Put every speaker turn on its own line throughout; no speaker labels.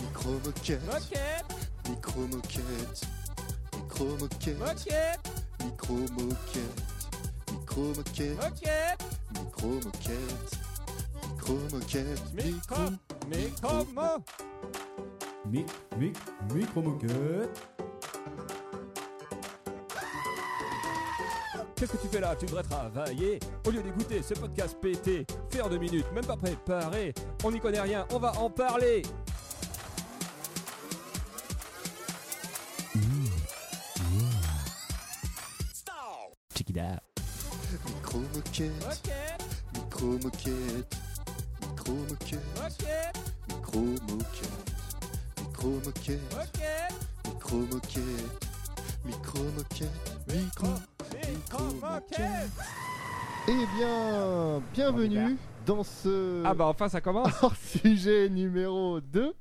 Micro-moquette,
Moquette,
micro-moquette, micro-moquette,
moquette,
micro-moquette, micro-moquette,
moquette,
micro-moquette, micro-moquette,
micro,
micro-
micro, mo,
Mic, mic, micro-moquette.
Qu'est-ce que tu fais là Tu devrais travailler. Au lieu d'écouter ce podcast pété, faire deux minutes, même pas préparé, on n'y connaît rien, on va en parler.
Check it out.
micro-moquette,
Moquette,
micro-moquette, micro-moquette,
moquette,
micro-moquette, micro-moquette.
moquette,
Micro-moquette, micro-moquette, micro.
micro, moquette.
Eh bien, bienvenue dans ce
Ah bah enfin ça commence.
hors-sujet numéro 2.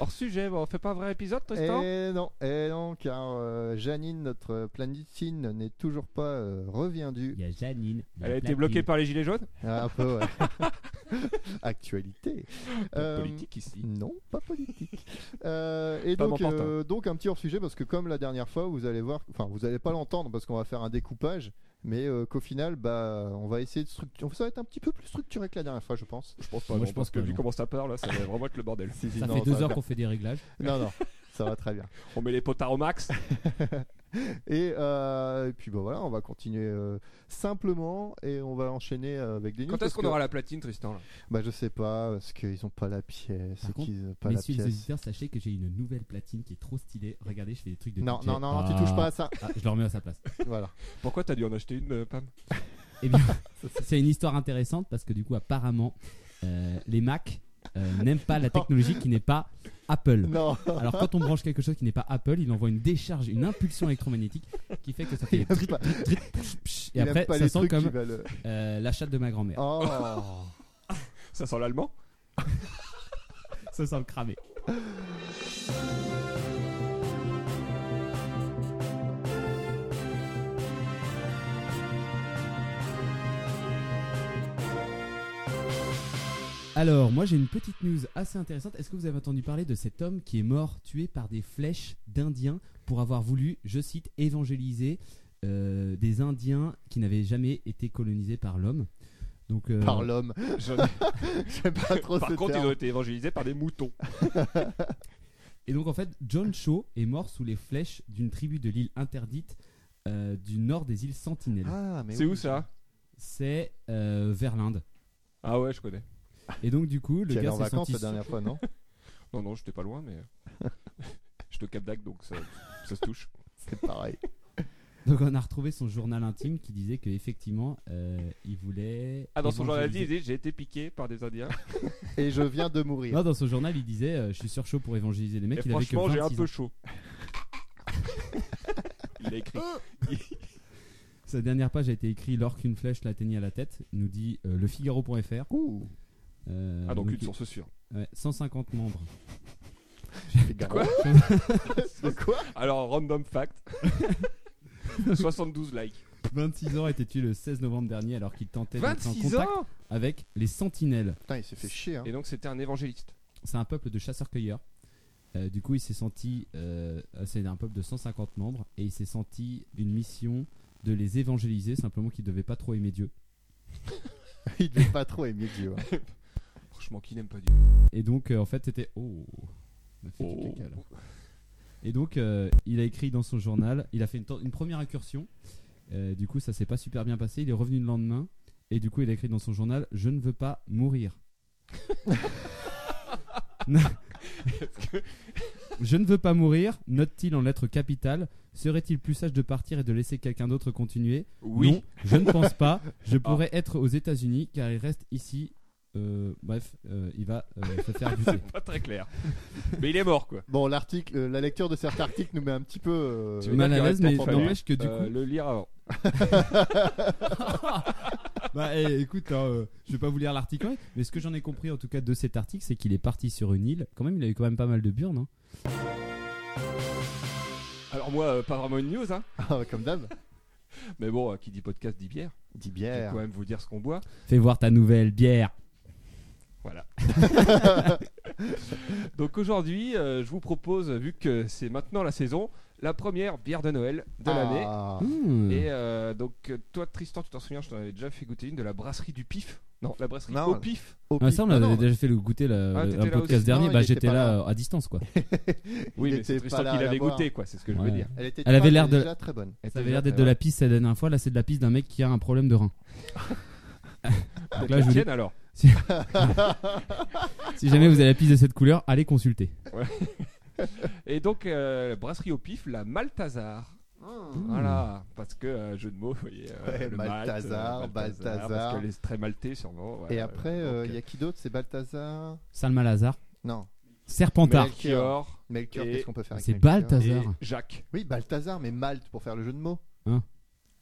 Hors sujet, bon, on fait pas un vrai épisode Tristan
Eh non, eh non, car euh, Janine, notre planitine, n'est toujours pas euh, reviendue.
Il y a Janine. il y
Elle a été
Platine.
bloquée par les gilets jaunes
Ah, un peu, ouais. Actualité. Euh,
Politique ici.
Non, pas politique. Euh, et
Pas hein.
donc,
mon pantin.
euh, donc un petit hors sujet parce que comme la dernière fois, vous allez voir, enfin vous allez pas l'entendre parce qu'on va faire un découpage, mais euh, qu'au final, bah on va essayer de structurer. Ça va être un petit peu plus structuré que la dernière fois, je pense.
Je pense pas.
Moi,
non,
je
parce
pense
que
pas,
vu
non.
comment ça part là, ça va vraiment être le bordel.
Ça
Non,
fait deux
va
heures
bien.
qu'on fait des réglages.
Non, non, ça va très bien.
On met les potards au max.
Et, euh, et puis bah voilà, on va continuer euh, simplement et on va enchaîner euh, avec des news.
Quand
parce
est-ce qu'on
que-
aura la platine Tristan là
Bah je sais pas, parce qu'ils ont pas la pièce,
Par contre,
qu'ils ont pas la
Messieurs les
pièce.
auditeurs, sachez que j'ai une nouvelle platine qui est trop stylée. Regardez, je fais des trucs de
Non,
DJ.
non, non, non, tu
Ah.
touches pas à ça.
Ah, je le remets à sa place.
Voilà.
Pourquoi t'as dû en acheter une, euh, Pam
Eh bien, c'est une histoire intéressante parce que du coup, apparemment, euh, les Mac euh, n'aiment pas la technologie qui n'est pas Apple.
Non.
Alors quand on branche quelque chose qui n'est pas Apple, il envoie une décharge, une impulsion électromagnétique qui fait que ça fait
Il
des
aime
trucs,
pas-
psh,
il
et
aime
après
pas
ça
les
sent
trucs qui
comme
va le-
euh, la chatte de ma grand-mère.
Oh.
Ça sent l'allemand
Ça sent le cramé. Alors, moi j'ai une petite news assez intéressante. Est-ce que vous avez entendu parler de cet homme qui est mort tué par des flèches d'Indiens pour avoir voulu, je cite, évangéliser euh, des Indiens qui n'avaient jamais été colonisés par l'homme Donc, euh,
Par l'homme. J'aime pas trop
Par
ce
contre,
terme.
ils ont été évangélisés par des moutons.
Et donc en fait, John Shaw est mort sous les flèches d'une tribu de l'île interdite euh, du nord des îles Sentinelles.
Ah, mais
C'est
oui.
où ça
C'est euh, vers l'Inde.
Ah ouais, je connais.
Et donc du coup,
Tu
le
es allé
gars
en
s'est
vacances
senti...
la dernière fois, non
Non, non, j'étais pas loin, mais. J'étais au Cap d'Agde, donc ça, ça se touche.
C'est pareil.
Donc on a retrouvé son journal intime qui disait qu'effectivement, euh, il voulait...
Ah, dans son journal, il
évangéliser-
dit J'ai été piqué par des Indiens.
Et je viens de mourir.
Non, dans son journal, il disait euh, Je suis sur chaud pour évangéliser les mecs.
Et
il avait que
franchement, j'ai un
26
peu
ans.
chaud. Il l'a écrit.
Sa dernière page a été écrite lors qu'une flèche l'atteignait à la tête, nous dit euh, lefigaro.fr.
Ouh.
Euh,
Ah, donc une
il-
source sûre.
ouais, 150 membres.
Fais gaffe.
Quoi
C'est quoi
Alors, random fact 72 likes.
26 ans a été tué le 16 novembre dernier alors qu'il tentait d'être en
26
contact
ans
avec les sentinelles.
Putain, il s'est fait chier. Hein.
Et donc, c'était un évangéliste.
C'est un peuple de chasseurs-cueilleurs. Euh, du coup, il s'est senti. euh, c'est un peuple de 150 membres et il s'est senti une mission de les évangéliser, simplement qu'il devait pas trop aimer Dieu.
Il devait pas trop aimer Dieu. hein.
Franchement, qui n'aime pas Dieu
Et donc, euh, en fait, c'était. Oh On a fait du
Oh.
caca, là. Et donc, euh, il a écrit dans son journal, il a fait une, to- une première incursion. Euh, du coup, ça s'est pas super bien passé. Il est revenu le lendemain. Et du coup, il a écrit dans son journal Je ne veux pas mourir. Non. Je ne veux pas mourir, note-t-il en lettres capitales. Serait-il plus sage de partir et de laisser quelqu'un d'autre continuer
Oui. Ah.
non, je ne pense pas. Je pourrais être aux États-Unis car il reste ici. Euh, bref, euh, il va euh, se faire buter.
Pas très clair. Mais il est mort, quoi.
Bon, l'article, euh, la lecture de cet article nous met un petit peu. euh,
Tu veux
Mal
dire qu'il
à l'aise,
reste
mais
en famille.
n'empêche que du
Euh,
coup.
le lire avant.
bah eh, écoute, hein, euh, je vais pas vous lire l'article, ouais, mais ce que j'en ai compris en tout cas de cet article, c'est qu'il est parti sur une île. Quand même, il a eu quand même pas mal de burnes. hein.
Alors, moi, euh, pas vraiment une news, hein.
Ah, comme d'hab.
Mais bon, euh, qui dit podcast dit bière.
Dis
Je vais
bière.
quand même vous dire ce qu'on boit.
Fais voir ta nouvelle bière.
Voilà. Donc aujourd'hui, euh, je vous propose, vu que c'est maintenant la saison, la première bière de Noël de l'année.
Ah.
Mmh.
Et euh, donc, euh, toi, Tristan, tu t'en souviens, je t'en avais déjà fait goûter une de la brasserie du Pif. Non, la brasserie
Non.
au Pif.
Ah, ça, on
Non,
avait
non,
déjà fait le goûter là,
Ah,
un
t'étais là
podcast
aussi.
dernier.
Non,
bah,
il était
j'étais
pas
là,
là.
euh, à distance quoi.
Oui,
Il
mais c'est
était pas
Tristan
là
qui
à la
l'avait
boire.
goûté, quoi, c'est ce que je
Ouais.
veux dire.
Elle était
Elle avait
pas,
l'air
mais
de-
déjà très bonne.
Elle était
Ça avait l'air
déjà
d'être
très
de la pisse la dernière fois. Là, c'est de la pisse d'un mec qui a un problème de rein.
bonne.
Donc là, je vous dis,
euh, Tienne, alors. Ah,
si jamais vous avez la pisse de cette couleur, allez consulter.
Et donc, euh, brasserie au Pif, la Maltazar. Voilà, parce que euh, jeu de mots, vous voyez. euh,
Hmm. Ouais,
le
Maltazar,
Malte, Balthazar,
Balthazar.
Parce qu'elle est très maltée, sûrement. voilà.
Et après,
Donc,
euh, il y
euh,
a qui d'autre C'est Balthazar
Salma Lazar,
Non.
Serpentard.
Melchior
Melchior,
Et-
qu'est-ce qu'on peut faire avec
C'est
Melchior
Balthazar.
et
Lazare.
Jacques.
Oui, Balthazar, mais Malte pour faire le jeu de mots.
Hein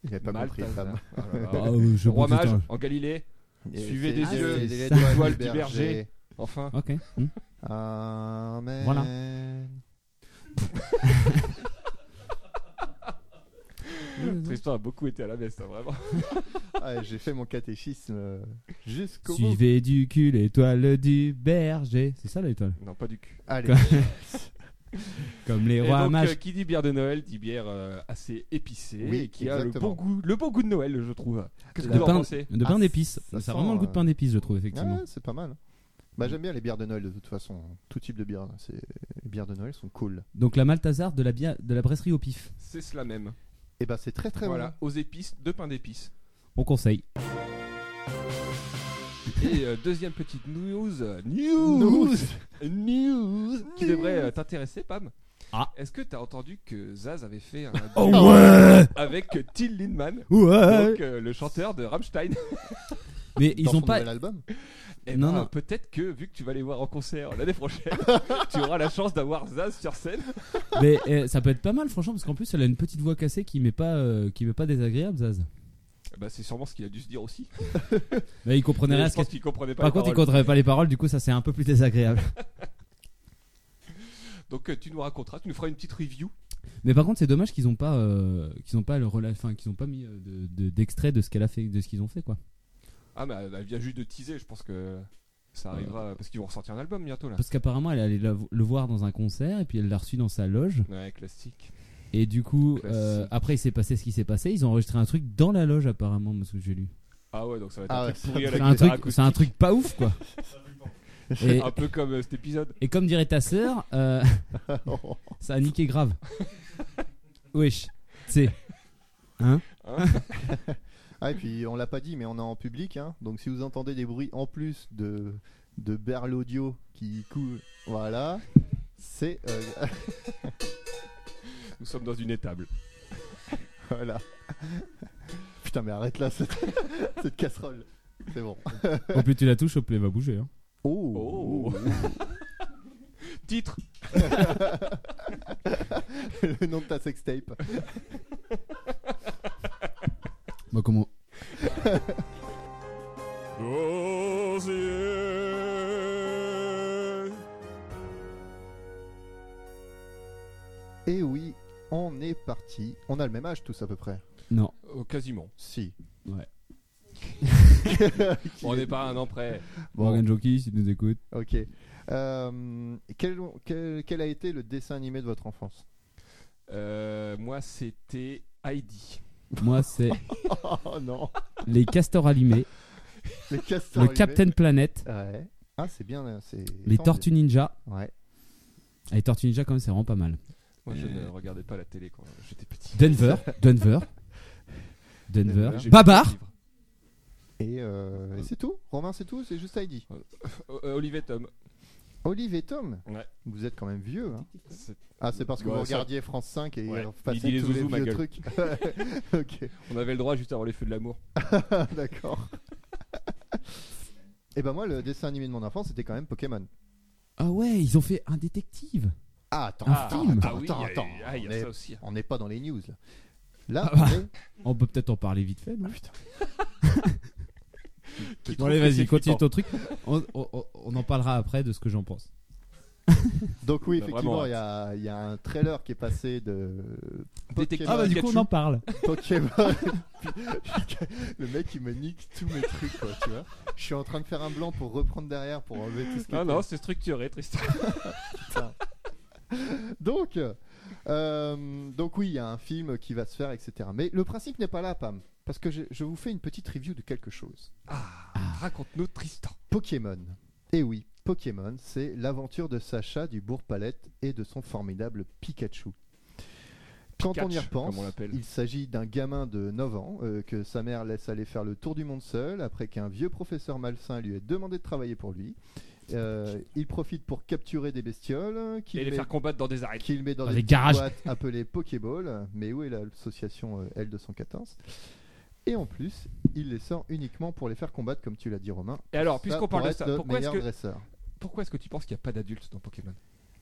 Il avait pas compris,
Maltazar.
femme.
Oh là là.
Ah, euh, je-
Roi
putain.
mage en Galilée,
Et
Suivez
Ah,
des
c'est les-
yeux.
les- les
Ça.
Étoile
étoiles
du
du
berger.
berger.
enfin.
Ok. Hmm.
Amen.
Voilà.
Tristan a beaucoup été à la messe, hein, vraiment.
Ouais, Ah, J'ai fait mon catéchisme euh, jusqu'au bout.
Suivez du cul l'étoile du berger. C'est ça l'étoile.
Non, pas du cul.
Allez. Ah,
Quoi Comme les
Et
rois
donc, euh,
mages.
qui dit bière de Noël dit bière euh, assez épicée
Oui,
et qui a le bon
exactement.
goût, le bon goût de Noël, je trouve. Qu'est-ce que
De
vous en
pain,
pensez
de pain
Ah,
d'épices.
ça
Ça a
sent,
vraiment le goût de
euh,
pain d'épices, je trouve, effectivement.
Ouais, c'est pas mal. Bah, J'aime bien les bières de Noël de toute façon. Tout type de bière. là, c'est- Les bières de Noël sont cool.
Donc la Maltazar de la, bia- de la brasserie au pif.
C'est cela même.
Et bah c'est très très
voilà, aux épices, deux pains d'épices.
On conseille.
Et euh, deuxième petite news, euh,
bon.
news, news, qui devrait euh, t'intéresser, Pam.
Ah.
Est-ce que t'as entendu que Zaz avait fait un
Oh
duo
ouais
avec euh, Till Lindemann,
Ouais
donc euh, le chanteur de Rammstein
Mais ils
Dans
ont
son
pas.
nouvel album.
Eh
Non,
ben,
non.
Peut-être que vu que tu vas les voir en concert l'année prochaine, tu auras la chance d'avoir Zaz sur scène.
Mais euh, ça peut être pas mal, franchement, parce qu'en plus, elle a une petite voix cassée qui m'est pas, euh, qui m'est pas désagréable, Zaz.
Eh ben, c'est sûrement ce qu'il a dû se dire aussi.
Bah, il
Mais
comprenait rien. à
je
ce qu'elle-
pense qu'il comprenait pas.
Par
les
contre, il
paroles.
comprenait pas les paroles, du coup, ça c'est un peu plus désagréable.
Donc euh, tu nous raconteras, tu nous feras une petite review.
Mais par contre, c'est dommage qu'ils ont pas, euh, qu'ils ont pas le rela- enfin, qu'ils ont pas mis euh, de- de- d'extrait de, ce qu'elle a fait, de ce qu'ils ont fait, quoi.
Ah mais elle elle vient juste de teaser, je pense que ça arrivera parce qu'ils vont ressortir un album bientôt là.
Parce qu'apparemment, elle est allée la- le voir dans un concert et puis elle l'a reçu dans sa loge.
Ouais, classique.
Et du coup,
Classique.
euh, après, il s'est passé ce qui s'est passé. Ils ont enregistré un truc dans la loge, apparemment, parce que j'ai lu.
Ah ouais, donc ça va être
Ah
un
ouais,
truc
ça
pourri à la
va
C'est un
guitare
truc, c'est un
acoustique.
truc pas ouf, quoi. Et,
un peu comme euh, cet épisode.
et comme dirait ta sœur, euh, ça a niqué grave. Wesh, c'est. Hein
hein.
Ah, et puis on l'a pas dit, mais on est en public, hein. donc si vous entendez des bruits en plus de, de berle audio qui coule, voilà, c'est. euh,
nous sommes dans une étable.
voilà. Putain, mais arrête là cette, cette casserole. C'est bon.
Au plus tu la touches, au plus elle va bouger. hein.
Oh. Titre.
Le nom de ta sextape.
Bah, comment
Et Eh oui, on est parti. On a le même âge tous à peu près.
Non.
Oh, quasiment.
Si.
On n'est pas un an près.
Bon.
Morgan Jockey, si tu nous écoutes.
Ok. Euh, quel, quel- quel a été le dessin animé de votre enfance
Euh, moi c'était Heidi.
Moi, c'est
Oh non
les castors allumés,
Les castors
le
allumés.
Captain Planet,
Ouais. Ah, c'est bien. euh, c'est
les
étendu.
Tortues Ninja.
Ouais.
Ah, Les Tortues Ninja, quand même, c'est vraiment pas mal.
Moi je ne regardais pas la télé quand j'étais petit.
Denver, Denver, Denver.
Denver.
J'ai
Babar
lu le livre.
Et, euh, et c'est tout. Romain, c'est tout. C'est juste Heidi.
O- euh, Olivier Tom.
Olive et Tom.
Ouais.
Vous êtes quand même vieux. hein.
C'est-
Ah, c'est parce que
Ouais,
vous
ça-
regardiez France 5 et
Ouais.
vous passez tous
Midi les
les
zouzous, ma
vieux
gueule.
trucs. ok. Ah,
On avait le droit juste avant les feux de l'amour.
D'accord. et ben moi, le dessin animé de mon enfance, c'était quand même Pokémon.
Ah ouais, ils ont fait un détective.
Ah, attends,
Un
attends,
film.
attends,
ah oui,
attends,
il y a-
attends.
ah, il y
On
a
est-
ça aussi.
On n'est pas dans les news là. Là,
Ah bah.
on est-
On peut peut-être en parler vite fait. Non
Qui
bon
trouve
allez,
que c'est
vas-y, continue
flippant.
ton truc. On, on- on- on en parlera après de ce que j'en pense.
Donc oui,
Bah,
effectivement,
vraiment,
il y, a- il y a un trailer qui est passé de
Détective.
Ah bah
Pokémon-
du coup on
Pikachu.
en parle.
Pokémon. le mec il me nique tous mes trucs quoi, tu vois. Je suis en train de faire un blanc pour reprendre derrière pour enlever tout ce qui
Ah
était-
non, c'est structuré, Tristan.
Donc euh, donc oui, il y a un film qui va se faire etc. Mais le principe n'est pas là Pam parce que je, je vous fais une petite review de quelque chose.
Raconte-nous, Tristan.
Pokémon. Et oui, Pokémon, c'est l'aventure de Sacha du Bourg-Palette et de son formidable Pikachu. Quand
Pikachu,
on y repense,
comme on l'appelle.
il s'agit d'un gamin de 9 ans euh, que sa mère laisse aller faire le tour du monde seul après qu'un vieux professeur malsain lui ait demandé de travailler pour lui. Euh, il profite pour capturer des bestioles
Et
qu'il
les
met,
faire combattre dans des arènes.
qu'il met dans
Dans
des
les
petites
garages.
boîtes appelées Pokéball. Mais où est l'association euh, L214 Et en plus, il les sort uniquement pour les faire combattre, comme tu l'as dit, Romain.
Et alors,
Ça,
puisqu'on
pour
parle de
être
ça,
le
pourquoi est-ce
meilleur
que,
dresseur.
pourquoi est-ce que tu penses qu'il n'y a pas d'adultes dans Pokémon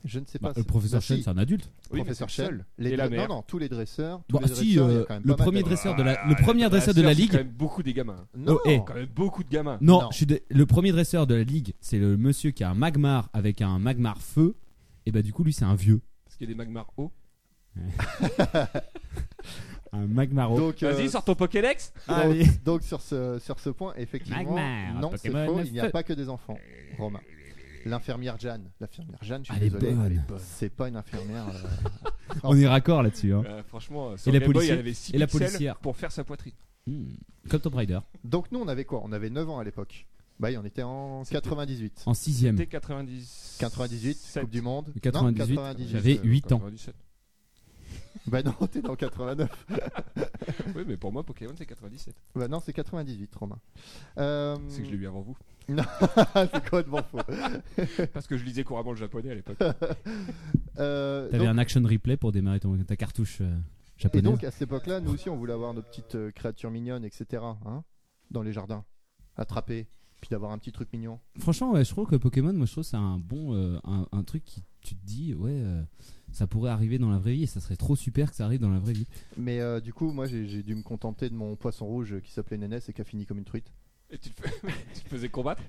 Je ne sais pas.
Bah, le
c'est-
professeur
Non, si,
Chen c'est un adulte.
mais
professeur
c'est
Chen, les
Et la
dre-
mère.
Non, non, tous les dresseurs. Tous
Bon,
les
si
dresseurs, il y a
euh,
quand même
le
pas mal
premier
de-
dresseur de la le premier dresseur de la
C'est quand
ligue.
même beaucoup des gamins.
Non,
Oh, eh.
Quand même beaucoup de gamins.
Non,
Non.
je suis dé- le premier dresseur de la ligue, c'est le monsieur qui a un magmar avec un magmar feu. Et bah du coup lui c'est un vieux,
Parce qu'il y a des magmars hauts.
un magmar haut.
Donc, euh,
Vas-y, sors ton Pokédex.
Hein.
donc-
Allez.
donc sur ce sur ce point, effectivement,
Magmar,
non, c'est
Pokémon
faux. Il n'y a
feu.
pas que des enfants. Romain. L'infirmière Jeanne, l'infirmière Jeanne, je suis
Elle est
désolé,
bonne.
elle est bonne. c'est pas une infirmière. euh,
On est raccord là-dessus. hein.
Euh, franchement, sur
la
Game Boy,
policière-
elle avait 6
et la
pixels
policière.
pour faire sa poitrine.
Hmm. Comme Tomb Raider
Donc nous, on avait quoi On avait 9 ans à l'époque. Bah, oui, on était en
C'était-
98.
en sixième.
T'es 90.
98, Coupe du Monde. Non,
98,
98,
j'avais
euh,
8 ans.
97.
Bah non, t'es dans 89.
Oui, mais pour moi, Pokémon, c'est 97.
Bah non, c'est 98, Romain. Euh,
C'est que je l'ai eu avant vous.
Ah, c'est complètement faux.
Parce que je lisais couramment le japonais à l'époque.
Euh,
T'avais
donc-
un action replay pour démarrer ton- ta cartouche euh,
Et
japonaise.
donc à cette époque-là, nous aussi, on voulait avoir nos petites euh, créatures mignonnes, etc. hein, dans les jardins, attraper, puis d'avoir un petit truc mignon.
Franchement, ouais, je trouve que Pokémon, moi je trouve que c'est un bon euh, un, un truc qui tu te dis ouais euh, ça pourrait arriver dans la vraie vie et ça serait trop super que ça arrive dans la vraie vie.
Mais euh, du coup, moi, j'ai j'ai dû me contenter de mon poisson rouge qui s'appelait Nénès et qui a fini comme une truite.
Et tu le, fais- tu le faisais combattre.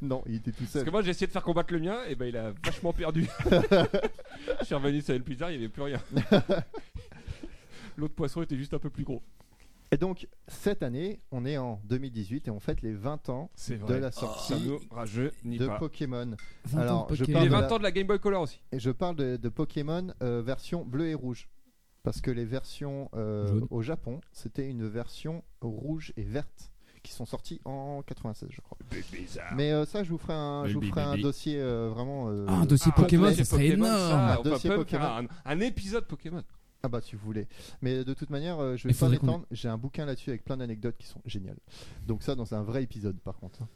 Non, il était tout
Parce
seul.
que moi, j'ai essayé de faire combattre le mien, et ben il a vachement perdu. je suis revenu sur le pizza, il n'y avait plus rien. L'autre poisson était juste un peu plus gros.
Et donc cette année, on est en 2018 et on fête les 20 ans
C'est
de la
Oh, Ça
sortie
nous rajeunit
de
pas.
Pokémon.
20 ans
Alors,
de
je
Pokémon.
Et les
parle de
20
la-
ans de la Game Boy Color aussi.
Et je parle de, de Pokémon euh, version bleu et rouge. Parce que les versions euh,
Jaune.
au Japon, c'était une version rouge et verte qui sont sorties en 96, je crois. Mais euh, ça, je vous ferai un, je vous ferai un dossier euh, vraiment. euh,
Ah, un dossier
Ah,
Pokémon,
dossier
ça serait
Pokémon,
énorme.
ça,
Un
on peut
dossier
même faire
Pokémon.
un- un épisode Pokémon.
Ah bah si vous voulez. Mais de toute manière, euh, je
Mais
vais pas
faudrait qu'on-
m'étendre. J'ai un bouquin là-dessus avec plein d'anecdotes qui sont géniales. Donc ça, dans un vrai épisode, par contre. hein.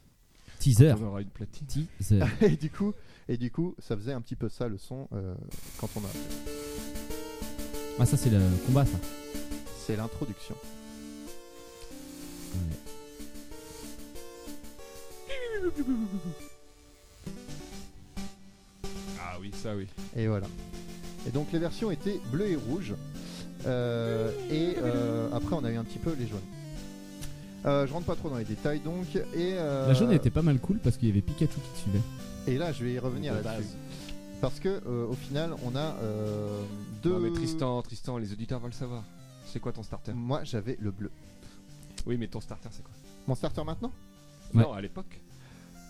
Teaser.
On aura une platine.
Teaser.
et du coup, et du coup, ça faisait un petit peu ça le son euh, quand on a.
Ah ça c'est le combat ça.
C'est l'introduction.
Ah oui, ça oui.
Et voilà. Et donc les versions étaient bleu et rouge. Euh, et euh, après, on a eu un petit peu les jaunes. Euh, je rentre pas trop dans les détails donc. Et, euh,
La jaune elle était pas mal cool parce qu'il y avait Pikachu qui te suivait.
et là, je vais y revenir
De
là-dessus.
base.
Parce que euh, au final, on a euh, deux.
Non mais Tristan, Tristan, les auditeurs veulent savoir. C'est quoi ton starter
Moi, j'avais le bleu.
Oui, mais ton starter c'est quoi
Mon starter maintenant
Ouais.
Non, à l'époque.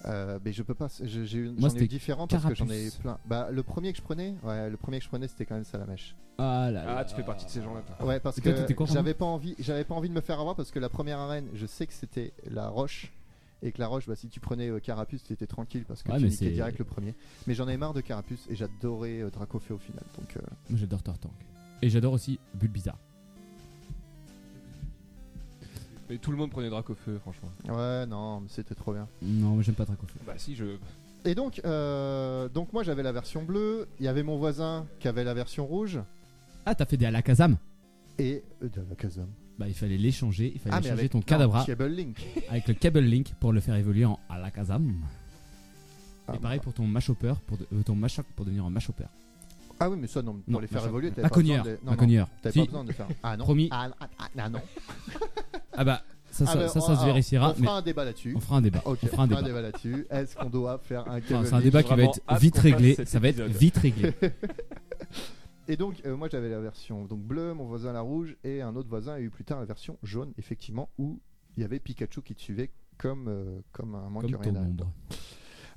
Euh, mais je peux pas, je- j'ai eu,
Moi,
j'en ai eu
c'était
différents parce que j'en ai eu
Carapace.
plein. Bah, le premier que je prenais, ouais, le premier que je prenais, c'était quand même Salamèche.
Ah là.
Ah,
là.
tu fais partie de ces gens-là. toi.
Ouais, parce
Et toi,
que
t'étais quoi, Romain
j'avais pas envie, j'avais pas envie de me faire avoir parce que la première arène, je sais que c'était la roche et que la roche, bah, si tu prenais euh, Carapuce, t'étais tranquille parce que
Ouais,
tu
mais
niquais
c'est-
direct le premier. Mais j'en ai marre de Carapuce et j'adorais euh, Dracofeu au final. Donc euh,
Moi j'adore Tortank. Et j'adore aussi Bulbizarre.
Mais tout le monde prenait Dracofeu, franchement.
ouais, non, mais c'était trop bien.
Non, mais j'aime pas Dracofeu.
Bah si, je.
Et donc, euh, donc moi j'avais la version bleue, il y avait mon voisin qui avait la version rouge
Ah, t'as fait des Alakazam
et euh, de la Kazam.
Bah, il fallait l'échanger, il fallait
Ah, mais
échanger
avec
ton
non,
cadabra
Cable Link.
avec le Cable Link pour le faire évoluer en Alakazam.
Ah,
et pareil pour ton Mashhopper, pour de- euh, ton Machoc pour devenir un Mashhopper.
Ah oui, mais ça, non, pour
Non,
les faire
machin.
évoluer, t'avais
Un
pas besoin
cogneur,
de... non,
un
non,
cogneur.
t'avais
Si.
pas besoin de faire. Ah non.
Promis.
Ah, ah, ah, ah, non.
Ah bah, ça, ça,
Alors,
ça, ça
on-
se vérifiera,
On
mais
fera un débat là-dessus.
on fera un débat.
Ok,
on fera un débat.
là-dessus. Est-ce qu'on doit faire un
Enfin,
cavalier
c'est un débat qui va
vraiment
être
hâte
vite
qu'on
réglé.
fasse cet
Ça va être
épisode.
vite réglé.
Et donc, euh, moi j'avais la version donc bleue, mon voisin la rouge, et un autre voisin a eu plus tard la version jaune, effectivement, où il y avait Pikachu qui te suivait comme, euh, comme un manque
Comme ton ombre.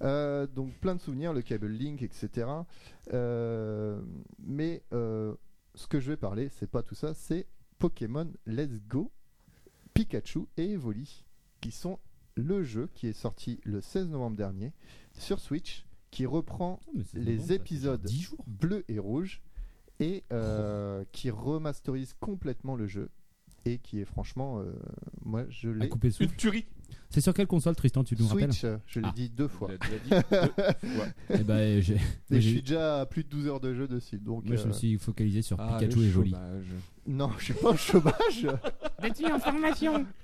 Euh, donc plein de souvenirs, le cable link, etc. Euh, mais euh, ce que je vais parler, c'est pas tout ça, c'est Pokémon Let's Go, Pikachu et Evoli, qui sont le jeu qui est sorti le 16 novembre dernier sur Switch, qui reprend les épisodes
10 jours. Oh.
bleu et rouge et euh, qui remasterise complètement le jeu et qui est franchement, euh, moi je
À
l'ai.
couper le
Une
souffle.
tuerie.
C'est sur quelle console, Tristan Tu nous rappelles
Switch, euh, je l'ai
Ah.
dit deux fois.
Il a déjà dit deux fois.
Eh ben, j'ai-
Et
Moi,
je
j'ai-
suis déjà à plus de 12 heures de jeu dessus. Donc,
Moi, je
euh,
me suis focalisé sur
Ah,
Pikachu
le
et Jolie.
bah.
chômage.
Non, je suis pas au chômage.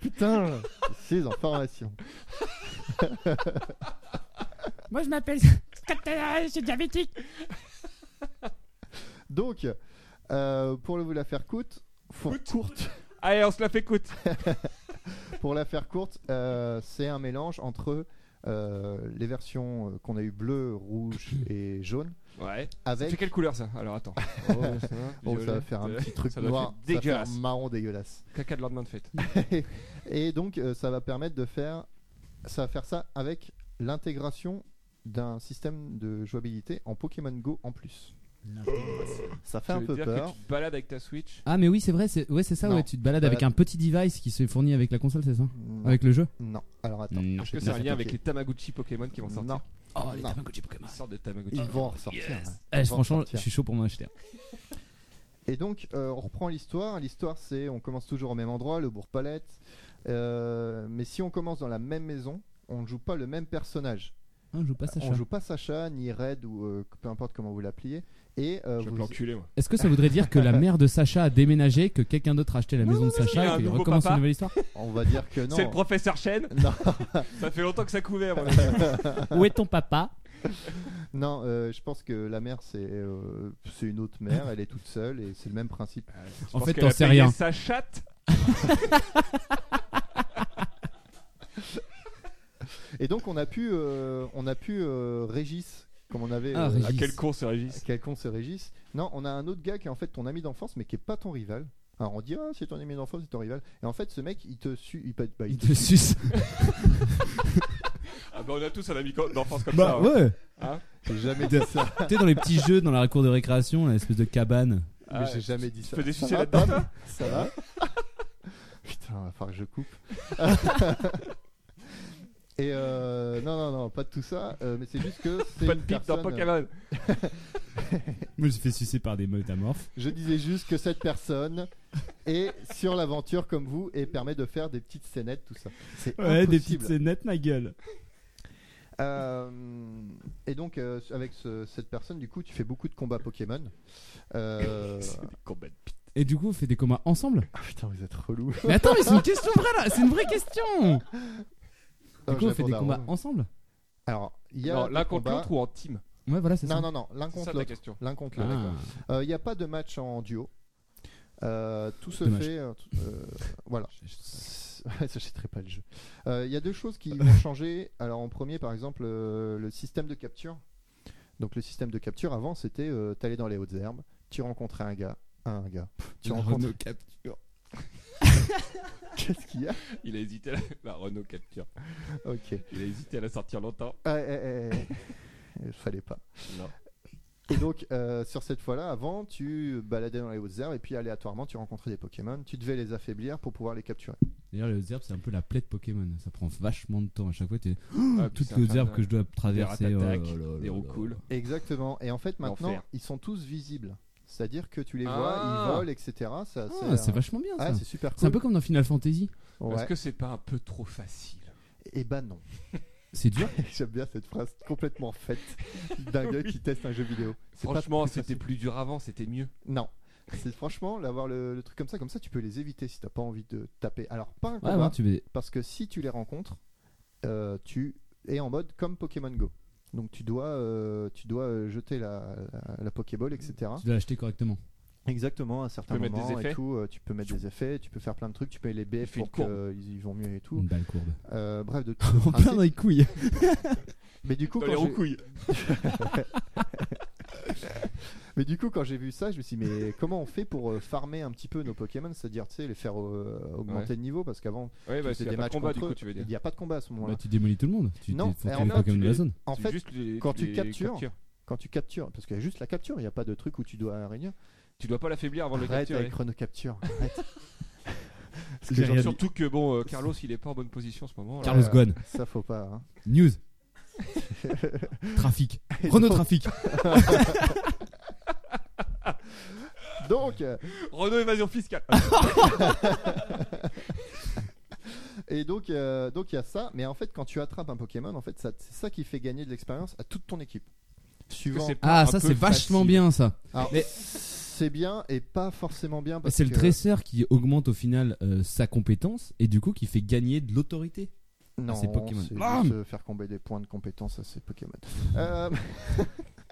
Putain, ces informations.
Moi, je m'appelle Scott, je suis diabétique.
Donc, euh, pour vous la faire courte, pour, courte,
Allez, on se la fait coûte.
pour la faire courte, euh, c'est un mélange entre euh, les versions euh, qu'on a eu bleu, rouge et jaune,
Ouais. C'est
avec
quelle couleur ça Alors attends.
Oh, ça va faire un petit truc
Euh, ça doit
noir,
être
ça va faire
dégueulasse.
marron dégueulasse.
Caca de lendemain de fête.
Et donc, euh, ça va permettre de faire, ça va faire ça avec l'intégration d'un système de jouabilité en Pokémon Go en plus. Ça fait
Ça
un
veut
peu
dire
peur.
que tu te balades avec ta Switch.
Ah, mais oui, c'est vrai. c'est- Ouais, c'est ça.
Non.
Ouais, tu te balades
Balade.
avec un petit device qui se fournit avec la console, c'est ça
Non.
Avec le jeu
Non. Alors attends.
Non.
Est-ce
je
que
vais
c'est
te
un lien avec
l'expliquer.
les Tamagotchi Pokémon qui vont sortir
Non.
Oh, les
Non.
Tamagotchi Pokémon.
Ils sortent de Tamagotchi.
Ils vont en ressortir.
Eh,
Ils vont
franchement, je
sortir.
suis chaud pour m'en acheter. un.
Et donc, euh, on reprend l'histoire. L'histoire, c'est on commence toujours au même endroit, le Bourg-Palette. Euh, mais si on commence dans la même maison, on ne joue pas le même personnage.
Ah, je joue pas Sacha.
On joue pas Sacha, ni Red, ou euh, peu importe comment vous l'appeliez. Et euh,
Je vais
vous-
me l'enculer, moi.
Est-ce que ça voudrait dire que la mère de Sacha a déménagé, que quelqu'un d'autre a acheté la maison de
Il y a
Sacha
un
et qu'il
nouveau
recommence
papa.
une nouvelle histoire
on va dire que non.
C'est le professeur Chen.
Non.
ça fait longtemps que ça couvait. à mon avis.
Où est ton papa
Non, euh, je pense que la mère, c'est euh, c'est une autre mère, elle est toute seule et c'est le même principe.
Je pense
En fait,
qu'elle
t'en
a
sais
payé
rien.
Sa chatte.
Et donc, on a pu, euh, on a pu euh, Régis, comme on avait.
Ah,
euh,
Ah,
Régis.
quel con ce Régis.
Quel con c'est Régis Non, on a un autre gars qui est en fait ton ami d'enfance, mais qui est pas ton rival. Alors on dit ah c'est ton ami d'enfance, c'est ton rival. Et en fait ce mec il te suit, il, pa- bah, il
Il
te-
te suce.
Ah bah on a tous un ami co- d'enfance comme ça.
Bah
hein.
ouais.
j'ai jamais dit ça.
Tu sais, dans les petits jeux, dans la cour de récréation, là, l'espèce de cabane.
Ah,
mais j'ai jamais dit
Tu
ça.
fais des
ça
sucés
va,
là-dedans,
Pam Ça va Putain, va falloir que je coupe. Et euh, non non non, pas de tout ça. euh, mais c'est juste que c'est
Pas de
une
pipe dans
personne- euh,
Pokémon.
Moi, j'ai fait sucer par des métamorphes.
euh, Je disais juste que cette personne est sur l'aventure comme vous et permet de faire des petites scénettes tout ça. C'est
Ouais, des
impossible.
petites scénettes, ma gueule.
Euh, et donc, euh, avec ce- cette personne, du coup, tu fais beaucoup de combats Pokémon. Euh,
Combat de pipe.
Et du coup, on fait des combats ensemble
Ah, putain, vous êtes relou.
Mais attends, mais c'est une question vraie là C'est une vraie question
Euh,
Du coup, on fait des combats ensemble
Alors, il y a
Non,
des
l'un contre
combats-
l'autre ou en team
Ouais, voilà, c'est ça.
Non, non, non,
C'est ça
l'un contre
ta
l'autre.
question.
L'un contre
Ah.
l'autre. Euh, Il n'y a pas de match en duo. Euh, tout se
Dommage.
fait. euh, tout- euh, voilà. J'achèterai pas le jeu. Euh, Il y a deux choses qui vont changer. Alors en premier, par exemple, euh, le système de capture. Donc le système de capture avant, c'était euh, t'allais dans les hautes herbes, tu rencontrais un gars, un gars. Pff, tu
La
rencontres.
Renault Capture.
Qu'est-ce qu'il y a
Il a hésité à la,
Bah,
la Renault Capture.
Ok.
Il a hésité à la sortir longtemps.
Ah, eh, eh, eh. Fallait pas.
Non.
Et donc, euh, sur cette fois-là, avant, tu baladais dans les hautes herbes et puis aléatoirement, tu rencontrais des Pokémon. Tu devais les affaiblir pour pouvoir les capturer.
D'ailleurs, les herbes, c'est un peu la plaie de Pokémon. Ça prend vachement de temps. À chaque fois, t'es
Ah, puis
toutes
c'est
les
infernal.
herbes que je dois traverser.
Des ratatacs,
oh là là
des
là là.
roucoules.
Exactement. Et en fait, maintenant,
L'enfer.
ils sont tous visibles. C'est-à-dire que tu les
Ah.
vois, ils volent, etc. Ça,
Ah, c'est
un-
vachement bien
Ah,
ça.
c'est super
C'est un
cool.
peu comme dans Final Fantasy.
Ouais.
Est-ce que c'est pas un peu trop facile
Eh ben non.
C'est dur.
J'aime bien cette phrase complètement faite d'un gars qui teste un jeu vidéo. C'est pas
Franchement,
plus
c'était
facile.
plus dur avant, c'était mieux.
Non. C'est franchement d'avoir le, le truc comme ça, comme ça tu peux les éviter si t'as pas envie de taper. Alors pas un
Ouais,
combat,
ouais, tu veux-
parce que si tu les rencontres, euh, tu es en mode comme Pokémon Go. Donc tu dois, euh, tu dois euh, jeter la, la, la Pokéball, etc.
tu dois l'acheter correctement.
Exactement, à certains
peux mettre des
moments et
effets.
tout, euh, tu peux mettre des effets, tu peux faire plein de trucs, tu peux les BF
fait une
pour qu'ils y vont mieux et tout.
Une balle courbe.
Euh, bref, de
En plein Mm. dans les couilles.
Mais du coup,
Dans
quand
les
j'ai-
roucouilles.
Mais du coup, quand j'ai vu ça, je me suis dit, mais comment on fait pour euh, farmer un petit peu nos Pokémon C'est-à-dire, tu sais, les faire euh, augmenter de niveau Parce qu'avant,
Ouais, bah,
c'était
c'est des
des matchs
combat, du
contre
coup,
eux.
tu veux
il
dire.
n'y a pas de combat à ce
Bah,
moment-là.
tu démolis tout le monde. Tu
Non,
tu- faut
eh,
tous les
non,
Pokémon
tu
de la
les-
zone.
En
Tu-
fait,
juste les-
quand
tu
tu
les
captures-
captures.
quand tu captures, parce qu'il y a juste la capture, il n'y a pas de truc où tu dois réunir.
Tu dois pas l'affaiblir avant de le
Arrête
capturer.
avec chronocapture. Arrête. Parce que
J'ai
j'en-
rien
Surtout que bon, euh, Carlos, il est pas en bonne position en ce moment. là.
Carlos
Ouais.
Ghosn.
Ça faut pas. hein.
News. Trafic. Renault Trafic.
Donc, euh,
Renault évasion fiscale.
et donc, euh, donc il y a ça. Mais en fait, quand tu attrapes un Pokémon, en fait, ça- c'est ça qui fait gagner de l'expérience à toute ton équipe.
Parce
Suivant.
que c'est pas
Ah,
un
ça
peu
c'est vachement
facile.
bien ça.
Alors,
Mais-
c'est bien et pas forcément bien parce
C'est le
que-
dresseur qui augmente au final euh, sa compétence et du coup qui fait gagner de l'autorité.
Non,
C'est
c'est
Pokémon. Ah
juste
Bam
euh, faire combler des points de compétence à ces Pokémon. Euh,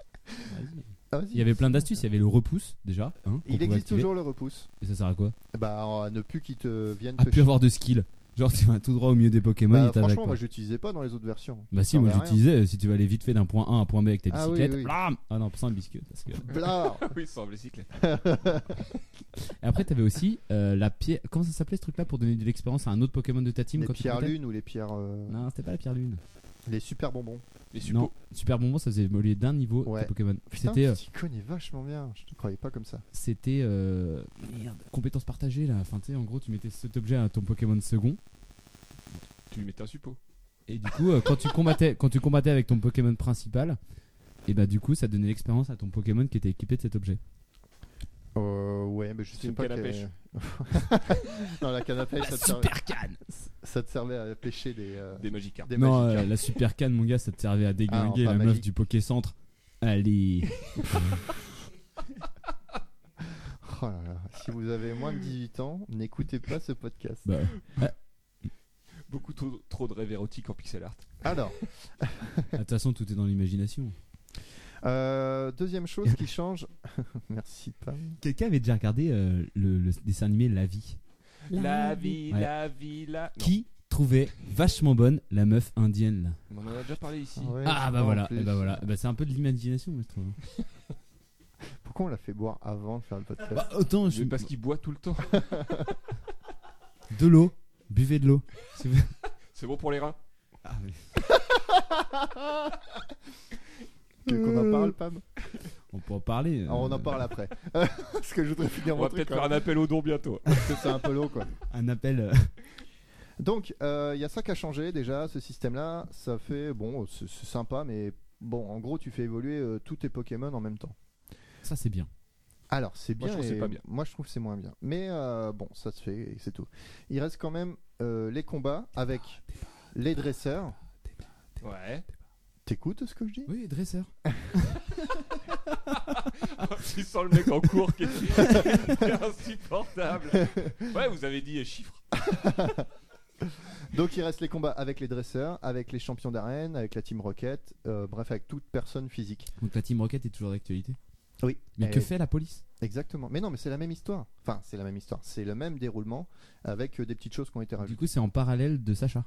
ah, vas-y.
Il y avait plein d'astuces, il y avait le repousse déjà. hein, qu'on
Il
pouvait
existe
activer.
toujours le repousse.
Et ça sert à quoi
Bah, à ne plus qu'ils te viennent
À
te
plus avoir de skill. Genre tu vas tout droit au milieu des Pokémon
Bah,
et t'attaques.
franchement,
quoi.
moi, j'utilisais pas dans les autres versions.
Bah si,
ça
moi
servait à
j'utilisais, euh, si tu vas aller vite fait d'un point A à un point B avec ta
Ah oui,
bicyclette.
oui.
blam Ah non, sans le biscuit. Parce que...
Blar
Oui, sans bicyclette.
Et après t'avais aussi euh, la pierre... Comment ça s'appelait ce truc là pour donner de l'expérience à un autre Pokémon de ta team
les
quand tu
pierres
comptais
lunes ou les pierres, euh,
Non, c'était pas la pierre lune.
les super bonbons.
Les
Non,
suppos.
super bonbon, ça faisait évoluer d'un niveau
Ouais.
tes Pokémon.
Putain,
C'était... euh,
tu t'y connais vachement bien. Je te croyais pas comme ça.
c'était euh, merde, compétences partagées là. Enfin, tu sais, en gros, tu mettais cet objet à ton Pokémon second.
Tu lui mettais un suppôt.
Et du coup, euh, quand, tu combattais, quand tu combattais avec ton Pokémon principal, et bah du coup, ça donnait l'expérience à ton Pokémon qui était équipé de cet objet.
Euh, ouais, mais je
C'est
sais
une
pas.
canne à
quelle-
pêche.
non, la canne à pêche, ça te, servait,
super canne
ça te servait à pêcher des, euh,
Des magicards.
des
Non,
magiques.
euh, la super canne, mon gars, ça te servait à déglinguer
Ah, non, pas
la meuf
magique.
du Pokécentre. Allez euh.
Oh là là, Si vous avez moins de 18 ans, n'écoutez pas ce podcast.
Bah,
Beaucoup trop, trop de rêves érotiques en pixel art.
Alors,
De toute façon, tout est dans l'imagination.
euh, deuxième chose qui change. Merci Pam.
Quelqu'un avait déjà regardé euh, le, le dessin animé La vie
La vie,
Ouais.
la vie, la. Non,
Qui trouvait vachement bonne la meuf indienne là
On en a déjà parlé ici.
Ouais,
Ah
je
bah
crois, en
voilà,
plus.
eh bah voilà. Bah, c'est un peu de l'imagination, moi, je trouve. hein.
Pourquoi on l'a fait boire avant de faire le podcast
Ah
Bah, autant je
Mais parce qu'il boit tout le temps.
de l'eau, buvez de l'eau. Ah, Si vous-
C'est bon pour les reins.
Que- Qu'on en
Euh.
parle Pam
On peut en parler.
Alors, On
euh,
en parle après. Parce que je voudrais finir
On
mon
va
truc.
peut-être faire un appel au don bientôt.
hein, parce que c'est un peu long quoi.
Un appel. euh,
Donc euh, il y a ça qui a changé déjà, ce système là. Ça fait bon, c'est c'est sympa, mais bon, en gros tu fais évoluer euh, tous tes Pokémon en même temps.
Ça c'est bien.
Alors, c'est bien.
Moi, je trouve que
et
c'est pas bien.
Moi, je trouve que c'est moins bien. Mais euh, bon, ça se fait et c'est tout. Il reste quand même euh, les combats avec les dresseurs.
Ouais.
T'écoutes ce que je dis
Oui, dresseur.
Tu sens le mec en cours qui est qui est insupportable. Ouais, vous avez dit euh, chiffres.
Donc, il reste les combats avec les dresseurs, avec les champions d'arène, avec la Team Rocket, euh, bref, avec toute personne physique.
Donc la Team Rocket est toujours d'actualité.
Oui.
Mais que fait la police
Exactement. Mais non, mais c'est la même histoire. Enfin, c'est la même histoire. C'est le même déroulement avec euh, des petites choses qui ont été
Du
rajoutées.
coup, c'est en parallèle de Sacha.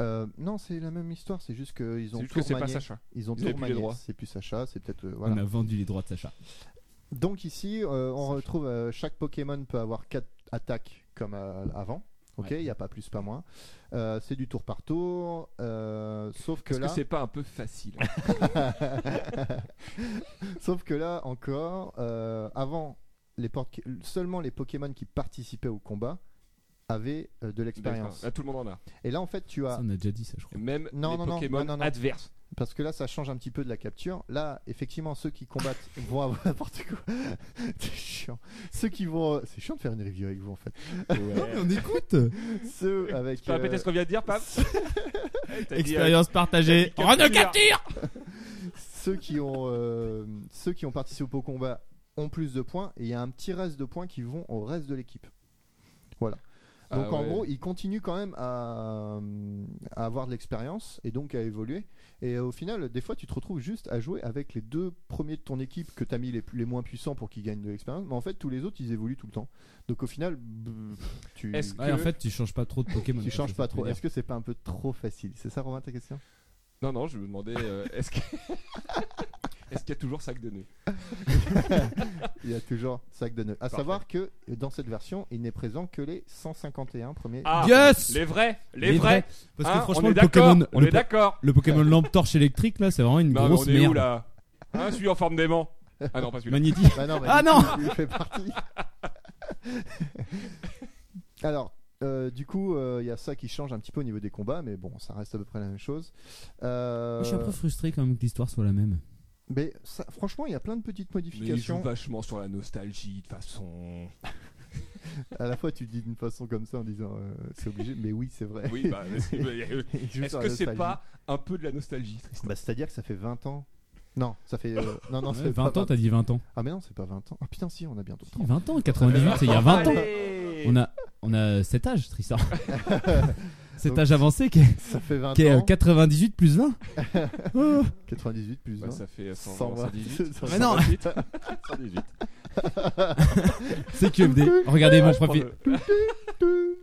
Euh, non, c'est la même histoire. C'est juste qu'ils
C'est
ont
juste
tout
que c'est pas
remanié.
Sacha.
Ils ont
Ils
tout
avaient plus les
remanié.
droits.
C'est plus Sacha. C'est peut-être euh, voilà.
On a vendu les droits de Sacha.
Donc ici, euh, on
Ça
retrouve euh, chaque Pokémon peut avoir 4 attaques comme euh, avant. Ok, il
Ouais.
n'y a pas plus, pas moins. Euh, c'est du tour par tour, euh, sauf que
Est-ce que
là,
c'est pas un peu facile hein,
sauf que là encore, euh, avant, les porc- seulement les Pokémon qui participaient au combat avaient euh, de l'expérience.
Là, tout le monde en a.
Et là, en fait, tu
Ça,
as,
on a déjà dit ça, je
Et
crois.
Même
Non,
les
non, non,
Pokémon
non, non, non.
adverses.
parce que là, ça change un petit peu de la capture. Là, effectivement, ceux qui combattent vont avoir n'importe quoi. c'est chiant. Ceux qui vont, euh, c'est chiant de faire une review avec vous en fait.
on écoute
Ceux avec.
Tu peux répéter
euh,
ce qu'on vient de dire, Pam Eh, t'as dit,
Expérience partagée.
t'as dit
Renault
capture.
capture
ceux qui ont euh, ceux qui ont participé au combat ont plus de points et il y a un petit reste de points qui vont au reste de l'équipe. Voilà. Donc
Ah
en
ouais.
gros, il continue quand même à, euh, à avoir de l'expérience et donc à évoluer. Et au final, des fois, tu te retrouves juste à jouer avec les deux premiers de ton équipe que tu as mis les, plus- les moins puissants pour qu'ils gagnent de l'expérience. Mais en fait, tous les autres, ils évoluent tout le temps. Donc au final, b- tu,
Est-ce
Ouais,
que-
en fait, tu changes pas trop de Pokémon.
tu
quoi,
changes
c'est
pas
ça que je
trop.
veux
Est-ce que c'est pas un peu trop facile C'est ça, Romain, ta question
Non, non, je me demandais, euh, est-ce que- est-ce qu'il y a toujours sac de nœuds
Il y a toujours sac de nœuds. À
Parfait.
savoir que dans cette version, il n'est présent que les 151 premiers.
Ah,
Yes
Les vrais Les,
Les
vrais,
vrais. Parce
Hein,
que franchement,
on est
le
d'accord
Pokémon,
On
le
est
po-
d'accord
le Pokémon lampe torche électrique là, c'est vraiment une
Non, mais on
grosse
est où
merde.
là Hein, Celui en forme d'aimant Ah non, pas celui-là.
Magnéti.
Bah non, mais
Ah
du
non
coup, il fait partie. Alors, euh, du coup, euh, il y a ça qui change un petit peu au niveau des combats, mais bon, ça reste à peu près la même chose. Euh,
Moi, Je suis un peu frustré quand même que l'histoire soit la même.
mais ça- franchement, il y a plein de petites
Mais il joue
modifications.
vachement sur la nostalgie, de façon...
À la fois, tu le dis d'une façon comme ça en disant euh, c'est obligé, mais oui, c'est vrai.
Oui, bah, est-ce que-
Il joue
est-ce
sur la
que c'est
nostalgie.
pas un peu de la nostalgie, Tristan
Bah, C'est-à-dire que ça fait 20 ans. Non, ça fait. euh, non, non,
Ouais,
c'est
20
pas
ans, t'as dit 20 ans.
Ah, mais non, c'est pas 20 ans. Ah putain, si, on a bientôt 30.
20 ans, 98, c'est il y a 20 ans.
Allez
On a, on a cet âge, Tristan. cet
Donc,
âge avancé qui est,
Ça fait 20
qui est, euh,
ans.
98 plus Oh, 20.
98 plus 20.
Ouais, ça fait 100,
120.
118.
Mais non.
128. 118.
C'est QFD. Regardez mon
Prends
profil.
le-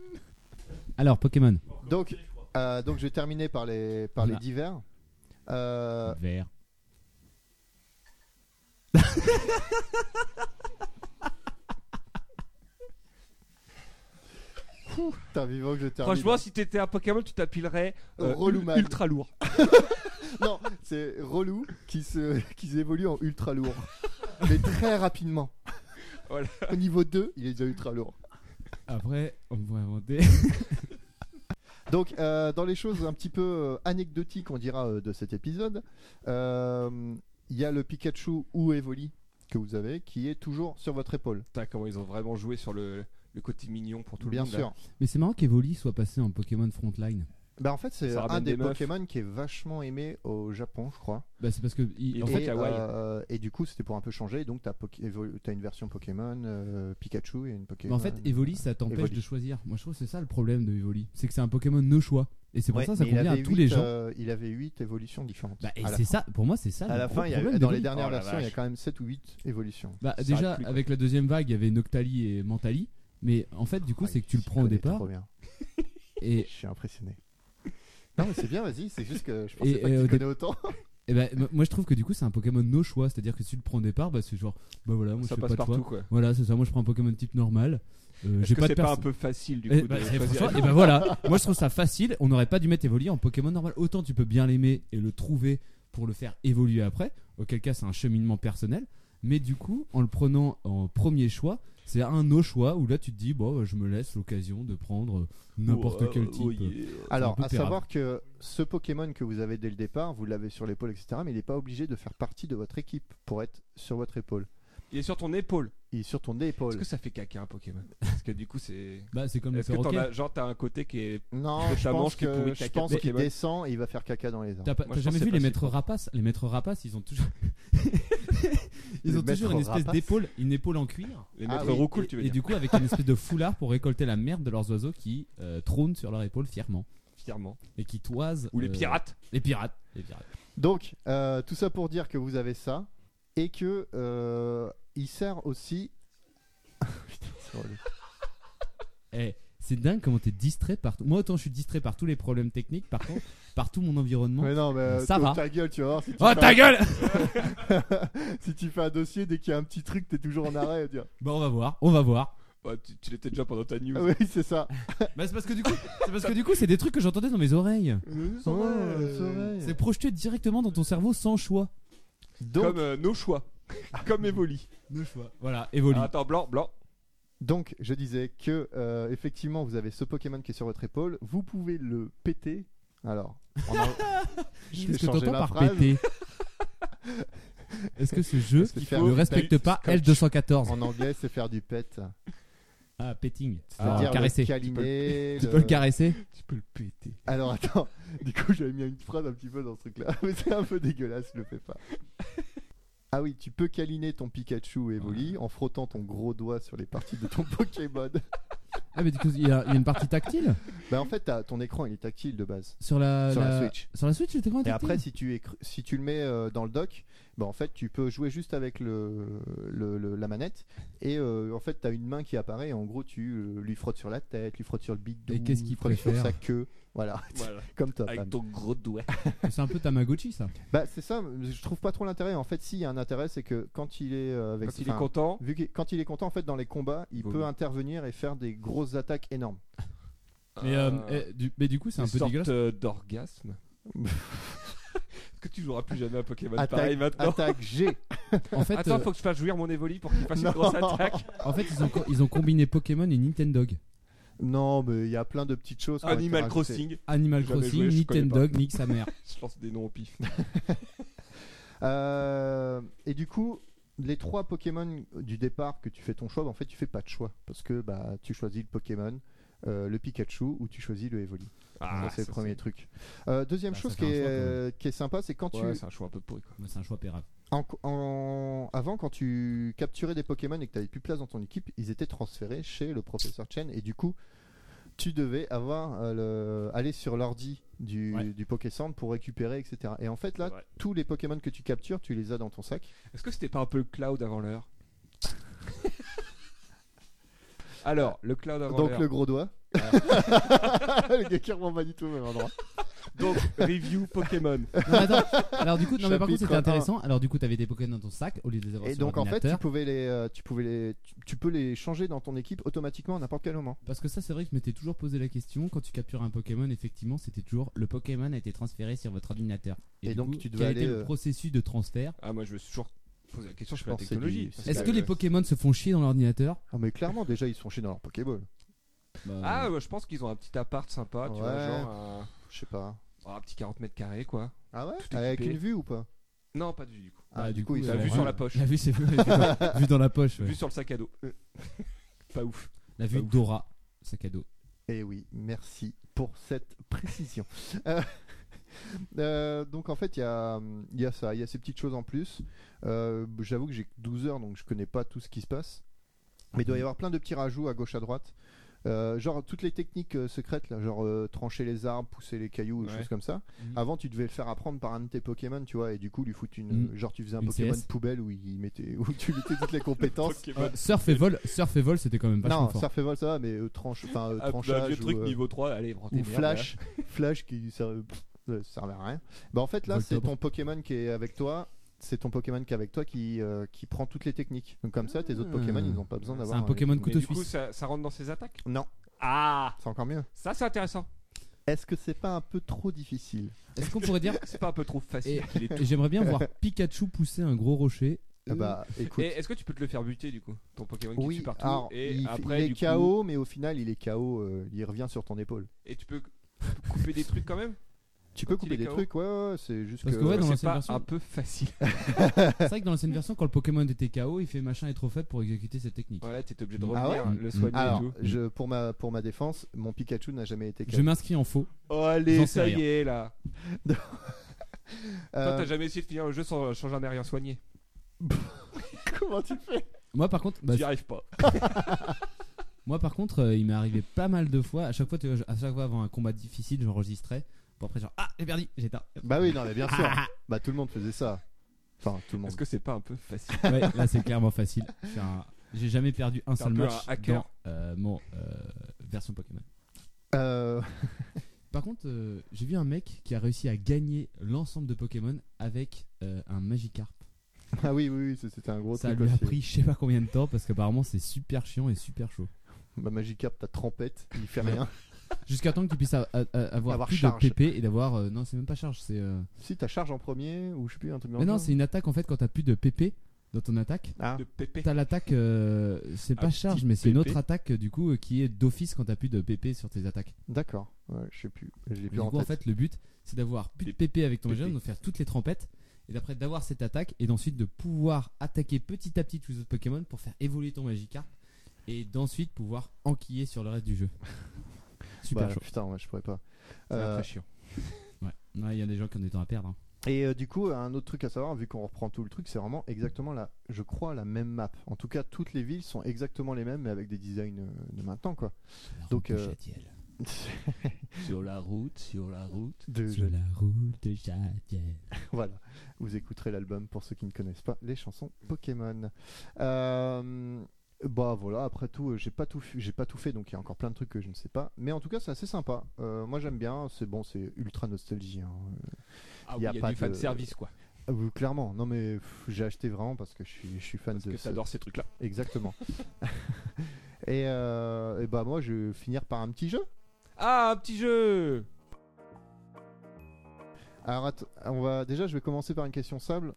Alors, Pokémon.
Donc, euh, donc, je vais terminer par les, par les
Voilà.
divers. Euh,
Vert.
Putain, vivant que je termine.
Franchement, si t'étais un Pokémon, tu t'appilerais
Euh, relou man.
ultra lourd.
non, c'est relou qui se qui évolue en ultra lourd, mais très rapidement.
Voilà.
Au niveau 2, il est déjà ultra lourd.
Après, on va inventer.
Donc, euh, dans les choses un petit peu euh, anecdotiques, on dira euh, de cet épisode, euh, il y a le Pikachu ou Evoli que vous avez, qui est toujours sur votre épaule.
Putain, comment ils ont vraiment joué sur le, le côté mignon pour tout
bien
le monde.
sûr.
Mais c'est marrant qu'Evoli soit passé en Pokémon Frontline.
Bah en fait, c'est
Ça
un
ramène
des,
des meufs.
Pokémon qui est vachement aimé au Japon, je crois.
Bah, c'est parce que. il-
Et on-
en fait,
fait,
et,
Hawaï.
euh, et du coup, c'était pour un peu changer. Donc, t'as Poké- Evo- t'as une version Pokémon, euh, Pikachu et une
mais
Pokémon.
en fait, Evoli, ça t'empêche
Evoli.
de choisir. Moi, je trouve que c'est ça le problème de Evoli. C'est que c'est un Pokémon no choix. Et c'est pour ça que ça
mais il
convient à
avait
tous
huit,
les gens.
euh, il avait 8 évolutions différentes.
Bah, et
à la,
c'est ça, pour moi, c'est ça.
à
le
la
gros
fin, il y avait,
problème
dans les
d'Evoli.
dernières
Oh la
versions, il y a
vache.
quand même 7 ou 8 évolutions.
Bah,
Ça
déjà,
arrête plus, quoi.
avec la deuxième vague, il y avait Noctali et Mentali. Mais en fait, du coup,
Ah,
c'est
il
que tu le
s'y
prends au
connaît
départ.
trop bien. Je
Et,
suis impressionné. Non, mais c'est bien, vas-y, c'est juste que je pensais
Et,
pas
euh,
que
au
tu connais autant.
et ben, m- moi, je trouve que du coup, c'est un Pokémon no choix. C'est-à-dire que si tu le prends au départ, bah, c'est genre, bah voilà, moi, je
Ça
fais
passe
pas de
partout,
choix.
quoi.
Voilà, c'est ça. Moi, je prends un Pokémon type normal. Euh,
Est-ce
J'ai
que
pas de
c'est pas un
perso.
peu facile, du
Eh
coup
bah,
de
c'est-
choisir
franchement, eh ben voilà, moi je trouve ça facile. On n'aurait pas dû mettre Evoli en Pokémon normal. Autant tu peux bien l'aimer et le trouver pour le faire évoluer après, auquel cas c'est un cheminement personnel. Mais du coup, en le prenant en premier choix, c'est un no choix où là tu te dis, bon, bah, je me laisse l'occasion de prendre n'importe
Oh,
quel
oh,
type.
oh, yeah.
Alors,
peu
à
pérable.
savoir que ce Pokémon que vous avez dès le départ, vous l'avez sur l'épaule, etc., mais il n'est pas obligé de faire partie de votre équipe pour être sur votre épaule.
Il est sur ton épaule.
Il est sur ton
Est-ce
épaule.
que ça fait caca un Pokémon Parce que du coup, c'est.
Bah, c'est comme le
Est-ce que t'en
perroquet.
as, genre, t'as un côté qui est.
Non,
que
je
ta
pense,
manche qui est
que,
pourrie,
je
t'as
pense
capté.
qu'il
Mais-
descend et il va faire caca dans les arbres.
T'as pas-
Moi,
t'as
je
jamais
pensais
vu
pas
les
si
maîtres
fort.
rapaces Les maîtres rapaces, ils ont toujours. ils
Les
ont toujours une
maîtres rapaces
espèce d'épaule, une épaule en cuir.
Les
Ah
maîtres
oui,
roucoules,
et,
tu veux
et
dire.
du coup, avec une espèce de foulard pour récolter la merde de leurs oiseaux qui euh, trônent sur leur épaule fièrement
Fièrement.
et qui toisent.
Ou les
euh,
pirates.
Les pirates. Les pirates.
Donc, euh, tout ça pour dire que vous avez ça et que euh, il sert aussi. Putain, c'est relou.
Eh, c'est dingue comment t'es distrait par. Moi, autant je suis distrait par tous les problèmes techniques, par contre, par tout mon environnement.
mais non, mais euh,
Ça
ta-
va.
ta gueule, tu vas voir. Si tu,
Oh
fais
ta gueule
un... si tu fais un dossier, dès qu'il y a un petit truc, t'es toujours en arrêt. à dire.
Bon, on va voir, on va voir.
Ouais, tu tu l'étais déjà pendant ta news.
Ah oui, c'est ça.
Bah, c'est parce que du coup, c'est parce que du coup, c'est des trucs que j'entendais dans mes oreilles.
Ouais, les oreilles.
C'est projeté directement dans ton cerveau sans choix.
Donc,
Comme euh, nos choix. Comme Evoli.
Deux choix. Voilà, évolue.
Ah, Attends, blanc, blanc.
donc, je disais que euh, effectivement, vous avez ce Pokémon qui est sur votre épaule. Vous pouvez le péter. Alors, en an- je vais
Qu'est-ce que
changer
t'entends
ma
par
phrase.
péter Est-ce que ce jeu
que c'est
ne
un-
respecte pas
scotch
L214
En anglais, c'est faire du pet.
Ah, petting.
C'est-à-dire
Ah,
le euh,
caresser.
câliner,
Tu peux le caresser
Tu peux le péter.
Alors attends, du coup j'avais mis une phrase un petit peu dans ce truc là, mais c'est un peu dégueulasse, le fais pas. Ah oui, tu peux câliner ton Pikachu ou Evoli en frottant ton gros doigt sur les parties de ton Pokémon.
Ah, mais du coup, il y, a il y a une partie tactile
Bah, en fait, t'as- ton écran il est tactile de base.
sur la,
Sur la Switch.
Sur la Switch, j'étais comment
Et
tactile
après, si tu, écr- si tu le mets euh, dans le dock, bah, en fait, tu peux jouer juste avec le, le- le- la manette. Et euh, en fait, tu as une main qui apparaît. Et en gros, tu euh, lui frottes sur la tête, lui frottes sur le bidou,
Et qu'est-ce qu'il
frottes sur
préfère
sa queue. Voilà,
Voilà.
comme toi.
Avec
Pam.
ton gros doigt.
C'est un peu Tamagotchi, ça.
Bah, c'est ça, je trouve pas trop l'intérêt. En fait, s'il y a un intérêt, c'est que quand il est euh, avec.
Quand il est
enfin,
content,
Vu qu'il- quand il est content, en fait, dans les combats, il
Vaut
peut
mieux.
intervenir et faire des grosses attaques énormes.
Mais, euh, eh, du, mais du coup, c'est un peu
sorte
dégueulasse.
euh, d'orgasme. Est-ce que tu joueras plus jamais à Pokémon
Attaque-
pareil maintenant
Attaque G.
En fait,
Attends,
euh,
faut que je fasse jouir mon Evoli pour qu'il fasse une
Non.
grosse attaque.
en fait ils, ont, co- ils ont combiné Pokémon et Nintendo.
non, mais il y a plein de petites choses. qui ont été
Animal
rajoutées.
Crossing.
Animal
Jamais
Crossing,
joué, je connais
Nintendo, nique sa mère.
Je lance des noms au pif.
Euh, et du coup, les trois Pokémon du départ que tu fais ton choix, bah, en fait, tu fais pas de choix parce que bah tu choisis le Pokémon. euh, le Pikachu ou tu choisis le Evoli.
Ah,
ça, c'est le premier truc. Euh, deuxième
Ah, Bah, ça
chose qui
fait un
est,
choix, quand même.
euh, qui est sympa, c'est quand
Ouais,
tu.
c'est un choix un peu pourri. quoi.
Moi, C'est un choix pérave.
en- en- avant, quand tu capturais des Pokémon et que tu n'avais plus de place dans ton équipe, ils étaient transférés chez le professeur Chen et du coup, tu devais avoir euh, le- aller sur l'ordi du,
Ouais.
du Pokécenter pour récupérer, etc. Et en fait, là,
C'est vrai.
tous les Pokémon que tu captures, tu les as dans ton sac.
Est-ce que c'était pas un peu le cloud avant l'heure Alors, le cloud avant
Donc
l'heure.
le gros doigt. le gars qui remonte pas du tout au même endroit.
Donc, review Pokémon.
Non, mais attends. Alors du coup, non mais par
Chapitre
contre, c'était intéressant. Alors du coup, t'avais des Pokémon dans ton sac au lieu de les avoir
Et
sur
donc en fait, tu
l'ordinateur.
pouvais les, euh, tu pouvais les, tu, tu peux les changer dans ton équipe automatiquement à n'importe quel moment.
Parce que ça, c'est vrai que je m'étais toujours posé la question. Quand tu captures un Pokémon, effectivement, c'était toujours le Pokémon a été transféré sur votre ordinateur.
Et
du
donc,
coup,
tu devais
quel était
aller,
le
euh,
processus de transfert
Ah, moi je me suis toujours posé la question, je fais la
pense que c'est
technologie.
du-
Parce euh,
c'est
Est-ce
bah,
que les
ouais.
Pokémon se font chier dans l'ordinateur
Ah mais clairement déjà ils sont chez dans leur Pokéball.
Ah, ouais, je pense qu'ils ont un petit appart sympa, tu vois,
Ouais.
genre un,
Je sais pas.
oh, un petit 40 mètres carrés quoi.
Ah ouais.
Tout est
Avec
équipé.
une vue ou pas
Non, pas de vue du coup.
Ah, Bah, du coup, ils
La
ont
vue
vu.
sur la poche,
La vue, c'est vu dans la poche. ouais.
vue sur le sac à dos.
Euh.
pas ouf.
La vue Dora, sac à dos.
Eh oui, merci pour cette précision. Euh, euh, donc en fait, il y a, il y a ça, il y a ces petites choses en plus. Euh, J'avoue que j'ai que 12 heures, donc je connais pas tout ce qui se passe. Mais il doit y avoir plein de petits rajouts à gauche, à droite. Euh, genre toutes les techniques euh, secrètes, là, genre euh, trancher les arbres, pousser les cailloux, des
Ouais.
choses comme ça.
Mhm.
Avant, tu devais le faire apprendre par un de tes Pokémon, tu vois, et du coup, lui foutre une.
Mhm.
euh, Genre, tu faisais un
Une
Pokémon
CS.
poubelle où, il mettait, où tu mettais toutes les compétences.
Pokémon.
surf et vol, surf et vol, c'était quand même vachement
non,
fort. bah,
surf et vol, ça va, mais euh, tranche, enfin, euh,
Ah, un
tranchage.
vieux truc
ou, euh,
niveau 3, allez, prends tes
ou
merdes, là.
Flash, Flash qui sert, pff, euh, ça servait à rien. Bah en fait là, c'est
Voltobre.
ton Pokémon qui est avec toi. C'est ton Pokémon qui est avec toi qui, euh, qui prend toutes les techniques. Donc comme ça, tes
Ah.
autres Pokémon, ils n'ont pas besoin
C'est
d'avoir.
un Pokémon
Mais
couteau
du coup,
suisse.
ça, ça rentre dans ses attaques
Non,
Ah
c'est encore mieux.
Ça, c'est intéressant.
Est-ce que c'est pas un peu trop difficile
Est-ce qu'on pourrait dire
C'est pas un peu trop facile
Et-
qu'il est
et j'aimerais bien voir Pikachu pousser un gros rocher.
Ah Bah écoute,
Euh, Et est-ce que tu peux te le faire buter du coup Ton Pokémon qui
oui,
tue partout
alors,
et
il,
après
il
du
est
coup,
KO, mais au final, il est KO. euh, il revient sur ton épaule.
et tu peux couper des trucs quand même
Tu peux
Quand il
couper
est
des
KO.
trucs, ouais, ouais, ouais, c'est juste
Parce
que.
que, ouais, dans
C'est
l'ancienne
pas
version-
un peu facile.
C'est vrai que dans l'ancienne version, quand le Pokémon était KO, il fait machin est trop faible pour exécuter cette technique.
Voilà, t'es obligé de
Ah
revenir,
ouais
le soigner
Alors,
et tout.
je, pour, ma, pour ma défense, mon Pikachu n'a jamais été KO.
Je m'inscris en faux.
Oh, allez,
J'en sais
ça
rien.
y est là. Toi,
Euh,
t'as jamais essayé de finir le jeu sans sans jamais rien soigner.
comment tu fais
Moi, par contre, bah,
J'y arrive pas.
moi, par contre, euh, il m'est arrivé pas mal de fois. À chaque fois, tu vois, je- à chaque fois avant un combat difficile, j'enregistrais. Pour après, genre, ah, j'ai perdu, j'éteins.
Bah oui, non, mais bien sûr. bah tout le monde faisait ça. Enfin, tout le monde.
Est-ce que c'est pas un peu facile
Ouais, là, c'est clairement facile. Je suis un- J'ai jamais perdu un
T'es un
seul
peu
match
un hacker.
dans euh, mon euh, version Pokémon.
Euh,
Par contre, euh, j'ai vu un mec qui a réussi à gagner l'ensemble de Pokémon avec euh, un Magikarp.
Ah oui, oui, oui, ça, c'était un gros
Ça
Oh, truc
lui a
aussi.
pris je sais pas combien de temps parce qu'apparemment c'est super chiant et super chaud.
Bah, Magikarp, ta trompette, il fait
Ouais.
rien.
Jusqu'à temps que tu puisses a- a- a- avoir,
Avoir
plus
charge.
de PP et d'avoir. euh, non, c'est même pas charge, c'est. euh,
Si t'as charge en premier, ou je sais plus, un truc dans
Mais
le
non,
genre.
c'est une attaque en fait quand t'as plus de PP dans ton attaque.
Ah,
de pépé
T'as l'attaque, euh, c'est
Un
pas charge,
petit
mais c'est une
PP.
autre attaque euh, du coup euh, qui est d'office quand t'as plus de PP sur tes attaques.
d'accord. Ouais, je sais plus. Je l'ai
Et
plus
du
en
coup, en
tête.
fait, le but c'est d'avoir plus de PP avec ton Magikarp, de faire toutes les trempettes et d'après d'avoir cette attaque et d'ensuite de pouvoir attaquer petit à petit tous les autres Pokémon pour faire évoluer ton Magikarp et d'ensuite pouvoir enquiller sur le reste du jeu. Super
Bah,
chaud.
Putain, ouais, je pourrais pas.
C'est un
Euh,
peu chiant.
Ouais, Ouais, il y a des gens qui ont du temps à perdre. hein.
Et euh, du coup, un autre truc à savoir, vu qu'on reprend tout le truc, c'est vraiment exactement la, je crois, la même map. En tout cas, toutes les villes sont exactement les mêmes, mais avec des designs euh, de maintenant, quoi. Donc, euh,
Sur la route, sur la route.
de-
Sur la route de Châtiel.
Voilà, vous écouterez l'album pour ceux qui ne connaissent pas les chansons Pokémon. Euh, bah voilà, après tout, euh, j'ai pas tout, fu- j'ai pas tout fait, donc il y a encore plein de trucs que je ne sais pas. Mais en tout cas, c'est assez sympa. Euh, moi, j'aime bien. C'est bon, c'est ultra nostalgie. hein.
Ah
Il y
oui,
a
il y a
pas
du
de-
fan service quoi.
Ah oui, clairement. Non mais pff, j'ai acheté vraiment parce que je suis, je suis fan
Parce
de.
que
ce-
t'adores ces trucs là.
Exactement. et, euh, et bah moi, je vais finir par un petit jeu.
Ah, un petit jeu
Alors, att- on va déjà, je vais commencer par une question sable.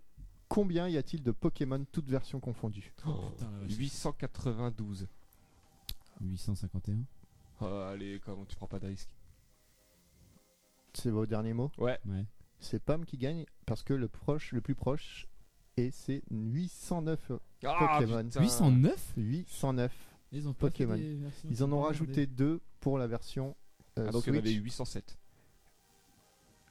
Combien y a-t-il de Pokémon toutes versions confondues
Putain, la vache.
892.
851.
Oh, allez, comment tu prends pas de risque
C'est vos derniers mots
Ouais.
Ouais.
C'est Pam qui gagne parce que le proche, le plus proche, et c'est 809.
Ah,
Pokémon. Euh,
putain.
809
809.
Ils ont
pas fait Pokémon. des Ils en ont rajouté deux pour la version euh,
Ah, donc il y en
Switch.
avait 807.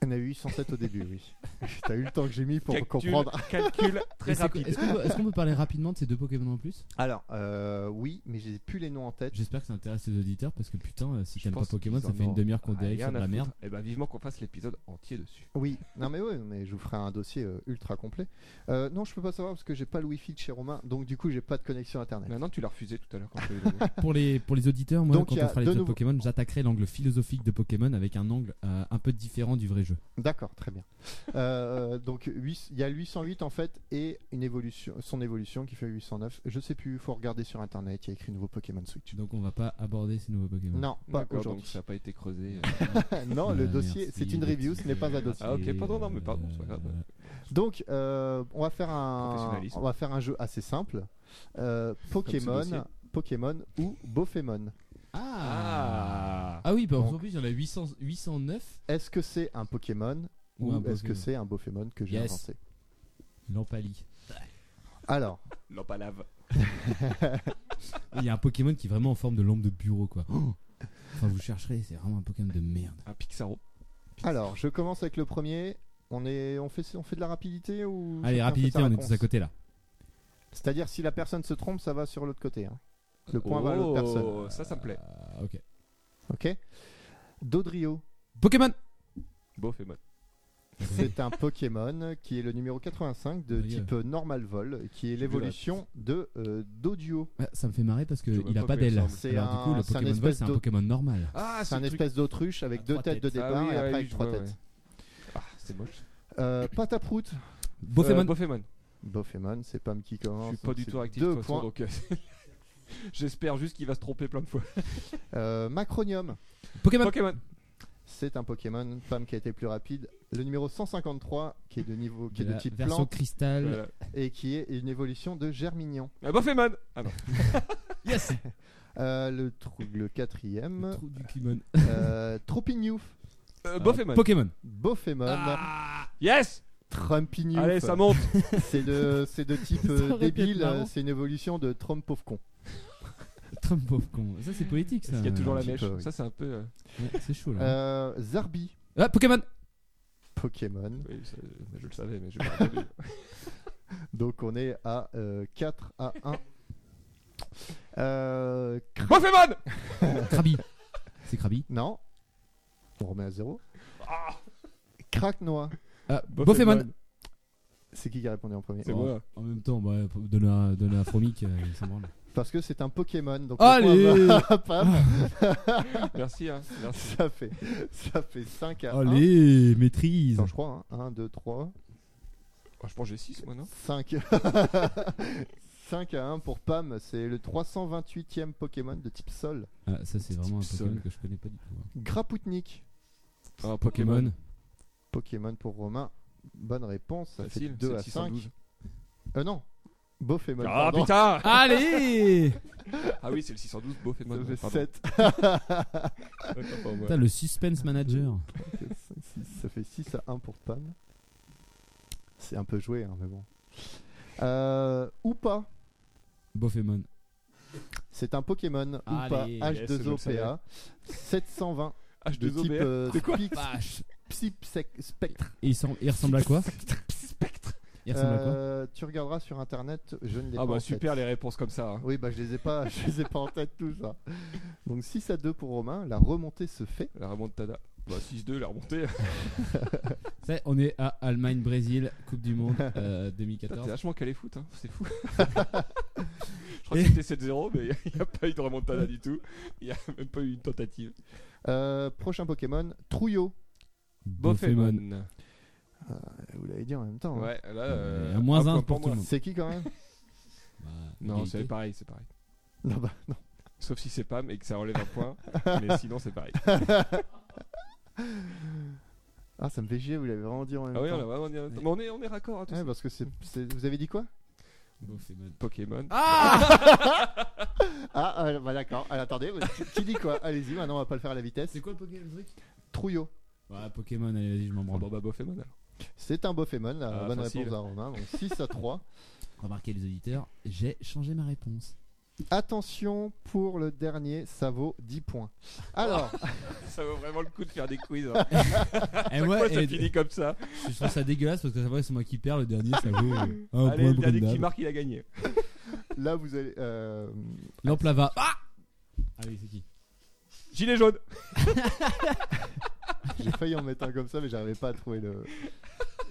On a eu 807 au début, oui. T'as eu le temps que j'ai mis pour
Calcul.
comprendre.
Calcul très rapide.
Est-ce qu'on peut, est-ce qu'on peut parler rapidement de ces deux Pokémon en plus
Alors, euh, oui, mais j'ai plus les noms en tête.
J'espère que ça intéresse les auditeurs parce que putain, euh, si
Je
t'aimes pas
pense
Pokémon,
qu'ils
ça
en
fait une
ont
demi-heure qu'on
Ah,
dérive
rien
sur de
à
la
foutre.
merde.
Eh ben vivement qu'on fasse l'épisode entier dessus.
Oui, non mais oui, mais je vous ferai un dossier euh, ultra complet. Euh, non, je peux pas savoir parce que j'ai pas le wifi de chez Romain, donc du coup j'ai pas de connexion internet.
Maintenant, tu l'as refusé tout à l'heure quand tu l'as donné.
Pour les, pour les auditeurs, moi,
Donc,
quand
il y a
on fera
de
les jeux
nouveaux-
Pokémon, j'attaquerai l'angle philosophique de Pokémon avec un angle euh, un peu différent du vrai jeu.
D'accord, très bien. Euh, donc huit- il y a 808 en fait et une évolution, son évolution qui fait 809. Je sais plus, faut regarder sur internet. Il y a écrit nouveau Pokémon Switch.
Donc on va pas aborder ces nouveaux Pokémon.
Non, pas
Mm. D'accord, donc
aujourd'hui.
ça n'a pas été creusé.
non, le
Euh,
dossier,
merci,
c'est une
le
review,
petit-
ce n'est pas un dossier.
Ah, ok,
Et,
pardon, non, mais
euh,
pardon, c'est pas grave.
Donc euh, on va faire un,
Professionnalisme.
on va faire un jeu assez simple. Euh, Pokémon,
dossier.
Pokémon ou Bofémon.
Ah
Ah Ah oui, bah,
Donc-
en plus, il y en a 800 809.
Est-ce que c'est un Pokémon ou,
Ou un
est-ce que
Pokémon.
c'est un Bofémon que j'ai
Yes.
inventé
Lampali.
Alors,
Lampe à lave.
Il y a un Pokémon qui est vraiment en forme de lampe de bureau, quoi. Oh enfin, vous chercherez, c'est vraiment un Pokémon de merde.
Un Pixaro.
alors, je commence avec le premier. On est, on fait, on fait de la rapidité ou Hein,
Allez,
chacun
rapidité,
fait sa
on est
réponse
tous à côté là.
C'est-à-dire si la personne se trompe, ça va sur l'autre côté. hein. Le point va à l'autre personne.
Oh, Ça, ça me plaît.
Ah, ok.
Ok. Dodrio,
Pokémon
Beau fait mode.
c'est un Pokémon qui est le numéro 85 de
Oh, yeah.
type normal vol, qui est l'évolution de euh, Dodio.
Ah, Ça me fait marrer parce
Je vois
qu'il a
pas
pas
quoi il
d'aile.
ressemble.
C'est
Alors,
un-
du coup, le
c'est un
Pokémon Vol,
espèce
c'est un
d'au-
Pokémon normal.
Ah,
C'est un
truc-
espèce d'autruche avec
À
deux
trois
têtes de
têtes.
départ
Ah oui,
et
ah
après
oui,
avec
je
trois
vois,
têtes.
Ah, c'est moche.
Euh, Pataprout,
Beaufémon.
Euh, Beaufémon.
Bofémon, c'est Pam qui
Je
commence.
suis pas
donc
du
c'est
tout actif de
Deux
toute façon,
points.
donc. euh, J'espère juste qu'il va se tromper plein de fois.
Euh, Macronium,
Pokémon.
Pokémon.
c'est un Pokémon Pam qui a été plus rapide. Le numéro 153, qui est de niveau, qui est
De
de
la
type
version
plante
cristal.
Voilà.
et qui est une évolution de Germignon.
Ah, Beaufémon. Ah non.
Yes
Euh, le, trou- le quatrième,
Le trou du Kimon.
euh, Troupignouf,
Euh,
Ah,
Beaufémon.
Pokémon.
Bofémon,
Ah.
Yes
Trumpignouf.
Allez, ça monte.
C'est de, c'est de type
Ça
euh,
aurait pu être
débile,
marrant.
euh, c'est une évolution de Trump pauvre con.
Trump pauvre con. Ça, c'est poétique, ça.
Il y a toujours la
un petit
mèche.
peu, oui.
Ça, c'est un peu. euh,
Ouais, c'est chaud, là.
Euh, Zarbi,
Ah, Pokémon.
Pokémon.
oui, ça, euh, je le savais, mais je l'ai pas entendu.
Donc on est à euh, 4 à 1. Euh, Cra-
Beaufémon
Krabi. C'est Krabi.
non. On remet à 0. Cracknois.
Ah,
Beaufémon.
Beaufémon.
C'est qui qui a répondu en premier
C'est
Oh.
moi.
En même temps, bah, donne la, donne la Fromic, euh, il s'en branle.
Parce que c'est un Pokémon. Donc
Allez
le point va à Pam.
Merci, hein. Merci.
ça, fait, ça fait 5 à 1.
Allez, maîtrise
Euh, Attends, je crois. hein. 1, 2, 3,
Oh, je pense que j'ai 6, moi, non
5. 5 à 1 pour Pam. C'est le 328e Pokémon de type Sol.
Ah, ça c'est vraiment un
Type
Pokémon
sol.
que je connais pas du tout. hein.
Grapoutnik.
Ah,
Pokémon.
Pokémon pour Romain. Bonne réponse. Ça fait
Facile,
2
c'est
à 5.
612.
Euh, non. Beaufémon.
Ah
pardon.
putain
Allez
Ah oui, c'est le 612, beau fait de
Ça
mode.
fait
Pardon.
7.
Autant pour moi.
Putain, le suspense manager.
Ça fait 6 à 1 pour Pam. C'est un peu joué, hein, mais bon. Euh, ou pas.
Beaufémon.
C'est un Pokémon ou pas
Allez,
H2OPA
yes, je le savais.
720 de type
H2OBR.
euh,
C'est quoi
Pix-
Vache
Psy Psy- Spectre.
Et il, semble- il ressemble à quoi Il ressemble à quoi
Euh, tu regarderas sur internet, je ne l'ai
Ah
pas. en
bah
tête.
super les réponses comme ça. hein.
Oui, bah je les ai pas, je les ai pas en tête tout ça. Donc 6 à 2 pour Romain, la remontée se fait.
La remontada. Bah 6-2, la remontée.
Ça, On est à Allemagne-Brésil, Coupe du Monde euh,
Putain, T'es
2014.
vachement calé foot, hein. c'est fou. Je crois que c'était 7-0, mais il n'y a pas eu de remontada du tout. Il n'y a même pas eu une tentative.
Euh, prochain Pokémon, Trouillot.
Bofemon.
Vous l'avez dit en même temps. hein.
Ouais, là.
Euh,
euh,
à moins
un
1
point
pour tout
moi.
le monde.
C'est qui quand même
Bah,
Non,
égalité.
c'est pareil, c'est pareil.
Non, bah, non.
Sauf si c'est Pam et que ça enlève un point. mais sinon, c'est pareil.
Ah, ça me fait chier, vous l'avez vraiment dit en même
Ah oui, on,
temps.
a vraiment dit en même temps. Mais Ah on est, on est raccord à tout
Ouais,
ça.
parce que c'est, c'est- vous avez dit quoi
Bofemon.
Pokémon.
Ah, euh, bah d'accord. Ah, attendez, vous- qui- qui dit quoi Allez-y, maintenant on va pas le faire à la vitesse.
C'est quoi le Pokémon truc
Trouillot.
Bah, Pokémon, allez, vas-y, je m'en
Bon,
branle.
bon, bah Bofemon alors.
C'est un Pokémon, la
Ah,
bonne
facile.
réponse à Romain. Donc 6 à 3.
Remarquez les auditeurs, j'ai changé ma réponse.
Attention pour le dernier, ça vaut 10 points. Alors,
Ça vaut vraiment le coup de faire des quiz. Hein.
Eh Et
Chaque
moi,
fois, ça finit comme ça.
je trouve ça dégueulasse parce que ça va, c'est moi qui perds, le dernier, ça vaut euh, un
Allez,
point
le
pour
dernier
une
qui
dame.
marque, il a gagné.
là vous allez. euh,
L'emplava. Ah Ah oui, c'est qui
Gilet jaune.
J'ai failli en mettre un comme ça, mais j'arrivais pas à trouver le,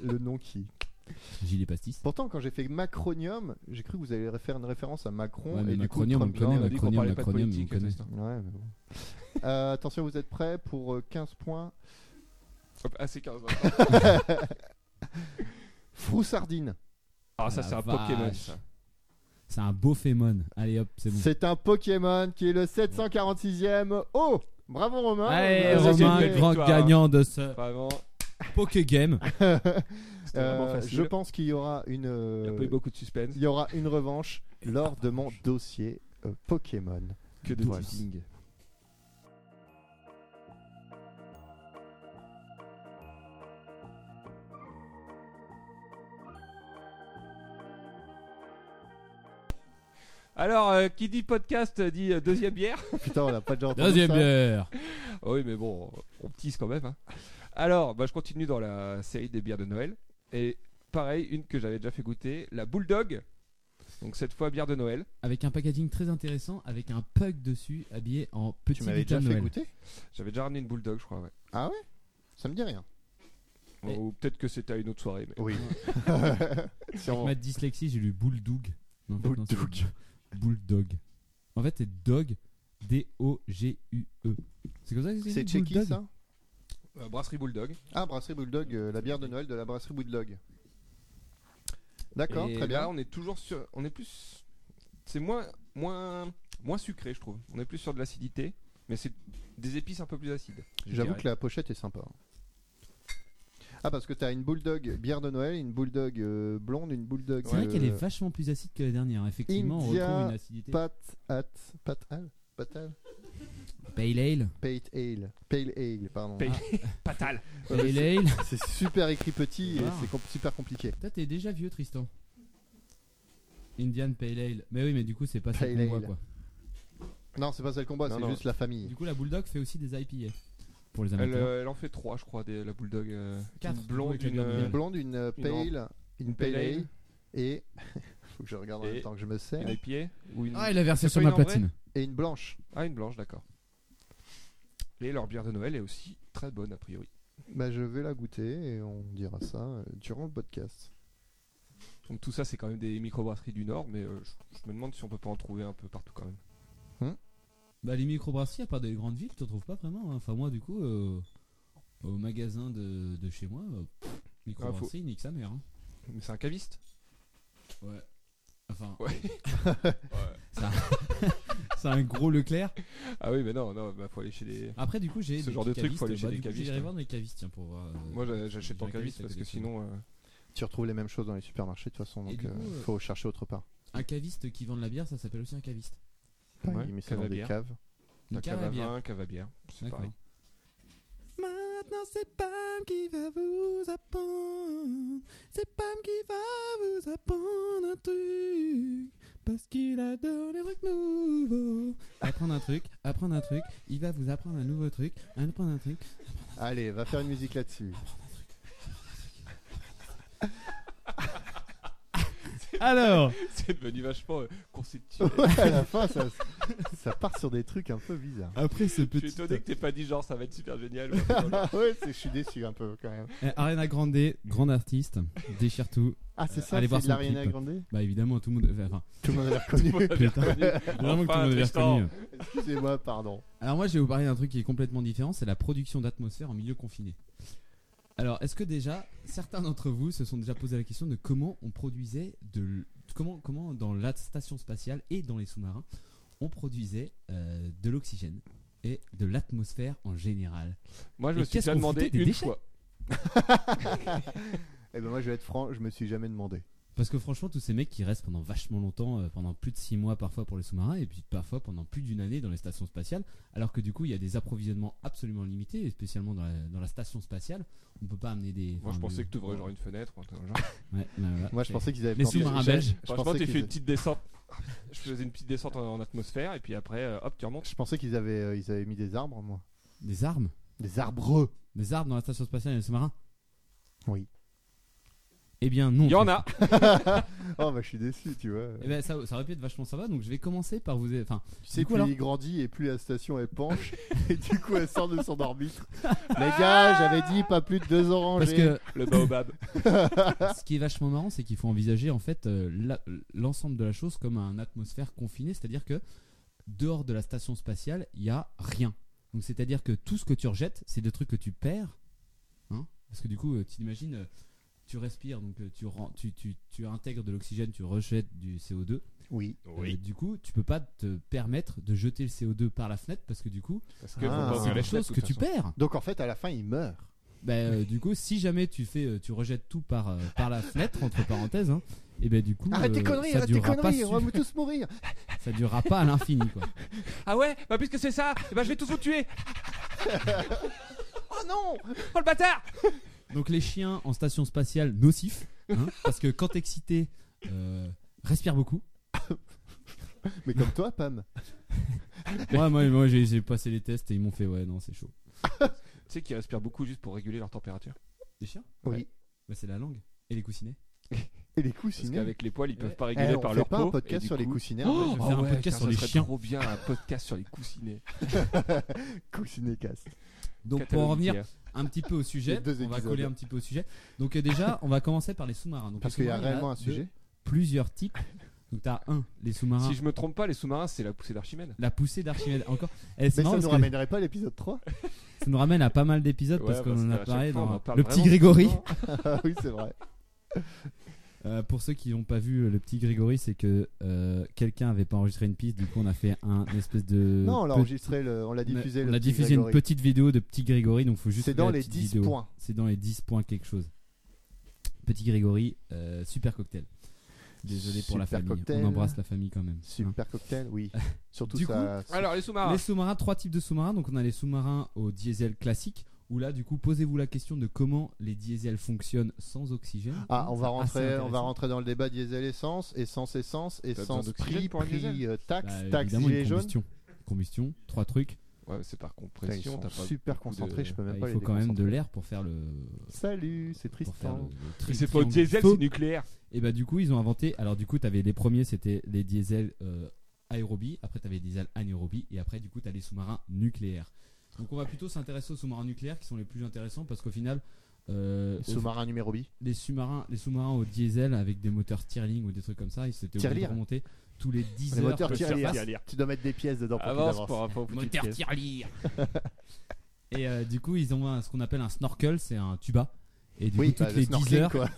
le nom qui.
Gilet Pastis.
Pourtant, quand j'ai fait Macronium, j'ai cru que vous alliez faire une référence à Macron.
Ouais,
et
mais
du
Macronium,
coup,
on
Trump
connaît,
on
Jr.
a
Macronium,
dit qu'on parlait pas de
Macronium,
politique.
on connaît.
Tristan.
Ouais, mais bon. Euh, attention, vous êtes prêts pour euh, 15 points.
Hop, Ah, c'est 15.
Froussardine.
Ah, ça, c'est un Pokémon. ça.
C'est un beau Fémon. Allez hop, c'est bon.
C'est un Pokémon qui est le 746e. Oh Bravo Romain
Allez,
Vous avez
Romain,
gagné.
belle
grand
victoire, hein.
gagnant de ce
Vraiment,
Pokégame.
c'était vraiment
Euh,
facile.
Je pense qu'il y aura une. euh,
Il n'y a pas eu beaucoup de suspense.
il y aura une revanche lors de mon dossier euh, Pokémon.
Que de
Voilà.
teasing. Alors, euh, qui dit podcast euh, dit euh, deuxième bière.
Putain, on n'a pas déjà entendu
Deuxième euh,
ça.
bière.
Ah oui, mais bon, on tease quand même. hein. Alors, bah, je continue dans la série des bières de Noël. Et pareil, une que j'avais déjà fait goûter, la Bulldog. Donc cette fois, bière de Noël.
Avec un packaging très intéressant, avec un pug dessus, habillé en petit
Tu m'avais
Vita
déjà fait
Noël.
goûter
J'avais déjà ramené une Bulldog, je crois. ouais.
Ah ouais Ça me dit rien.
Et-
Ou peut-être que c'était à une autre soirée. mais-
Oui.
Avec ma dyslexie, j'ai lu Bulldog. Non, en fait, non, c'est
Bulldog.
Bulldog. En fait, c'est Dog. D-O-G-U-E. E. C'est comme ça que
C'est
dit,
Checky
Bulldog
ça
Euh, brasserie Bulldog.
Ah, Brasserie Bulldog, euh, la bière de Noël de la Brasserie Bulldog. D'accord,
Et
très
Là,
bien.
on est toujours sur. On est plus. C'est moins, moins, moins sucré, je trouve. On est plus sur de l'acidité, mais c'est des épices un peu plus acides. je
J'avoue
dirais.
que la pochette est sympa. Ah, parce que t'as une Bulldog bière de Noël, une Bulldog euh, blonde, une Bulldog.
C'est vrai
euh,
qu'elle est vachement plus acide que la dernière. Effectivement,
India
on retrouve une acidité.
Pat At. Pat Al Pat Al
Pale Ale.
Pale Ale. Pale Ale, pardon. Ah.
Pale- Patal.
Ouais, mais
Pale Ale.
c'est- C'est super écrit petit et
Ah.
c'est com- super compliqué.
Toi, t'es déjà vieux, Tristan. Indian Pale Ale. Mais oui, mais du coup, c'est pas ça
Pale
qu'on voit,
Ale.
quoi.
Non, c'est pas celle qu'on boit,
Non,
c'est
non.
juste la famille.
Du coup, la Bulldog fait aussi des IPA. Pour les
Elle,
amateurs.
euh, elle en fait trois, je crois, des, la Bulldog. euh,
Quatre,
une blonde,
avec la
une.
bière de
Une
euh,
Noël.
blonde, une euh,
Une
Pale, une Pale Ale et. Faut que je regarde en
Et-
même temps que je me sers.
une IPA ou une...
Ah, il a versé
C'est
sur
pas
ma
une en vrai
platine.
Et une blanche.
Ah, une blanche, d'accord. Et leur bière de Noël est aussi très bonne, a priori.
Bah, je vais la goûter et on dira ça euh, durant le podcast.
Donc tout ça, c'est quand même des microbrasseries du Nord, mais euh, je, je me demande si on peut pas en trouver un peu partout quand même.
Bah, les microbrasseries, à part des grandes villes, tu trouves pas vraiment. hein. Enfin, moi, du coup, euh, au magasin de, de chez moi, euh, pff,
Ah,
microbrasserie, nique sa mère. hein.
Mais c'est un caviste
Ouais. Enfin,
Ouais.
c'est un gros Leclerc.
Ah oui, mais non, non, bah, faut aller chez des.
Après, du coup, j'ai.
Ce
des
genre de
petits
truc, faut aller chez
cavistes.
des
Bah, du coup,
cavistes.
J'irai
hein.
voir dans les cavistes, tiens, pour voir. euh,
Moi, j'a- j'achète
j'ai
en
un
caviste parce que
caviste à
sinon. euh,
Tu retrouves les mêmes choses dans les supermarchés de toute façon,
Et
donc
du
euh,
coup, euh,
faut chercher autre part.
Un caviste qui vend de la bière, ça s'appelle aussi un caviste.
Pareil,
ouais,
mais c'est
cave
dans
à
des
bière.
caves.
Une
La
cave
cave
à
à
bière.
vin, cave à bière, c'est
D'accord.
pareil.
Maintenant c'est Pam qui va vous apprendre. C'est Pam qui va vous apprendre un truc. Parce qu'il adore les trucs nouveaux. Apprendre un truc, apprendre un truc, il va vous apprendre un nouveau truc, apprendre un truc.
Allez, va faire une musique là-dessus.
Alors,
C'est devenu vachement euh, conceptuel.
Ouais, à la fin, ça, ça part sur des trucs un peu bizarres.
après ce
Je suis
petit.
étonné que t'aies pas dit genre ça va être super génial.
Ah ouais, c'est- je suis déçu un peu quand même.
Euh, Ariana Grande, grande artiste, déchire tout.
Ah, c'est
Euh,
ça,
allez
c'est
voir
de
son
l'Ariana
clip.
Grande
Bah évidemment, tout le monde. Enfin,
Tout le monde l'a reconnu.
putain, vraiment que tout le monde avait
Tristan.
reconnu.
Excusez-moi, pardon.
Alors moi, je vais vous parler d'un truc qui est complètement différent, c'est la production d'atmosphère en milieu confiné. Alors, est-ce que déjà, certains d'entre vous se sont déjà posé la question de comment on produisait de, l- comment, comment dans la station spatiale et dans les sous-marins, on produisait euh, de l'oxygène et de l'atmosphère en général.
Moi, je
Et
me suis
qu'est-ce
déjà
qu'on
demandé
foutait des
une
déchets
fois.
Eh ben moi, je vais être franc, je me suis jamais demandé.
Parce que franchement, tous ces mecs qui restent pendant vachement longtemps, euh, pendant plus de 6 mois parfois pour les sous-marins, et puis parfois pendant plus d'une année dans les stations spatiales, alors que du coup, il y a des approvisionnements absolument limités, et spécialement dans la, dans la station spatiale, on peut pas amener des...
Moi, je
enfin,
pensais
des-
que tu ouvrais genre une fenêtre. ou un truc dans le genre.
Ouais, bah, voilà.
Moi, je
Et-
pensais qu'ils avaient
Les
planté-
sous-marins
j'ai-
belges.
je
Franchement,
pensais
t'es
qu'ils
fait une
avaient-
petite descente. Je faisais une petite descente en en atmosphère et puis après, euh, hop, tu remontes.
Je pensais qu'ils avaient, euh, ils avaient mis des arbres, moi.
Des armes
Des arbreux.
Des arbres dans la station spatiale et les sous-marins
Oui.
Eh bien non.
Il y en a
Oh, bah, je suis déçu, tu vois.
Eh ben, ça, ça aurait pu être vachement sympa, donc je vais commencer par vous... Enfin,
Tu sais,
Du coup,
plus
alors
il grandit et plus la station elle penche. et du coup, elle sort de son orbite. Les gars, j'avais dit pas plus de deux orangés.
Ah parce que
Le baobab.
ce qui est vachement marrant, c'est qu'il faut envisager en fait euh, la- l'ensemble de la chose comme un atmosphère confinée, c'est-à-dire que dehors de la station spatiale, il y a rien. Donc c'est-à-dire que tout ce que tu rejettes, c'est des trucs que tu perds, hein, parce que du coup, euh, tu imagines, euh, tu respires, donc euh, tu, ren- tu, tu, tu intègres de l'oxygène, tu rejettes du CO2.
Oui.
Euh, du coup, tu peux pas te permettre de jeter le CO2 par la fenêtre parce que du coup,
Parce que faut
Ah,
pas ouvrir
c'est
c'est
les
des choses
fenêtres, de
que
toute
tu
façon.
perds.
Donc en fait, à la fin, il meurt.
Bah, euh, du coup, si jamais tu fais, euh, tu rejettes tout par, euh, par la fenêtre entre parenthèses, hein, et ben du coup,
Arrête tes
euh,
conneries,
ça
arrête tes
durera pas,
conneries,
su-
on va tous mourir.
ça durera pas à l'infini quoi.
Ah ouais Bah, puisque c'est ça, eh ben, je vais tous vous tuer
Oh non
Oh le bâtard
Donc les chiens en station spatiale nocifs, hein, parce que quand excité, euh, respire beaucoup.
Mais comme toi, Pam.
Ouais, moi, moi j'ai j'ai passé les tests et ils m'ont fait ouais non c'est chaud.
Tu sais qu'ils respirent beaucoup juste pour réguler leur température.
Les chiens
Oui.
Ouais. Bah, c'est la langue et les coussinets.
Et les
Parce
coussinets.
qu'avec les poils, ils peuvent
Ouais.
pas
Eh,
réguler
on
par
fait
leur
pas
peau.
un
et
podcast
du
sur les
coup-
coussinets.
Oh,
en
faire un podcast
putain, bah
sur
ça
les
serait
chiens.
trop bien, un podcast sur les coussinets.
fait. Coussinets casse.
Donc pour en
Catalogue
revenir
Ikea.
un petit peu au sujet,
Les deux
on va
épisodes.
coller un petit peu au sujet. Donc euh, déjà, on va commencer par les sous-marins. Donc,
Parce
les
qu'il y a
sous-marins, il
réellement
de
un sujet.
Plusieurs types. Donc t'as un les sous-marins.
Si je me trompe pas, les sous-marins, c'est la poussée d'Archimède.
La poussée d'Archimède. Encore. Eh, c'est
Mais ça
marrant parce
nous
que
ramènerait pas à l'épisode 3
ça nous ramène à pas mal d'épisodes
Ouais,
parce qu'on
parce
en
qu'à
a
chaque
parlé
fois, on
dans
en parle
le petit
vraiment
Grégory.
souvent.
Ah oui, c'est vrai.
Euh, pour ceux qui n'ont pas vu euh, le petit Grégory, c'est que euh, quelqu'un avait pas enregistré une piste, du coup on a fait un espèce de.
Non, on l'a
petit-
enregistré, le- on l'a diffusé.
on
le
a
petit
diffusé une
Grégory.
petite vidéo de petit Grégory, donc faut juste.
C'est
trouver
dans
la
les
petite
10
vidéo.
points.
C'est dans les 10 points quelque chose. Petit Grégory, euh, super cocktail. Désolé pour la
Super
famille.
cocktail.
On embrasse la famille quand même. hein.
Super cocktail, oui. Surtout
Du
ça.
Alors, les sous-marins.
Les sous-marins, trois types de sous-marins. Donc on a les sous-marins au diesel classique, où là du coup posez-vous la question de comment les diesels fonctionnent sans oxygène.
Ah, on va
Assez
rentrer, on va
intéressant.
rentrer dans le débat diesel essence, essence essence,
besoin
essence
d'oxygène
prix,
pour un
prix,
diesel
euh, taxe,
Bah,
taxe
évidemment,
gilet
une
jaune.
combustion. Combustion, trois trucs.
Ouais, c'est par
Putain, ils
compression,
sont
t'as pas.
super
beaucoup de-
concentrés, je peux même
Bah,
pas
il
les
faut quand même de
déconcentrer.
l'air pour faire le.
Salut, c'est
Pour faire le,
Tristan.
Mais c'est pas au diesel, c'est nucléaire.
Et bah du coup ils ont inventé. Alors du coup t'avais les premiers c'était les diesels euh, aérobies, après t'avais les diesels anaérobies et après du coup t'as les sous-marins nucléaires. Donc on va plutôt s'intéresser aux sous-marins nucléaires qui sont les plus intéressants parce qu'au final euh, au-
Sous-marin numéro B.
les sous-marins les sous-marins au diesel avec des moteurs Stirling ou des trucs comme ça ils s'étaient obligés de
Tirelire.
remonter tous les 10
Les
heures.
moteurs
de surface.
tirelire. Tu dois mettre des pièces dedans pour qu'ils
Avance
avancent.
pour un pauvre
Moteur tirelire. Et euh, du coup, ils ont un- ce qu'on appelle un snorkel, c'est un tuba. Et du
Oui,
coup,
bah,
toutes
le
les 10
snorkeling
heures.
quoi.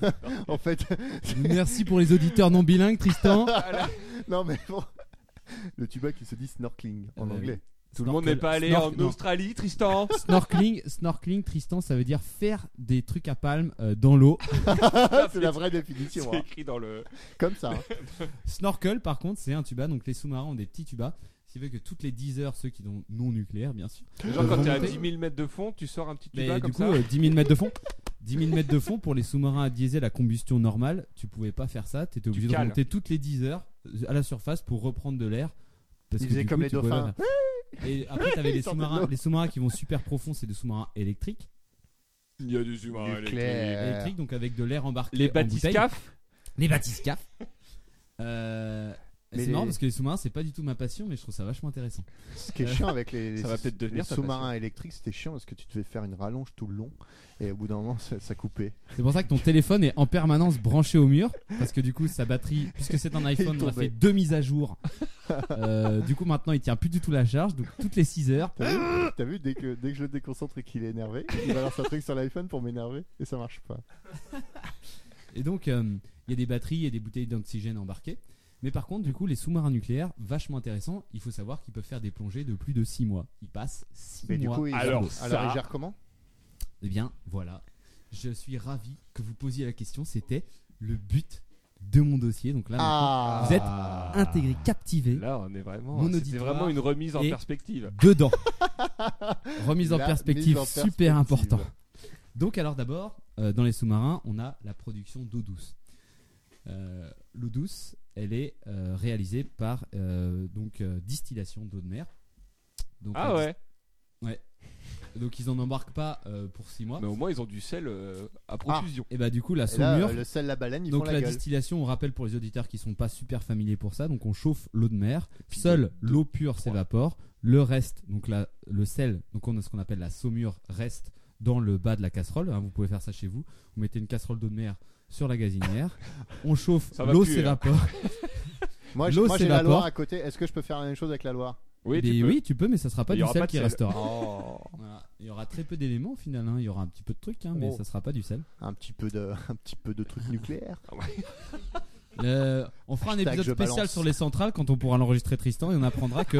en fait,
Merci pour les auditeurs non bilingues, Tristan.
non mais bon. Le tuba qui se dit snorkeling en
Euh,
anglais.
Tout le monde n'est pas allé en Australie, Tristan.
Snorkeling, snorkeling, Tristan, ça veut dire faire des trucs à palme euh, dans l'eau.
Ah, c'est la vraie définition.
C'est
hein.
écrit dans le.
Comme ça. hein.
Snorkel, par contre, c'est un tuba, donc les sous-marins ont des petits tubas. Ce qui fait que toutes les 10 heures, ceux qui sont non nucléaires, bien sûr.
Genre quand t'es à
remonter.
10 000 mètres de fond, tu sors un petit
Mais
tuba
du
comme
coup,
ça.
euh, 10 000 mètres de fond. 10 000 mètres de fond pour les sous-marins à diesel à combustion normale, tu pouvais pas faire ça. T'étais obligé de
cales.
remonter toutes les 10 heures euh, à la surface pour reprendre de l'air. Parce
Ils
que
faisaient
du
comme
coup,
les
tu pouvais-
dauphins.
Et après, t'avais les
sortaient de
sous-marins,
l'eau.
les sous-marins qui vont super profond, c'est des sous-marins électriques,
Il y a hein, des humains
Nucléaire.
électriques, donc avec de l'air embarqué.
Les
en bouteille.
batiscafs
Les batiscafs. Euh, et
Mais
c'est
les-
marrant parce que les sous-marins, c'est pas du tout ma passion, mais je trouve ça vachement intéressant.
Ce qui est chiant avec les, les-
Ça va peut-être devenir
les
ta
sous-marins électriques, c'était chiant parce que tu devais faire une rallonge tout le long et au bout d'un moment ça, ça coupait.
C'est pour ça que ton téléphone est en permanence branché au mur, parce que du coup, sa batterie, puisque c'est un iPhone, on a
tombait.
fait deux mises à jour. Euh, du coup, maintenant, il tient plus du tout la charge, donc toutes les 6 heures.
T'as vu, T'as vu dès, que, dès que je le déconcentre et qu'il est énervé, il balance un truc sur l'iPhone pour m'énerver et ça marche pas.
Et donc, euh, il y a des batteries et des bouteilles d'oxygène embarquées. Mais par contre, du coup, les sous-marins nucléaires, vachement intéressants, il faut savoir qu'ils peuvent faire des plongées de plus de 6 mois. Ils passent 6 mois.
Mais du coup, il
Alors,
alors,
ça-
il gère comment
Eh bien, voilà. Je suis ravi que vous posiez la question. C'était le but de mon dossier. Donc là,
Ah
vous êtes intégré, captivé,
Là, on est vraiment.
Mon
C'est
auditoire
vraiment une remise en
est-
perspective.
dedans. Remise en
La mise
perspective,
en
super
perspective.
important. Donc alors d'abord, euh, dans les sous-marins, on a la production d'eau douce. Euh, L'eau douce, elle est euh, réalisée par euh, donc euh, distillation d'eau de mer. Donc,
Ah
la
ouais
dis- Donc ils en embarquent pas euh, pour 6 mois.
Mais au moins, ils ont du sel euh, à profusion.
Et bah du coup la
Et là,
saumure,
euh, le sel, la baleine, ils
donc
font
la,
la gueule.
distillation, on rappelle pour les auditeurs qui sont pas super familiers pour ça, donc on chauffe l'eau de mer, seule l'eau pure s'évapore, le reste, donc la, le sel, donc on a ce qu'on appelle la saumure reste dans le bas de la casserole, hein, vous pouvez faire ça chez vous, vous mettez une casserole d'eau de mer sur la gazinière, on chauffe,
Ça va hein.
l'eau
puer,
s'évapore,
Moi, je-
l'eau
moi, j'ai la
s'évapore.
Loire à côté. Est-ce que je peux faire la même chose avec la Loire
Oui,
Ah, Mais
tu peux.
oui tu peux, mais ça sera pas
Il y
du
aura
sel
pas de
qui
sel.
restera.
Oh.
Voilà. Il y aura très peu d'éléments au final, hein. il y aura un petit peu de trucs, hein, mais
Oh.
ça sera pas du sel.
Un petit peu de, un petit peu de truc nucléaire.
Le- on fera un
Hashtag
épisode
je
spécial
balance.
sur les centrales quand on pourra l'enregistrer Tristan et on apprendra que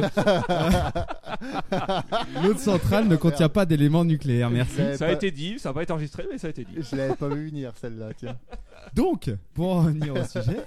l'autre centrale ne contient pas d'éléments nucléaires. Merci.
Je l'avais
Ça a
pas-
été dit, ça n'a pas été enregistré, mais ça a été dit.
Je l'avais pas vu venir celle-là, tiens.
Donc, pour en revenir au sujet,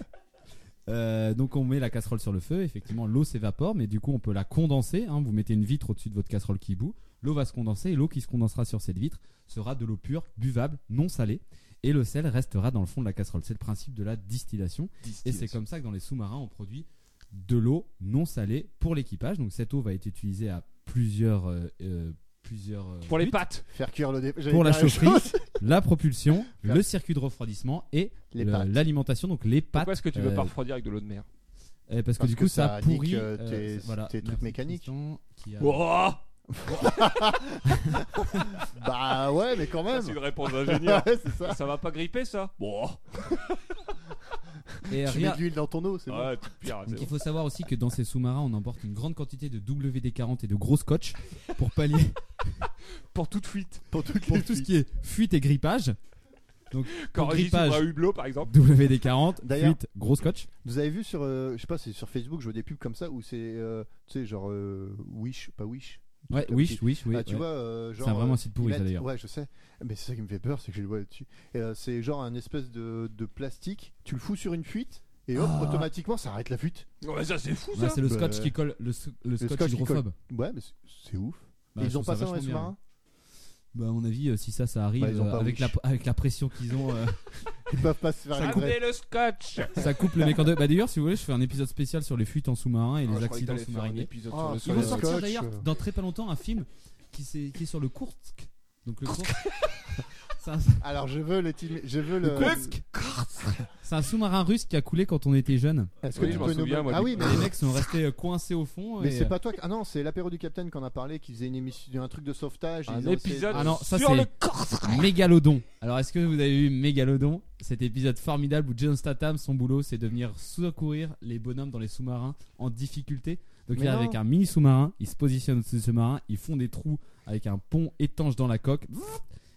euh, donc on met la casserole sur le feu. Effectivement, l'eau s'évapore, mais du coup on peut la condenser. hein. vous mettez une vitre au-dessus de votre casserole qui bout, l'eau va se condenser et l'eau qui se condensera sur cette vitre sera de l'eau pure, buvable, non salée. Et le sel restera dans le fond de la casserole. C'est le principe de la distillation. Et c'est comme ça que dans les sous-marins, on produit de l'eau non salée pour l'équipage. Donc cette eau va être utilisée à plusieurs. euh, euh, plusieurs euh,
Pour les
buts.
pattes.
Faire cuire le dé- j'allais
Pour la
dire même
chaufferie.
chose.
La propulsion,
Faire-
le circuit de refroidissement et
Les
le-
pattes.
l'alimentation, donc les pattes.
Pourquoi est-ce que tu veux
euh,
pas refroidir avec de l'eau de mer
euh, parce, que
Parce
du
que
coup,
ça
ça,
nique,
pourrit
euh, tes-
voilà.
tes trucs
Merci,
mécaniques.
Tristan, qui a-
Oh
Bah ouais, mais quand
Ça,
même.
c'est une réponse d'ingénieur.
Ouais, c'est ça.
Ça va pas gripper ça Bon,
Et
Tu
rien-
mets de l'huile dans ton eau, c'est bon.
Ouais, tout pire.
Donc il faut savoir aussi que dans ces sous-marins, on emporte une grande quantité de WD-40 et de gros scotch pour pallier
pour toute fuite.
Pour toutes
pour
les
tout ce
filles.
qui est fuite et grippage. Donc
Quand
pour
on sur
grippage,
un hublot par exemple.
WD-40,
D'ailleurs-
fuite, gros scotch.
Vous avez vu sur, euh, je sais pas, c'est sur Facebook, je vois des pubs comme ça où c'est, euh, tu sais, genre euh, Wish, pas Wish.
Ouais,
Comme
wish,
si-
wish, oui.
Ah, tu
ouais.
vois, euh, genre.
c'est vraiment
euh,
un site pourri,
ils
ça
mettent-
d'ailleurs.
Ouais, je sais. Mais c'est ça qui me fait peur, c'est que je le vois dessus. Et, euh, c'est genre un espèce de, de plastique. Tu le fous sur une fuite et hop,
Ah.
automatiquement, ça arrête la fuite.
oh,
Ouais, ça, c'est fou.
Ouais, c'est le
Bah,
scotch qui colle, le, s- le scotch,
scotch qui
hydrophobe.
Ouais, mais c'est- c'est ouf.
Bah,
Et
je
ils ont
trouve
pas ça dans
vachement
les
bien,
sous-marins
ouais. Bah, à mon avis, euh, si ça, ça arrive
Bah, ils ont
euh,
pas
avec, la,
Wish.
avec la pression qu'ils ont, euh,
Ils peuvent pas se faire
Ça
une
coupe
vraie-
Ramenez le scotch
Oh,
ça coupe le mec en deux. Bah, d'ailleurs, si vous voulez, je fais un épisode spécial sur les fuites en sous-marin et
Ah,
les
je croyais que
accidents
t'allais faire un
sous-mariniers.
épisode
Ah,
sur le
sur le
Ils vont
scotch.
sortir
scotch,
d'ailleurs
euh.
dans très pas longtemps un film qui, s'est- qui est sur le Kursk. Donc le Kursk. C'est un,
Alors je veux le team- je veux
le
le.
Kursk. C'est un sous-marin russe qui a coulé quand on était jeune.
Est-ce
Oui, je m'en souviens, moi,
Ah
du
oui,
coup.
mais
Les mecs sont restés euh, coincés au fond.
Mais
et,
c'est
euh,
pas toi. qui- Ah non, c'est l'apéro du capitaine qu'on a parlé, qui faisait une émission, un truc de sauvetage.
Un
ils ont essayé
épisode
de-
Ah non, ça
sur
c'est-
le corps
Mégalodon. Alors, est-ce que vous avez vu Mégalodon Cet épisode formidable où John Statham, son boulot, c'est de venir secourir les bonhommes dans les sous-marins en difficulté. Donc, il
Mais
arrive
non.
avec un mini sous-marin, ils se positionnent au-dessus du sous-marin, ils font des trous avec un pont étanche dans la coque.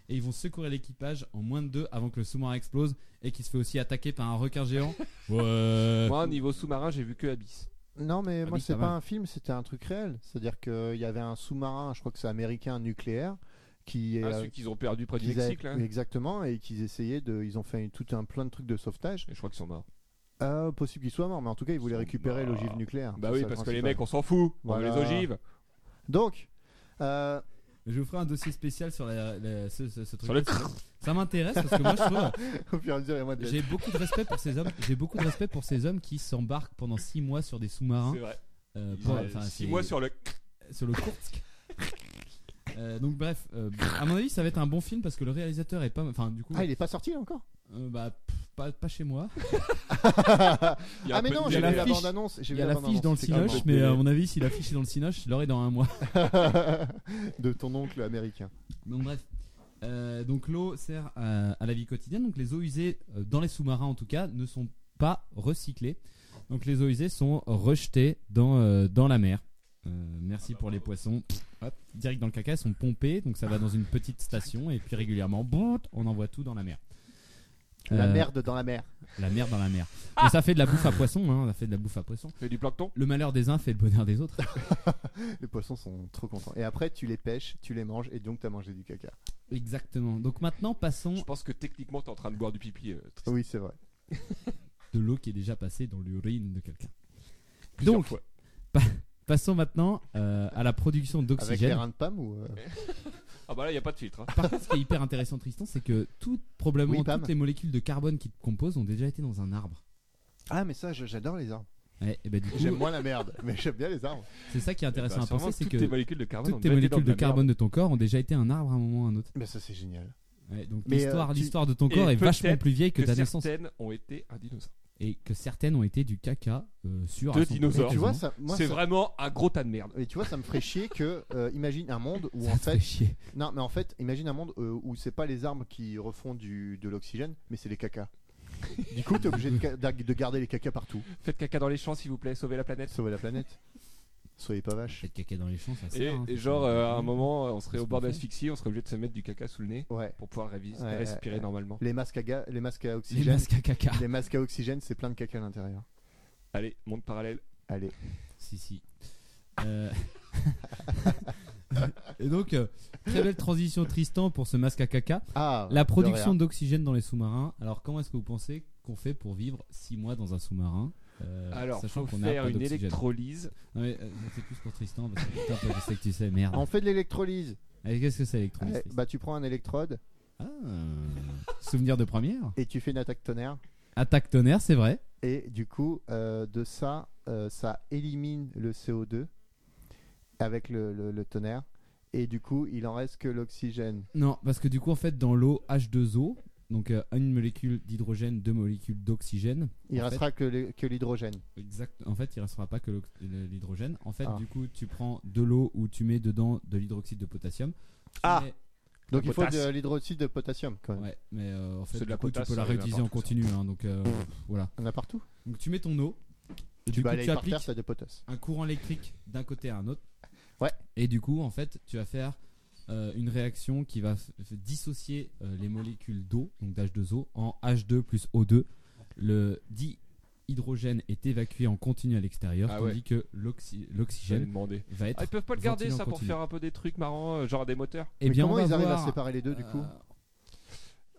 Et ils vont secourir l'équipage en moins de deux avant que le sous-marin explose et qu'il se fait aussi attaquer par un requin géant. Ouais.
Euh, Moi, niveau sous-marin, j'ai vu que Abyss.
Non,
Ah
mais moi
oui,
c'est
pas
pas
mal.
un film, c'était un truc réel. C'est-à-dire qu'il y avait un sous-marin, je crois que c'est américain nucléaire, qui est.
Ah,
euh,
celui qu'ils ont perdu près du
qu'ils
Mexique
avaient-
là.
oui, Exactement, et qu'ils essayaient de. Ils ont fait une- tout un plein de trucs de sauvetage.
Et je crois qu'ils sont morts.
Euh, possible qu'ils soient morts, mais en tout cas, ils voulaient
sont
récupérer
morts.
l'ogive nucléaire.
Bah
Ah, C'est
oui,
ça le
parce que les
principal.
mecs, on s'en fout. On veut
Voilà.
les ogives.
Donc, euh,
Je vous ferai un dossier spécial sur la- la- ce, ce- ce truc.
Sur le-
Ça m'intéresse parce que moi je trouve.
Au fur et à mesure, il y a moins de lettres.
J'ai beaucoup de respect pour ces hommes. J'ai beaucoup de respect pour ces hommes qui s'embarquent pendant 6 mois sur des sous-marins.
C'est vrai.
euh,
Ils
pour-
ont
enfin,
six
c'est-
mois sur le.
sur le Kursk. Euh, donc bref, euh, à mon avis, ça va être un bon film parce que le réalisateur est pas, enfin du coup,
Ah, il est pas sorti là encore
euh, bah, pff, pas, pas chez moi.
Il y a
Ah,
un
mais
peu
non,
de-
j'ai
la
vu la
fiche.
bande-annonce. J'ai
Il
vu
y a l'affiche
bande-annonce,
dans le
effectivement.
cinoche, mais à mon avis, si l'affiche est dans le cinoche, je l'aurai dans un mois.
de ton oncle américain.
Donc bref, Euh, donc l'eau sert à, à la vie quotidienne. Donc les eaux usées euh, dans les sous-marins en tout cas ne sont pas recyclées. Donc les eaux usées sont rejetées dans euh, dans la mer. Euh, merci pour les poissons. Hop, direct dans le caca, elles sont pompées, donc ça va dans une petite station et puis régulièrement, bon, on envoie tout dans la mer.
La
Euh,
merde dans la mer.
La mer dans la mer. Mais ça fait de la bouffe à poisson, hein, ça fait de la bouffe à poisson.
Il y a du plancton
Le malheur des uns fait le bonheur des autres.
Les poissons sont trop contents. Et après, tu les pêches, tu les manges, et donc t'as mangé du caca.
Exactement. Donc maintenant, passons
Je pense que techniquement, t'es en train de boire du pipi. euh, Tristan.
Oui, c'est vrai.
de l'eau qui est déjà passée dans l'urine de quelqu'un.
Plusieurs
Donc,
fois.
passons maintenant euh, à la production
Avec les
d'oxygène.
reins de pomme ou. euh,
Ah bah là, il n'y a pas de filtre. hein.
Par contre, ce qui est hyper intéressant, Tristan, c'est que tout, probablement
Oui, Pam.
toutes les molécules de carbone qui te composent ont déjà été dans un arbre.
Ah, mais ça, je- j'adore les arbres.
Ouais, et ben, du coup,
J'aime moins la merde, mais j'aime bien les arbres.
c'est ça qui est intéressant
Bah,
à
sûrement
penser, c'est
toutes
que
tes molécules de carbone, ont
toutes tes
déjà été dans
molécules de
la merde.
carbone de ton corps ont déjà été un arbre à un moment ou à un autre.
Mais ça, c'est génial.
Ouais, donc
Mais,
l'histoire
euh, tu-
l'histoire de ton
et
corps est vachement
peut-être
plus vieille que,
que
ta naissance.
certaines ont été un dinosaure.
Et que certaines ont été du caca euh, sur
De
à 100%.
dinosaures.
Tu vois, ça, moi,
C'est
ça-
vraiment un gros tas de merde.
Et tu vois, ça me ferait chier que. euh, imagine un monde où
Ça
en
te fait
fait.
chier.
Non, mais en fait, imagine un monde euh, où c'est pas les arbres qui refont du, de l'oxygène, mais c'est les cacas. Du coup, t'es obligé de, ca- d'a- de garder les cacas partout.
Faites caca dans les champs, s'il vous plaît, sauvez la planète.
Sauver la planète. Soyez pas vache.
Faites caca dans les champs, ça
Et,
sert, hein,
et
faut
genre,
faire-
euh, à un moment, on serait
Qu'est-ce
au bord
qu'on fait
d'asphyxie, on serait obligé de se mettre du caca sous le nez
Ouais.
pour pouvoir révis-
Ouais,
respirer
ouais, ouais.
normalement.
Les masques à, ga- les masques à
Les
oxygène.
masques à caca.
Les masques à oxygène, c'est plein de caca à l'intérieur.
Allez, monde parallèle.
Allez.
Si, si. Euh, Et donc, euh, très belle transition Tristan pour ce masque à caca.
Ah,
La
de
production
rien.
d'oxygène dans les sous-marins. Alors, comment est-ce que vous pensez qu'on fait pour vivre 6 mois dans un sous-marin euh,
Alors,
sachant
faut
qu'on a
faire
pas
une
d'oxygène
électrolyse.
Non, mais, euh, c'est plus pour Tristan parce que putain, toi, je sais que tu sais, merde.
On fait de l'électrolyse.
Allez, Qu'est-ce que Ah, c'est électronique
Eh, Bah, tu prends un électrode
Souvenir de première
et tu fais une attaque tonnerre.
Attaque tonnerre, c'est vrai.
Et du coup, euh, de ça, euh, ça élimine le CO2 avec le, le- le tonnerre. Et du coup, il en reste que l'oxygène.
Non, parce que du coup, en fait, dans l'eau H2O, donc euh, une molécule d'hydrogène, deux molécules d'oxygène.
Il
En
restera que le- que l'hydrogène.
Exact. En fait, il restera pas que l'ox- le- l'hydrogène. En fait,
Ah.
du coup, tu prends de l'eau où tu mets dedans de l'hydroxyde de potassium. Tu
Ah.
mets-
Donc il faut
potasse.
de l'hydroxyde de potassium quand même.
Ouais, mais euh, en fait,
C'est de
du
la
coup,
potasse,
tu peux la
euh,
réutiliser en
n'importe où,
continu. hein, donc euh, voilà.
On a partout.
Donc tu mets ton eau. et
Tu
du
vas
coup,
aller
tu
par terre,
appliques
t'as de potasse.
un courant électrique d'un côté à un autre.
Ouais.
Et du coup, en fait, tu vas faire euh, une réaction qui va f- f- dissocier euh, les molécules d'eau, donc d'H2O, en H2 plus O2. Le dihydrogène est évacué en continu à l'extérieur,
Ah
tandis
ouais.
que l'oxy-
J'allais
l'oxygène
demander.
va être.
Ah, ils peuvent pas le garder
ventilé
ça
en
pour
continu.
faire un peu des trucs marrants, euh, genre des moteurs.
Mais
Et Eh bien,
comment
on va
ils arrivent
voir,
à séparer les deux du coup
euh,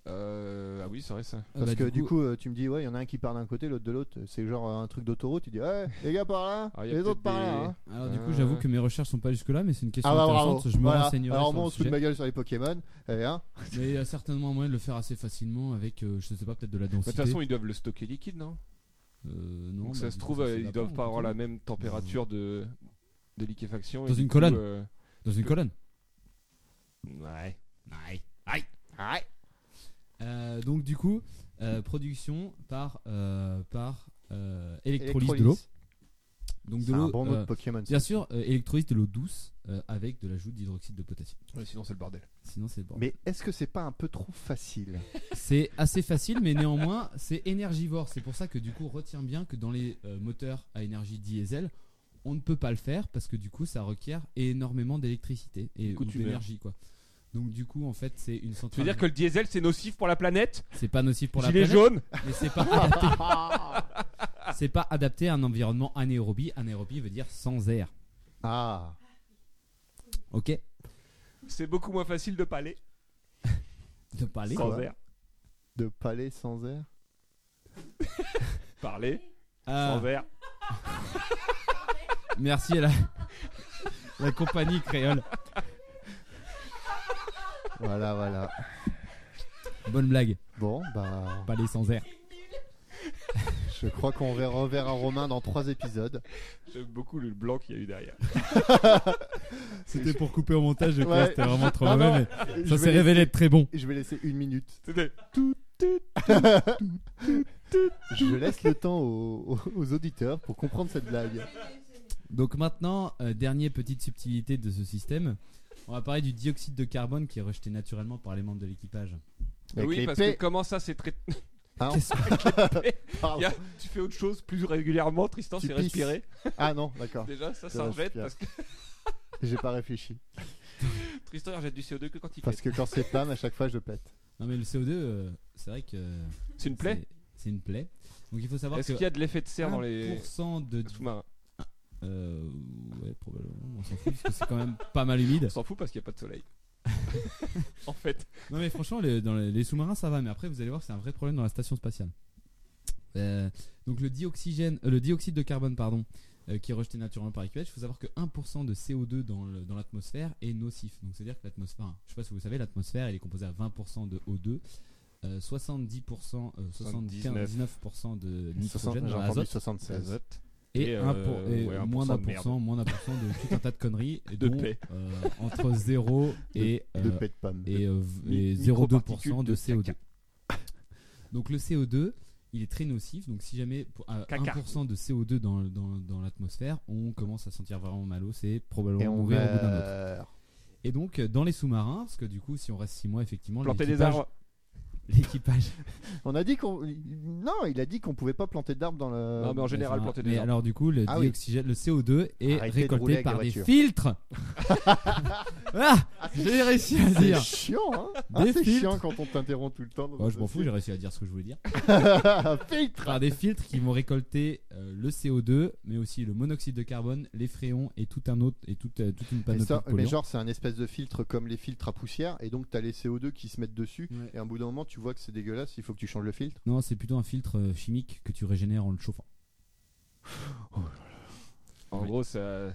Euh, ah oui, c'est vrai ça.
ah
Parce
bah,
que du coup, euh, tu me dis ouais, il y en a un qui part d'un côté, l'autre de l'autre. C'est genre euh, un truc d'autoroute. Tu dis ouais, les gars par là,
Ah, il y a
les autres
peut-être
par là.
des-
hein.
Alors du coup,
Euh.
j'avoue que mes recherches sont pas jusque là, mais c'est une question
Ah bah bravo.
intéressante. Je me
Voilà.
renseignerai
Alors
sur
moi,
le
on se fout de
sujet.
ma gueule sur les Pokémon. Eh, hein.
Mais il y a certainement moyen de le faire assez facilement avec, euh, je sais pas, peut-être de la
De
densité.
toute façon, ils doivent le stocker liquide, non
Euh, non,
Donc
bah,
ça se
du coup,
trouve, euh,
va
ils doivent pas avoir
on
la
continue.
même température de, de liquéfaction. et
Dans
du
une
coup,
colonne.
euh,
Dans une colonne.
Ouais.
Euh, donc du coup, euh, production par euh, par euh, électrolyse de l'eau.
Électrolyse.
Donc
C'est
de
un
l'eau.
bon mot
euh,
de Pokémon. ça.
bien sûr, euh, électrolyse de l'eau douce euh, avec de l'ajout d'hydroxyde de potassium.
Ouais, Sinon, c'est le bordel.
Sinon c'est bon.
Mais est-ce que c'est pas un peu trop facile
C'est assez facile, mais néanmoins c'est énergivore. C'est pour ça que du coup retiens bien que dans les euh, moteurs à énergie diesel, on ne peut pas le faire parce que du coup ça requiert énormément d'électricité et
Du coup,
ou
tu meurs.
d'énergie quoi. Donc du coup en fait c'est une
Tu veux
centrale.
dire que le diesel, c'est nocif pour la planète
c'est pas nocif pour la
Gilet
planète.
jaune
mais c'est pas adapté. c'est pas adapté à un environnement anaérobie. Anaérobie veut dire sans air.
Ah,
Ok
C'est beaucoup moins facile de parler
De parler.
sans
quoi.
air.
de palais sans air.
Parler
Ah,
sans air.
merci à la, la compagnie créole.
Voilà, voilà.
Bonne blague,
Bon, bah,
pas les sans air.
je crois qu'on verra- reverra Romain dans trois épisodes.
J'aime beaucoup le blanc qu'il y a eu derrière.
C'était pour couper au montage, je
Ouais.
crois, c'était vraiment trop
Ah
mauvais,
non, Je
mais ça
vais
s'est
laisser-
révélé être très bon.
Je vais laisser une minute.
C'était
Je laisse le temps aux, aux auditeurs pour comprendre cette blague.
Donc maintenant, euh, dernière petite subtilité de ce système, on va parler du dioxyde de carbone qui est rejeté naturellement par les membres de l'équipage.
Avec
oui,
les
parce
P.
que comment ça, c'est très.
Ah,
Qu'est-ce
pardon.
Y a- tu fais autre chose plus régulièrement, Tristan,
Tu
c'est
pisses.
respirer.
Ah non, d'accord.
Déjà, ça,
Je
ça rejette
respire.
parce que
J'ai pas réfléchi.
Tristan il rejette du CO2 que quand il
Parce
fait.
que quand c'est femme, à chaque fois je pète.
Non mais le CO2, euh, c'est vrai que
C'est une plaie.
c'est- c'est une plaie. Donc il faut savoir
Est-ce
que
qu'il y a de l'effet de serre dans les
1% de
sous-marins
euh, ouais probablement on s'en fout parce que c'est quand même pas mal humide.
On s'en fout parce qu'il n'y a pas de soleil. en fait,
Non mais franchement les, dans les, les sous-marins ça va mais après vous allez voir que c'est un vrai problème dans la station spatiale. Euh, donc le dioxygène, euh, le dioxyde de carbone pardon, euh, qui est rejeté naturellement par l'équipage, il faut savoir que 1% de CO2 dans le- dans l'atmosphère est nocif. Donc c'est-à-dire que l'atmosphère, enfin, je sais pas si vous savez, l'atmosphère elle est composée à 20% de O2, euh, 70%, euh,
79.
79% de
Soixante-
nitrogène
J'ai
dans
entendu
l'azote
76.
azote.
et,
Et,
un
euh,
pour- et
ouais, un
moins d'un
pourcent de
pour cent, moins d'un pour cent de tout un tas de conneries, et
De
dont,
paix.
euh, entre 0 et
De
euh,
paix de pomme.
et, euh, v-
mi-
et 0,2%
microparticules
de
de
CO2.
caca.
Donc le CO2, il est très nocif. Donc si jamais pour, à
Caca.
1% de CO2 dans, dans- dans l'atmosphère, on commence à sentir vraiment malo. C'est probablement
Et on
mourir au bout d'un autre.
meurt.
Et donc euh, dans les sous-marins, parce que du coup, si on reste 6 mois, effectivement,
planter des
l'équipage-
arbres.
l'équipage.
On a dit qu'on. Non, il a dit qu'on pouvait pas planter d'arbres dans le.
Non, mais en général,
Mais
planter
mais
des arbres.
alors du coup, le
Ah oui.
dioxygène, le CO2 est
Arrêtez de rouler
récolté
avec
par
des
des
voitures.
filtres. ah, j'ai réussi à
C'est
dire.
chiant, hein
Des
Ah, C'est
filtres.
chiant quand on t'interrompt tout le temps.
Oh, je m'en fous, j'ai réussi à dire ce que je voulais dire.
Filtre
par des filtres qui vont récolter euh, le CO2, mais aussi le monoxyde de carbone, les fréons et tout un autre et toute, euh, toute une
mais,
panoplie
ça-
de
mais
polluants.
genre c'est un espèce de filtre comme les filtres à poussière et donc t'as les CO2 qui se mettent dessus
Ouais.
et à un bout d'un moment tu vois que c'est dégueulasse il faut que tu changes le filtre
Non, c'est plutôt un filtre euh, chimique que tu régénères en le chauffant.
En
Oui.
gros, ça,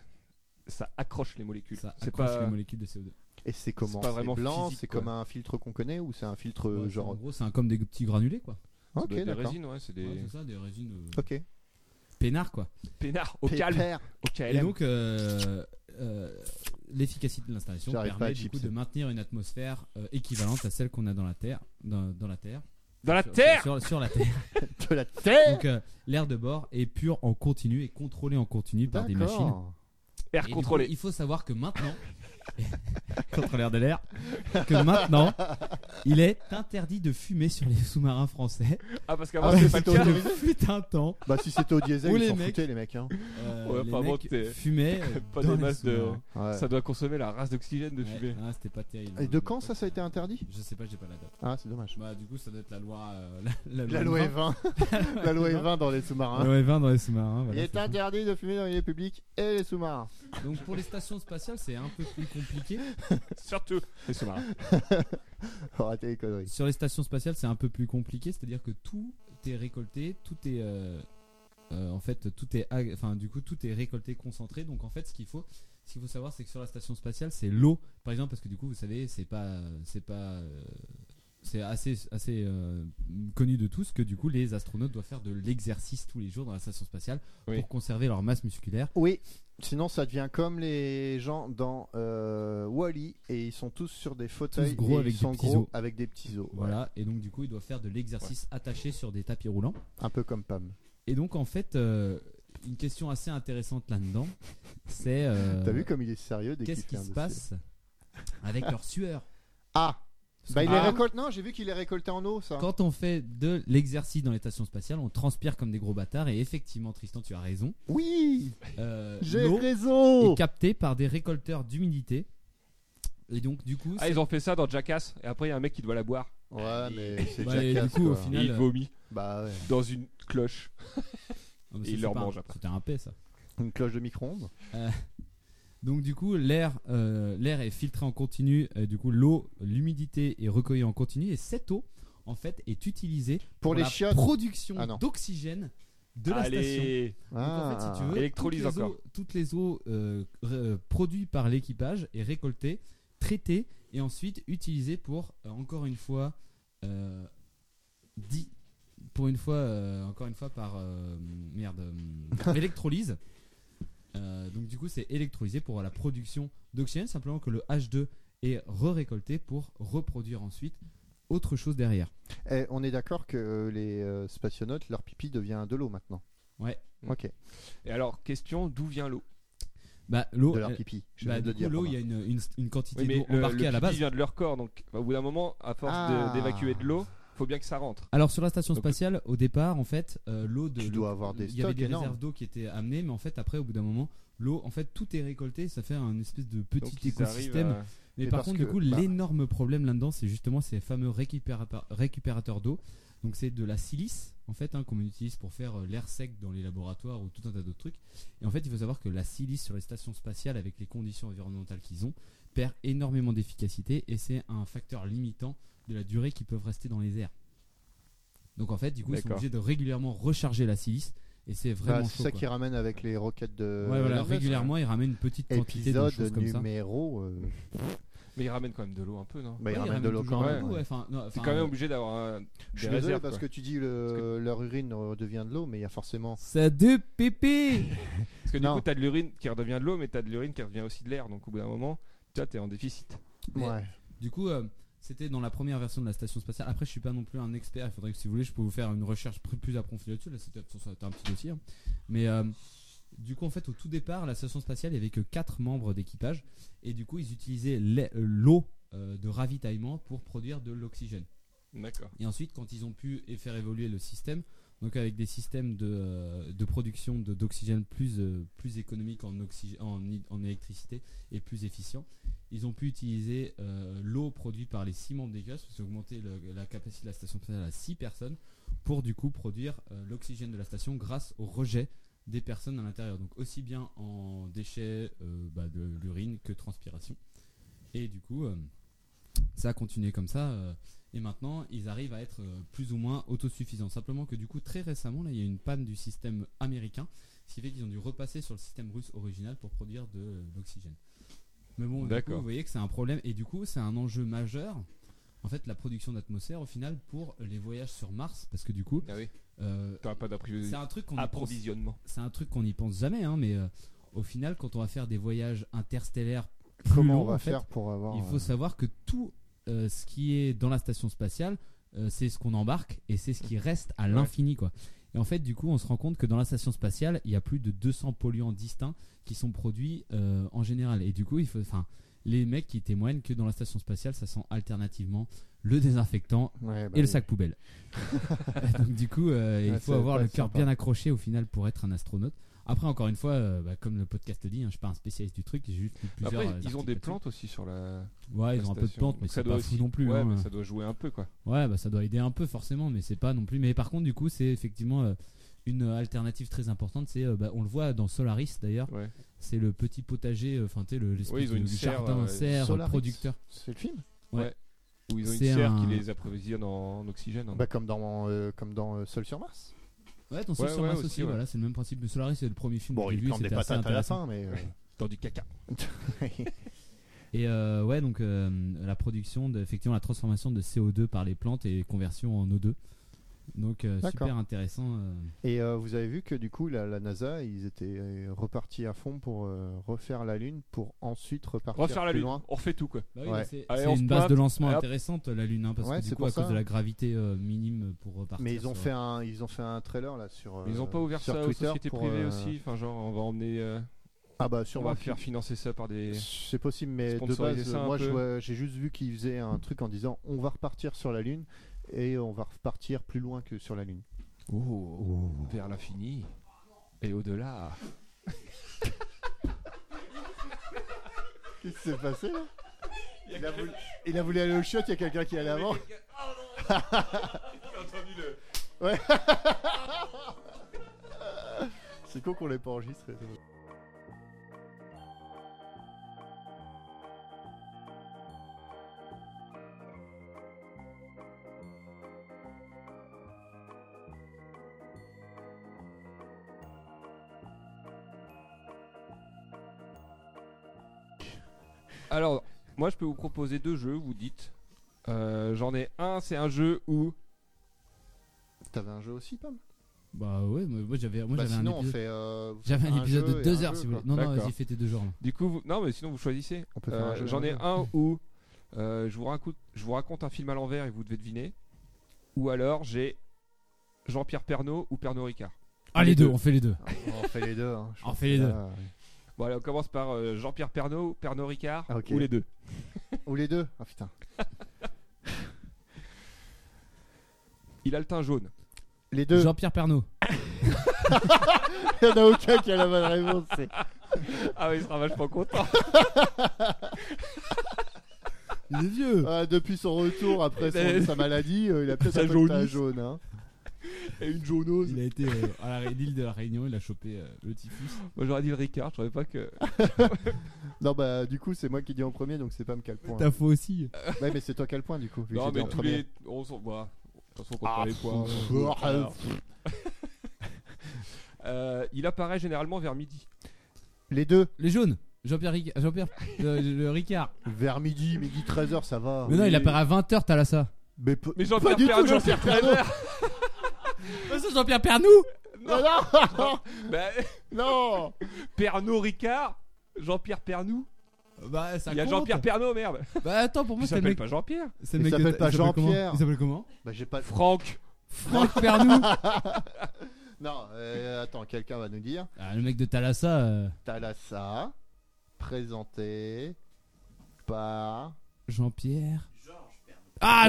ça accroche les molécules.
Ça
C'est
accroche
pas-
les molécules de CO2.
et c'est comment
pas vraiment
blanc
physique,
c'est
quoi.
comme un filtre qu'on connaît ou c'est un filtre euh,
Ouais, c'est- En
genre
gros, c'est un- comme des petits granulés, quoi.
ça
ok
doit être des
d'accord
résines, ouais, c'est des
Ouais, c'est ça, des résines euh,
ok
peinards, quoi.
peinards au calme,
Pépère.
au
Et
KLM.
donc, euh, euh, l'efficacité de l'installation
J'arrive pas à
permet du coup
chipser.
de maintenir une atmosphère euh, équivalente à celle qu'on a dans la Terre. Dans, dans la Terre.
Dans la
Sur-
terre
sur- sur la Terre.
de la terre
Donc euh, l'air de bord est pur en continu et contrôlé en continu par des machines.
D'accord.
Air
Et du coup,
contrôlé.
il faut savoir que maintenant, contrôleur de l'air, que maintenant, il est interdit de fumer sur les sous-marins français.
Ah, parce qu'avant,
ah,
c'était
mais
pas
c'est
le cas.
Il
autorisé
fut un temps,
bah si c'était au diesel
Ou
ils
les
s'en
mecs.
foutaient les mecs hein
euh,
Ouais,
les
pas bon,
mecs
t'es-
fumaient euh,
Pas
dans
des
les
masses de.
sous-marins.
Ouais.
Ça doit consommer la race d'oxygène de
Ouais,
fumer.
ah, c'était pas terrible.
et de quand ça ça a été interdit
Je sais pas, j'ai pas la date.
ah c'est dommage
Bah du coup, ça doit être la loi. euh, la,
la loi hein. est
20.
20 la loi est 20 dans les
La
sous-marins
loi est 20 dans les sous-marins. hein,
il
voilà,
est
c'est ça.
interdit de fumer dans les publics et les sous-marins
Donc pour les stations spatiales, c'est un peu plus compliqué.
Surtout les sous-marins.
arrêtez les conneries
Sur les stations spatiales, c'est un peu plus compliqué, c'est-à-dire que tout est récolté, tout est euh, euh, en fait tout est ag- enfin du coup tout est récolté concentré. Donc en fait, ce qu'il faut ce qu'il faut savoir c'est que sur la station spatiale, c'est l'eau par exemple parce que du coup, vous savez, c'est pas c'est pas euh, c'est assez assez euh, connu de tous que du coup, les astronautes doivent faire de l'exercice tous les jours dans la station spatiale
Oui.
pour conserver leur masse musculaire.
Oui, sinon ça devient comme les gens dans euh, Wally et ils sont tous sur des fauteuils
gros
et
avec
ils
des
sont
petits
gros
os.
avec des petits os. Voilà.
Voilà, et donc du coup, ils doivent faire de l'exercice attaché sur des tapis roulants.
Un peu comme Pam.
Et donc, en fait, euh, une question assez intéressante là-dedans, c'est euh,
T'as vu comme il est sérieux dès
qu'est-ce
qu'il fait
qui
un
se
dossier.
passe avec leur sueur
Ah,
Parce
bah
que
il les
quand-
récolte. Non, j'ai vu qu'il les récoltait en eau ça.
Quand on fait de l'exercice dans les stations spatiales, on transpire comme des gros bâtards. Et effectivement, Tristan, tu as raison.
Oui,
Euh,
j'ai
l'eau
raison.
est captée par des récolteurs d'humidité. Et donc, du coup,
Ah,
c'est-
ils ont fait ça dans Jackass. Et après, il y a un mec qui doit la boire.
Ouais, mais c'est
Bah, et
Jackass,
du coup, au
quoi.
Et
final,
il
euh,
vomit
Bah ouais.
dans une cloche.
ah, mais
et
ça,
ils
c'est
leur
pas un-
mangent après.
C'était un P, ça.
Une cloche de micro-ondes.
Donc du coup, l'air euh, l'air est filtré en continu, euh, du coup l'eau, l'humidité est recueillie en continu et cette eau en fait est utilisée
Pour les
la
chiottes.
production
Ah non.
d'oxygène de la station.
Allez
Donc,
Ah.
en fait, si tu veux,
Électrolyse
toutes les
encore.
eaux, toutes les eaux euh, ré- euh, produites par l'équipage est récoltée, traitée et ensuite utilisé pour euh, encore une fois euh, di- pour une fois euh, encore une fois par euh, merde euh, électrolyse. Euh, donc du coup c'est électrolysé pour la production d'oxygène simplement que le H2 est re-récolté pour reproduire ensuite autre chose derrière.
Eh, on est d'accord que euh, les euh, spationautes, leur pipi devient de l'eau maintenant.
Ouais.
Ok.
Et alors, question d'où vient l'eau
Bah l'eau
De leur
elle-
pipi. Je viens
bah,
de
du
le dire.
coup, l'eau, il
Romain.
y a une, une- une quantité
Oui, mais
d'eau
le,
embarquée
le
à la
pipi
base.
vient de leur corps, donc au bout d'un moment, à force de-
Ah.
d'évacuer de l'eau, faut bien que ça rentre.
Alors sur la station
Donc-
spatiale, au départ, en fait, euh, l'eau de
Tu
de-
dois avoir des
il y avait
stocks
des
énormes.
réserves d'eau qui étaient amenées, mais en fait après, au bout d'un moment, l'eau, en fait, tout est récolté, ça fait un espèce de petit
Donc, ils arrivent
écosystème.
à-
Mais
Mais
par
parce
contre, du
que,
coup,
bah-
l'énorme problème là-dedans, c'est justement ces fameux récupérapa- récupérateurs d'eau. Donc, c'est de la silice, en fait, hein, qu'on utilise pour faire euh, l'air sec dans les laboratoires ou tout un tas d'autres trucs. Et en fait, il faut savoir que la silice sur les stations spatiales, avec les conditions environnementales qu'ils ont, perd énormément d'efficacité et c'est un facteur limitant de la durée qu'ils peuvent rester dans les airs. Donc, en fait, du coup, ils sont
D'accord.
obligés de régulièrement recharger la silice et c'est
Bah,
vraiment
c'est
chaud.
ça
quoi.
qui ramène avec les roquettes de.
Ouais, voilà,
Elon Musk.
régulièrement, ils ramènent une petite quantité de
Épisode
choses comme ça.
numéro. euh,
Mais ils ramènent quand même de l'eau un peu, non
bah, il
Ouais, ils
ramène de
ramènent
l'eau
toujours
quand
un
même. hein.
peu, ouais, enfin, non,
C'est
enfin,
quand même obligé d'avoir un-
Je
des
suis désolé
réserves.
parce
quoi.
que tu dis le... leur urine euh, devient de l'eau, mais il y a forcément.
Ça de pépé
Parce que du
Non.
coup, t'as de l'urine qui redevient de l'eau, mais t'as de l'urine qui revient aussi de l'air. Donc au bout d'un moment, tu vois, t'es en déficit.
Mais-
Ouais.
Du coup, euh, c'était dans la première version de la station spatiale. Après, je suis pas non plus un expert. Il faudrait que si vous voulez, je peux vous faire une recherche plus, plus approfondie là-dessus. Là, c'était ça a été un petit dossier. hein. Mais euh, du coup, en fait, au tout départ, la station spatiale, il y avait que 4 membres d'équipage. Et du coup, ils utilisaient l'ai- euh, l'eau euh, de ravitaillement pour produire de l'oxygène.
D'accord.
Et ensuite, quand ils ont pu é- faire évoluer le système, donc avec des systèmes de, euh, de production de- d'oxygène plus, euh, plus économiques en, oxygè- en, hy- en électricité et plus efficients, ils ont pu utiliser euh, l'eau produite par les 6 membres des gaz, parce qu'ils ont augmenté le- la capacité de la station spatiale à 6 personnes, pour du coup produire euh, l'oxygène de la station grâce au rejet des personnes à l'intérieur. Donc aussi bien en déchets euh, bah, de l'urine que transpiration. Et du coup, euh, ça a continué comme ça. euh, et maintenant, ils arrivent à être euh, plus ou moins autosuffisants. Simplement que du coup, très récemment, là, il y a eu une panne du système américain, ce qui fait qu'ils ont dû repasser sur le système russe original pour produire de euh, l'oxygène. Mais bon, du coup,
D'accord.
vous voyez que c'est un problème, et du coup, c'est un enjeu majeur. En fait, la production d'atmosphère, au final, pour les voyages sur Mars, parce que du coup,
Ah oui.
euh,
T'auras pas
c'est
d'approvisionnement.
un truc qu'on y pense
Approvisionnement.
c'est un truc qu'on n'y pense jamais, hein, mais euh, au final, quand on va faire des voyages interstellaires, plus
Comment
longs,
on va
en fait,
faire pour avoir.
il faut
euh,
savoir que tout euh, ce qui est dans la station spatiale, euh, c'est ce qu'on embarque et c'est ce qui reste à l'infini, quoi. Et en fait, du coup, on se rend compte que dans la station spatiale, il y a plus de 200 polluants distincts qui sont produits euh, en général. Et du coup, il faut, enfin, les mecs qui témoignent que dans la station spatiale, ça sent alternativement le désinfectant
ouais, bah
et le
oui.
sac poubelle. Donc du coup, euh,
Ouais,
il
ça
faut
va
avoir
pas
le
être
cœur
sympa.
bien accroché au final pour être un astronaute. Après, encore une fois, euh, bah, comme le podcast le dit, hein, je suis pas un spécialiste du truc, j'ai juste lu plusieurs.
Après,
euh,
ils ont
articles
des
là-dessus.
plantes aussi sur la.
Ouais, ils
la
ont un peu de
station.
plantes, mais
Donc
c'est pas fou non plus.
Ouais,
hein.
mais ça doit jouer un peu, quoi.
Ouais, bah ça doit aider un peu forcément, mais c'est pas non plus. Mais par contre, du coup, c'est effectivement euh, une alternative très importante. C'est, euh, bah, on le voit dans Solaris d'ailleurs.
Ouais.
C'est le petit potager, euh, enfin, tu sais, le- l'espèce
Ouais, ils ont
de
une
du
serre,
jardin
euh,
serre
Solaris.
producteur.
C'est le film
Où ils ont une
C'est
serre qui
un-
les approvisionne en, en oxygène. hein.
bah, Comme dans, euh, comme dans euh, Seul sur Mars.
Ouais, ton sol
Ouais,
sur
ouais,
Mars
aussi,
aussi,
ouais.
voilà, c'est le même principe. Mais Solaris, c'est le premier film.
Bon,
que j'ai
il
vu,
plante des
c'était assez
patates à la fin,
intéressant.
mais. euh,
Dans du caca.
Et euh, ouais, donc euh, la production, de, effectivement, la transformation de CO2 par les plantes et conversion en O2. Donc euh,
D'accord.
super intéressant. euh.
Et euh, vous avez vu que du coup, la, la NASA, ils étaient euh, repartis à fond pour euh, refaire la Lune, pour ensuite repartir
Refaire la
plus
lune.
loin.
On refait tout, quoi.
Bah oui,
Ouais.
mais c'est
Allez,
c'est
on se
une base
pointe,
de lancement
hop.
intéressante la Lune, hein, parce
Ouais,
que du
c'est
coup à
pour
cause
ça.
de la gravité euh, minime pour repartir.
Mais ils ont,
ça-
fait un, ils ont fait un trailer là sur. euh,
Mais ils ont pas ouvert
sur
ça aux
Twitter
sociétés
pour,
privées
euh,
aussi. Enfin, genre, on va emmener. euh,
Ah bah
on va
sûrement.
faire financer ça par des.
C'est possible, mais de
Sponsoriser
base,
ça un
moi
peu.
je vois- j'ai juste vu qu'ils faisaient un truc en disant on va repartir sur la Lune et on va repartir plus loin que sur la Lune.
vers l'infini et au-delà.
Qu'est-ce qui s'est passé là il a, voulu, il a voulu aller au shot, il y a quelqu'un Ah, qui est allé avant. Ouais. Ah, C'est con qu'on l'ait pas enregistré.
Alors, Moi, je peux vous proposer deux jeux, vous dites. Euh, J'en ai un, c'est un jeu où.
T'avais un jeu aussi, Pam
Bah ouais, mais moi j'avais moi
Bah
j'avais un
Sinon, on
épisode,
fait. euh,
j'avais un épisode
jeu
de
et
2
un
heures
jeu,
si vous
quoi.
voulez. Non, non,
D'accord.
vas-y, fais tes deux genres. là.
Du coup, vous- non, mais sinon, vous choisissez.
On peut faire un
Euh,
jeu.
hein.
J'en ai
jeu.
un où euh, je, vous raconte, je vous raconte un film à l'envers et vous devez deviner. Ou alors j'ai Jean-Pierre Pernaud ou Pernod Ricard.
Ah, les deux, on fait les deux.
Ah, On fait les deux. hein, je
On
pense
fait les
que
deux.
là,
Bon, allez, on commence par euh, Jean-Pierre Pernaud, Pernod Ricard
Ah, ok.
ou les deux.
Ou les deux Ah putain.
Il a le teint jaune.
Les deux.
Jean-Pierre Pernaud.
Il n'y en a aucun qui a la bonne réponse. c'est-
Ah, ouais, il sera vachement content.
Les vieux.
Ah, depuis son retour après son- sa maladie, euh, il a peut-être
Sa
un peu de teint
jaunisse.
jaune. hein.
Et une jaunose.
Il a été euh, à la ré- l'île de la Réunion, il a chopé euh, le typhus.
Moi, j'aurais dit le Ricard, je savais pas que.
Non, bah du coup, c'est moi qui dis en premier, donc c'est pas me qui a le point.
T'as faux aussi.
Ouais, mais c'est toi qui as le point du coup. Vu que
non,
j'étais
mais
en Ah,
tous
premier.
les. On s'en voit. De toute façon, on compte pas les points.
Pouah, euh,
Euh, il apparaît généralement vers midi.
Les deux.
Les jaunes. Jean-Pierre Ricard. Jean-Pierre euh, le Ricard.
Vers midi, midi 13h, ça va.
Mais non, il apparaît à 20h, t'as là ça.
Mais, pe-
Mais
pas
Jean-Pierre
du tout,
Pernaud,
Jean-Pierre Pernaud.
C'est Jean-Pierre Pernou
Non, non,
Bah,
non.
Pernod Ricard Jean-Pierre Pernou
Bah, ça
Il y a
compte.
Jean-Pierre Pernaud, merde
Bah, attends, pour moi,
Il
c'est le
s'appelle
mec.
pas Jean-Pierre
c'est
Il
le mec de-
s'appelle pas
il s'appelle comment
Jean-Pierre.
Il s'appelle comment
Bah j'ai pas.
Franck
Franck Pernou
Non, euh, attends, quelqu'un va nous dire.
Ah, le mec de Thalassa. euh,
Thalassa, présenté par.
Jean-Pierre.
Ah,
Ah,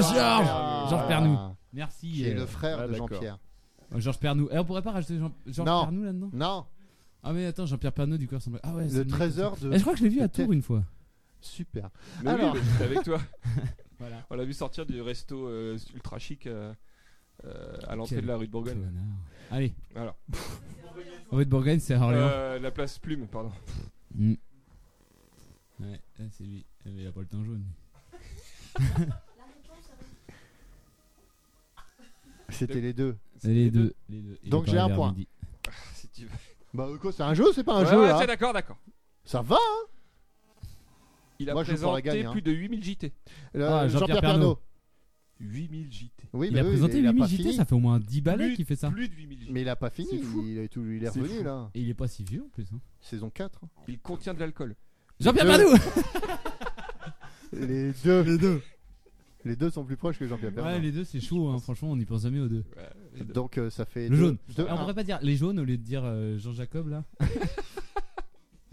Georges Georges Pernou. Merci.
Qui est
euh,
le frère
ah,
de
d'accord.
Jean-Pierre.
euh, Georges Pernou. Eh, on pourrait pas rajouter Jean- Georges
Non.
Pernou là-dedans
Non,
Ah, mais attends, Jean-Pierre Pernou du corps semble. Ah, ouais, c'est
le
mec.
13h
Eh, je
de.
crois que je l'ai vu à
Peut-être.
Tours une fois.
Super.
Mais oui,
Alors.
mais j'étais avec toi
Voilà.
On l'a vu sortir du resto euh, ultra chic euh, euh, à l'entrée
Quel
de la rue de Bourgogne.
Connard. Allez.
Voilà.
Rue de Bourgogne, c'est à Orléans.
Euh, la place Plume, pardon.
Mm. Ouais, là, c'est lui. Eh, Mais il a pas le teint jaune.
C'était les deux.
C'est
Les deux. les deux. Il
Donc,
est pas
j'ai un
allé vers
point.
midi.
Si tu veux.
Bah quoi, c'est un jeu, c'est pas un
Ouais,
jeu
ouais,
là.
c'est d'accord, d'accord.
Ça va.
Il a
Moi, je vous ferai
présenté
gagner, hein.
plus de 8000 JT.
Le-
Ah, Jean-Pierre
Jean-Pierre
Pernaut.
Pernaut.
8000 JT.
Oui,
Il
mais
a
oui,
présenté
mais il a
8000
pas
JT,
fini.
ça fait au moins 10 balais
Plus-
qu'il fait ça.
Plus de 8000 JT.
Mais il a pas fini.
C'est fou.
Il est, tout, il est
C'est
revenu
fou.
là.
Et il est pas si vieux en plus. hein.
Saison 4.
Il contient de l'alcool.
Jean-Pierre
deux.
Pernou
Les deux. Les deux. Les deux sont plus proches que Jean-Pierre Pernaut.
Ouais, les deux c'est chaud, hein, franchement, on n'y pense jamais aux deux.
Ouais, les deux.
Donc euh, ça fait.
Le
deux-
jaune. Ah,
deux-
Alors, on
un.
pourrait pas dire les jaunes au lieu de dire euh, Jean-Jacob là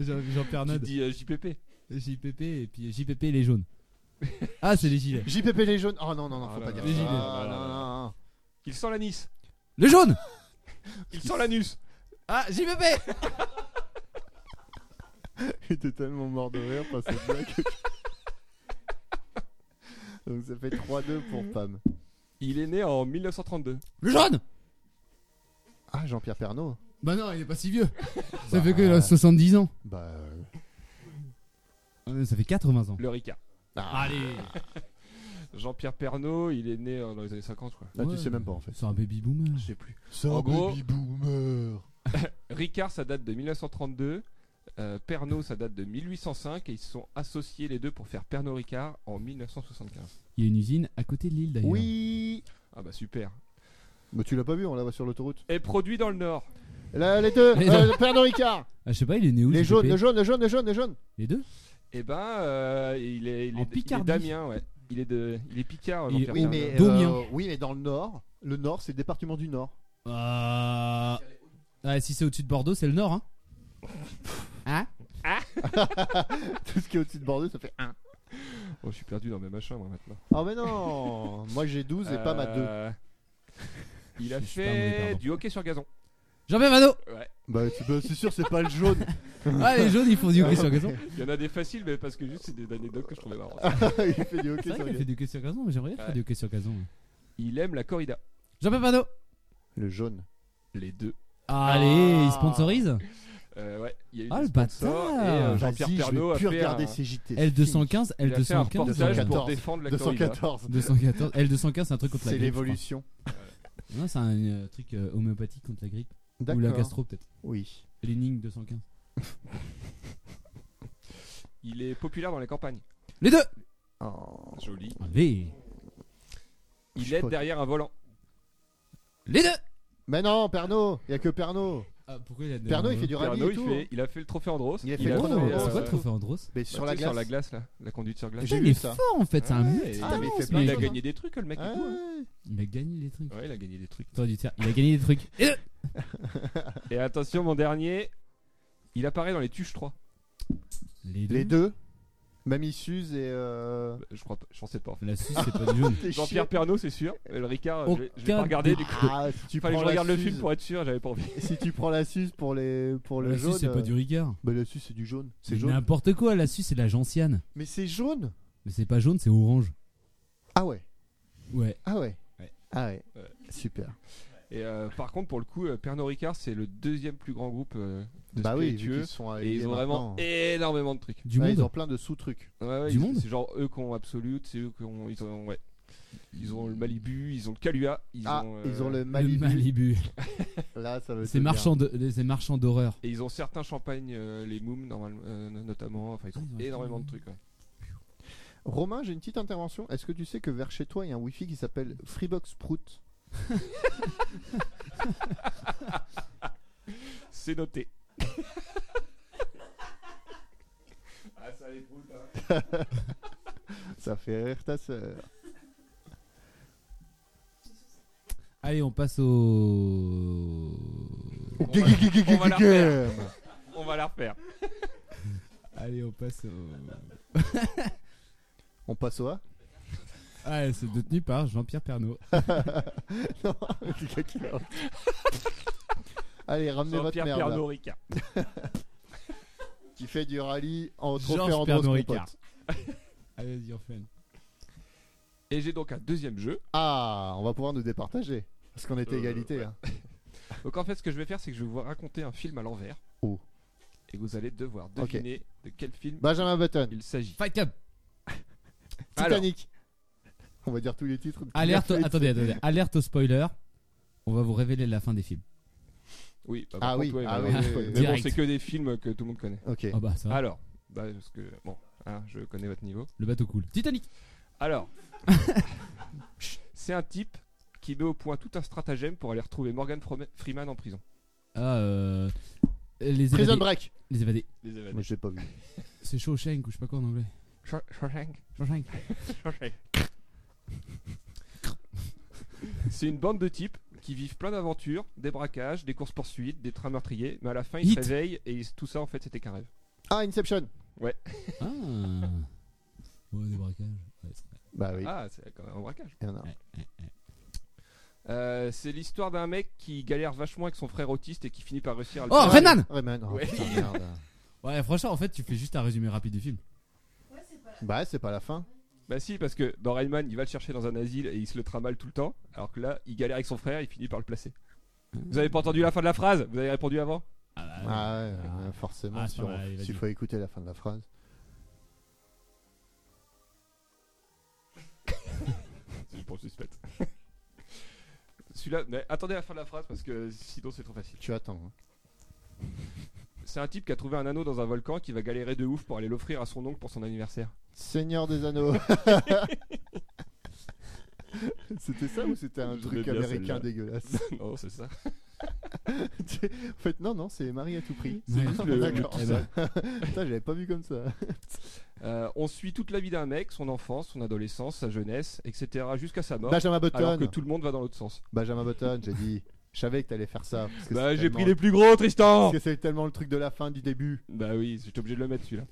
Jean- Jean-Pierre
Tu
Nod,
dis euh, JPP.
JPP et puis JPP les jaunes. ah, c'est les gilets.
JPP les jaunes. Oh non, non, non,
Ah
faut
là
pas
là.
dire
Les
ça.
gilets.
Ah,
Ah là
non,
là.
non, non.
Il sent l'anis.
Le jaune
Il sent l'anus.
Ah, JPP
Il était tellement mort de rire par cette blague. Donc ça fait 3-2 pour Pam.
Il est né en 1932.
Le jaune
Ah, Jean-Pierre Pernaut.
Bah non, il est pas si vieux. Ça
Bah.
fait que là, 70 ans.
Bah. euh,
Euh, ça fait 80 ans.
Le Ricard.
Ah,
Allez
Jean-Pierre Pernaut, il est né euh, dans les années 50, je crois.
ah,
Ouais.
tu sais même pas en fait.
C'est un baby boomer.
Je sais plus. C'est
En
un
gros-
baby boomer.
Ricard, ça date de 1932. euh, Pernod, ça date de 1805. Et ils se sont associés les deux pour faire Pernod Ricard en 1975.
Il y a une usine à côté de l'île d'ailleurs.
Oui.
Ah bah super.
Mais tu l'as pas vu, on la voit sur l'autoroute.
Et produit dans le Nord.
Là, les deux.
Les
euh, Pernod Ricard.
Ah, je sais pas, il est né où
Les
JPP?
jaunes, les jaunes, les jaunes, les jaunes, les jaunes.
Les deux
Et ben, euh, il est, il
En
est, il est
Picardie.
Damien, ouais. Il est de, il est Picard.
Il est-
Jean-Pierre
Oui,
Pernaut.
mais.
Daumien.
euh, Oui, mais dans le nord. Le nord, c'est le département du nord.
Euh... ouais, si c'est au-dessus de Bordeaux, c'est le nord, hein
Tout ce qui est au-dessus de Bordeaux, ça fait 1.
Oh, je suis perdu dans mes machins moi maintenant.
Oh, mais non Moi j'ai 12 et pas ma 2.
Euh, Il a
Je suis pas mauvais,
fait
pardon.
du hockey sur gazon.
Jean-Pierre Vano
Ouais.
Bah, c'est bah, c'est sûr, c'est pas le jaune.
Ah, les jaunes, ils font du hockey sur gazon.
Il y en a des faciles, mais parce que juste c'est des anecdotes que je trouvais marrantes.
il fait du hockey
C'est vrai
sur
qu'il fait du hockey sur gazon, mais j'aimerais bien faire
Ouais.
du hockey sur gazon.
Il aime la corrida.
Jean-Pierre Vano
Le jaune.
Les deux.
Allez, il sponsorise
Euh, ouais, il y a eu
Ah,
des
le
sponsors,
bâtard.
et, euh,
Vas-y,
Jean-Pierre Pernaut
je
a
vais plus
fait un,
regarder ces JT.
L215,
il a fait un
L215,
reportage pour
214.
défendre la corrida.
214.
214. L215, c'est un truc contre la
C'est
grippe.
l'évolution.
je crois. Non, c'est un euh, truc euh, homéopathique contre la grippe. Ou la
D'accord.
gastro, peut-être.
Oui.
L'énigme 215.
Il est populaire dans les campagnes.
Les deux
Oh.
Joli.
Allez
Il
Je
est
crois-
derrière un volant.
Les deux
Mais non, Pernod, il n'y a que Pernod.
Pourquoi il a
Pernod, il fait du rallye
Pernod,
et
il,
tout. hein.
fait, il a fait le trophée Andros.
Il a fait
il
le trophée
fait,
Andros.
euh,
C'est
C'est
quoi le
quoi le
trophée
trophée Andros
Mais
bah,
sur
tu
la
sais,
glace.
sur la glace là, la conduite sur glace.
J'ai
il
lu
est
ça.
fort en fait, c'est un
Ouais,
petit
il-
Ah, mais il
talent,
fait
ce
plein
il
mec.
a gagné des trucs, le mec. et
Ouais.
tout, hein.
Il a gagné des
Ah.
trucs.
Ouais, il a gagné des trucs.
T'aurais dû dire, il a gagné des trucs. Et deux
Et attention, mon dernier, il apparaît dans les Tuches 3.
Les
Les deux, Mamie Suze et. euh,
Je crois pas, je pensais pas. en fait.
La Suisse, c'est pas du jaune.
t'es
Jean-Pierre
chier.
Pernaut, c'est sûr. Et Le Ricard, je l'ai- je l'ai
Aucun
pas regardé. Du coup,
Ah, si tu
fallait que
prends
je
la
regarde le film
Suze-
pour être sûr, j'avais pas envie.
si tu prends la Suze pour, les, pour le
La
jaune.
Suisse, c'est pas
euh,
du Ricard.
Bah, la Suze, c'est du jaune. C'est
Mais
jaune.
N'importe quoi, la Suisse, c'est de la gentiane.
Mais c'est jaune
Mais c'est pas jaune, c'est orange.
Ah ouais,
Ouais.
ah ouais.
Ouais.
Ah ouais.
Ouais.
Super.
Et euh, par contre, pour le coup, euh, Pernod Ricard, c'est le deuxième plus grand groupe euh, de
Bah oui, vu
spiritueux.
qu'ils sont
et ils ont vraiment énormément de trucs.
Du
Ouais,
monde
Bah, Ils ont plein de sous-trucs.
Ouais, ouais,
Du
ils-
monde
C'est genre eux qui ont Absolute, c'est eux qui ont. Ils ont, ouais. ils ont le Malibu, ils ont le Calua, ils
Ah,
ont. euh,
ils ont le
Le
Malibu.
Malibu.
Là, ça veut
C'est
te dire.
marchand de- c'est marchand d'horreur.
Et ils ont certains champagnes, euh, les Moum, normalement, euh, notamment. Enfin, ils ont
Ah, ils ont
énormément de
plein de-
trucs. ouais.
Romain, j'ai une petite intervention. Est-ce que tu sais que vers chez toi, il y a un wifi qui s'appelle Freebox Prout
C'est noté. Ah,
Ça fait rire ta sœur.
Allez, on passe au.
on va la refaire. On va la refaire.
Allez, on passe au.
On passe au A
Ah, c'est détenu par Jean-Pierre Pernaud.
Non, c'est quelqu'un qui l'a- Allez, ramenez votre
Jean-Pierre
merde. là,
Pernod Ricard.
Qui fait du rallye en trophée
Georges
en
Pernod
mon
Ricard.
pote.
Allez, vas-y, on fait.
Et j'ai donc un deuxième jeu.
Ah, on va pouvoir nous départager. Parce qu'on était
Euh,
égalité.
ouais.
hein.
Donc en fait, ce que je vais faire, c'est que je vais vous raconter un film à l'envers.
Oh.
Et vous allez devoir
Ok. Bah,
deviner de quel film
Benjamin Button,
il s'agit.
Fight Club.
Titanic. On va dire tous les titres.
Alerte, au- attendez, attendez. Alerte au spoiler. On va vous révéler la fin des films.
Oui, bah,
Ah
par contre,
oui,
ouais,
ah
bah,
oui,
ouais.
oui, oui, oui.
Mais bon,
Direct.
c'est que des films que tout le monde connaît.
Ok.
Ah bah ça. va.
Alors, bah, parce que bon, hein, je connais votre niveau.
Le bateau cool. Titanic.
Alors, c'est un type qui met au point tout un stratagème pour aller retrouver Morgan Frome- Freeman en prison.
Ah, euh, les
Prison
évadés.
Break.
Les évadés.
Les évadés.
Mais je l'ai pas vu.
C'est Shawshank ou je sais pas quoi en anglais.
Shawshank,
Shawshank.
Shawshank. C'est une bande de types qui vivent plein d'aventures, des braquages, des courses poursuites, des trains meurtriers, mais à la fin ils
Hit.
se réveillent et ils- tout ça en fait c'était qu'un rêve.
Ah, Inception.
Ah. Ouais, des braquages. Ouais, c'est vrai.
Bah oui.
Ah, c'est quand même un braquage.
Il y en a.
Euh, c'est l'histoire d'un mec qui galère vachement avec son frère autiste et qui finit par réussir à le
Oh,
faire.
Renan
Rayman. Oh,
Ouais.
putain, merde.
Ouais, franchement, en fait, tu fais juste un résumé rapide du film.
Bah, c'est pas la fin.
Bah si, parce que dans Rayman, il va le chercher dans un asile et il se le trimballe tout le temps, alors que là, il galère avec son frère, il finit par le placer. Vous avez pas entendu la fin de la phrase Vous avez répondu avant
Ah, bah,
Ah ouais,
Ah.
euh, forcément.
Ah,
si
ça
on-
va, allez,
S'il
vas-y.
faut écouter la fin de la phrase.
C'est pour le suspect. Celui-là, mais attendez la fin de la phrase parce que sinon c'est trop facile.
Tu attends. hein.
C'est un type qui a trouvé un anneau dans un volcan qui va galérer de ouf pour aller l'offrir à son oncle pour son anniversaire.
Seigneur des Anneaux. c'était ça ou c'était un
Je
truc
l'aimais bien,
américain
celle-là.
dégueulasse
non, Oh, c'est ça.
Tu- En fait, non, non, c'est Marie à tout prix.
Ouais.
Ah,
le-
D'accord.
Eh ben.
Putain, j'avais pas vu comme ça.
Euh, on suit toute la vie d'un mec, son enfance, son adolescence, sa jeunesse, etc. jusqu'à sa mort.
Benjamin
alors que
Button.
tout le monde va dans l'autre sens.
Benjamin Button, j'ai dit. Je savais que t'allais faire ça. parce que
Bah
c'est
j'ai
tellement-
pris les plus gros, Tristan
Parce que c'est tellement le truc de la fin du début.
Bah oui, j'étais obligé de le mettre celui-là.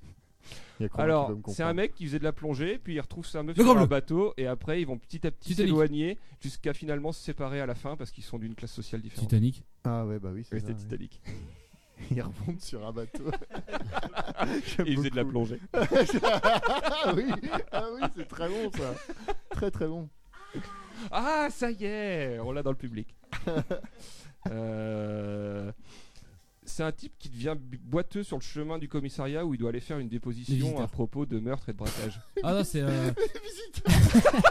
Il y a Romain qui
Alors,
veut me
c'est un
comprendre.
mec qui faisait de la plongée, puis il retrouve sa meuf
Le
sur
Gobelin.
un bateau, et après ils vont petit à petit
Titanic.
s'éloigner jusqu'à finalement se séparer à la fin parce qu'ils sont d'une classe sociale différente.
Titanic.
Ah ouais, bah oui, c'est
Ouais,
ça,
C'était
ouais.
Titanic.
Il remonte sur un bateau.
Et il faisait de la plongée.
ah oui, ah oui c'est très bon ça. Très très bon.
Ah, ça y est, on l'a dans le public. Euh, C'est un type qui devient b- boiteux sur le chemin du commissariat où il doit aller faire une
Les
déposition
visiteurs.
à propos de meurtre et de braquage.
Ah non, c'est. euh,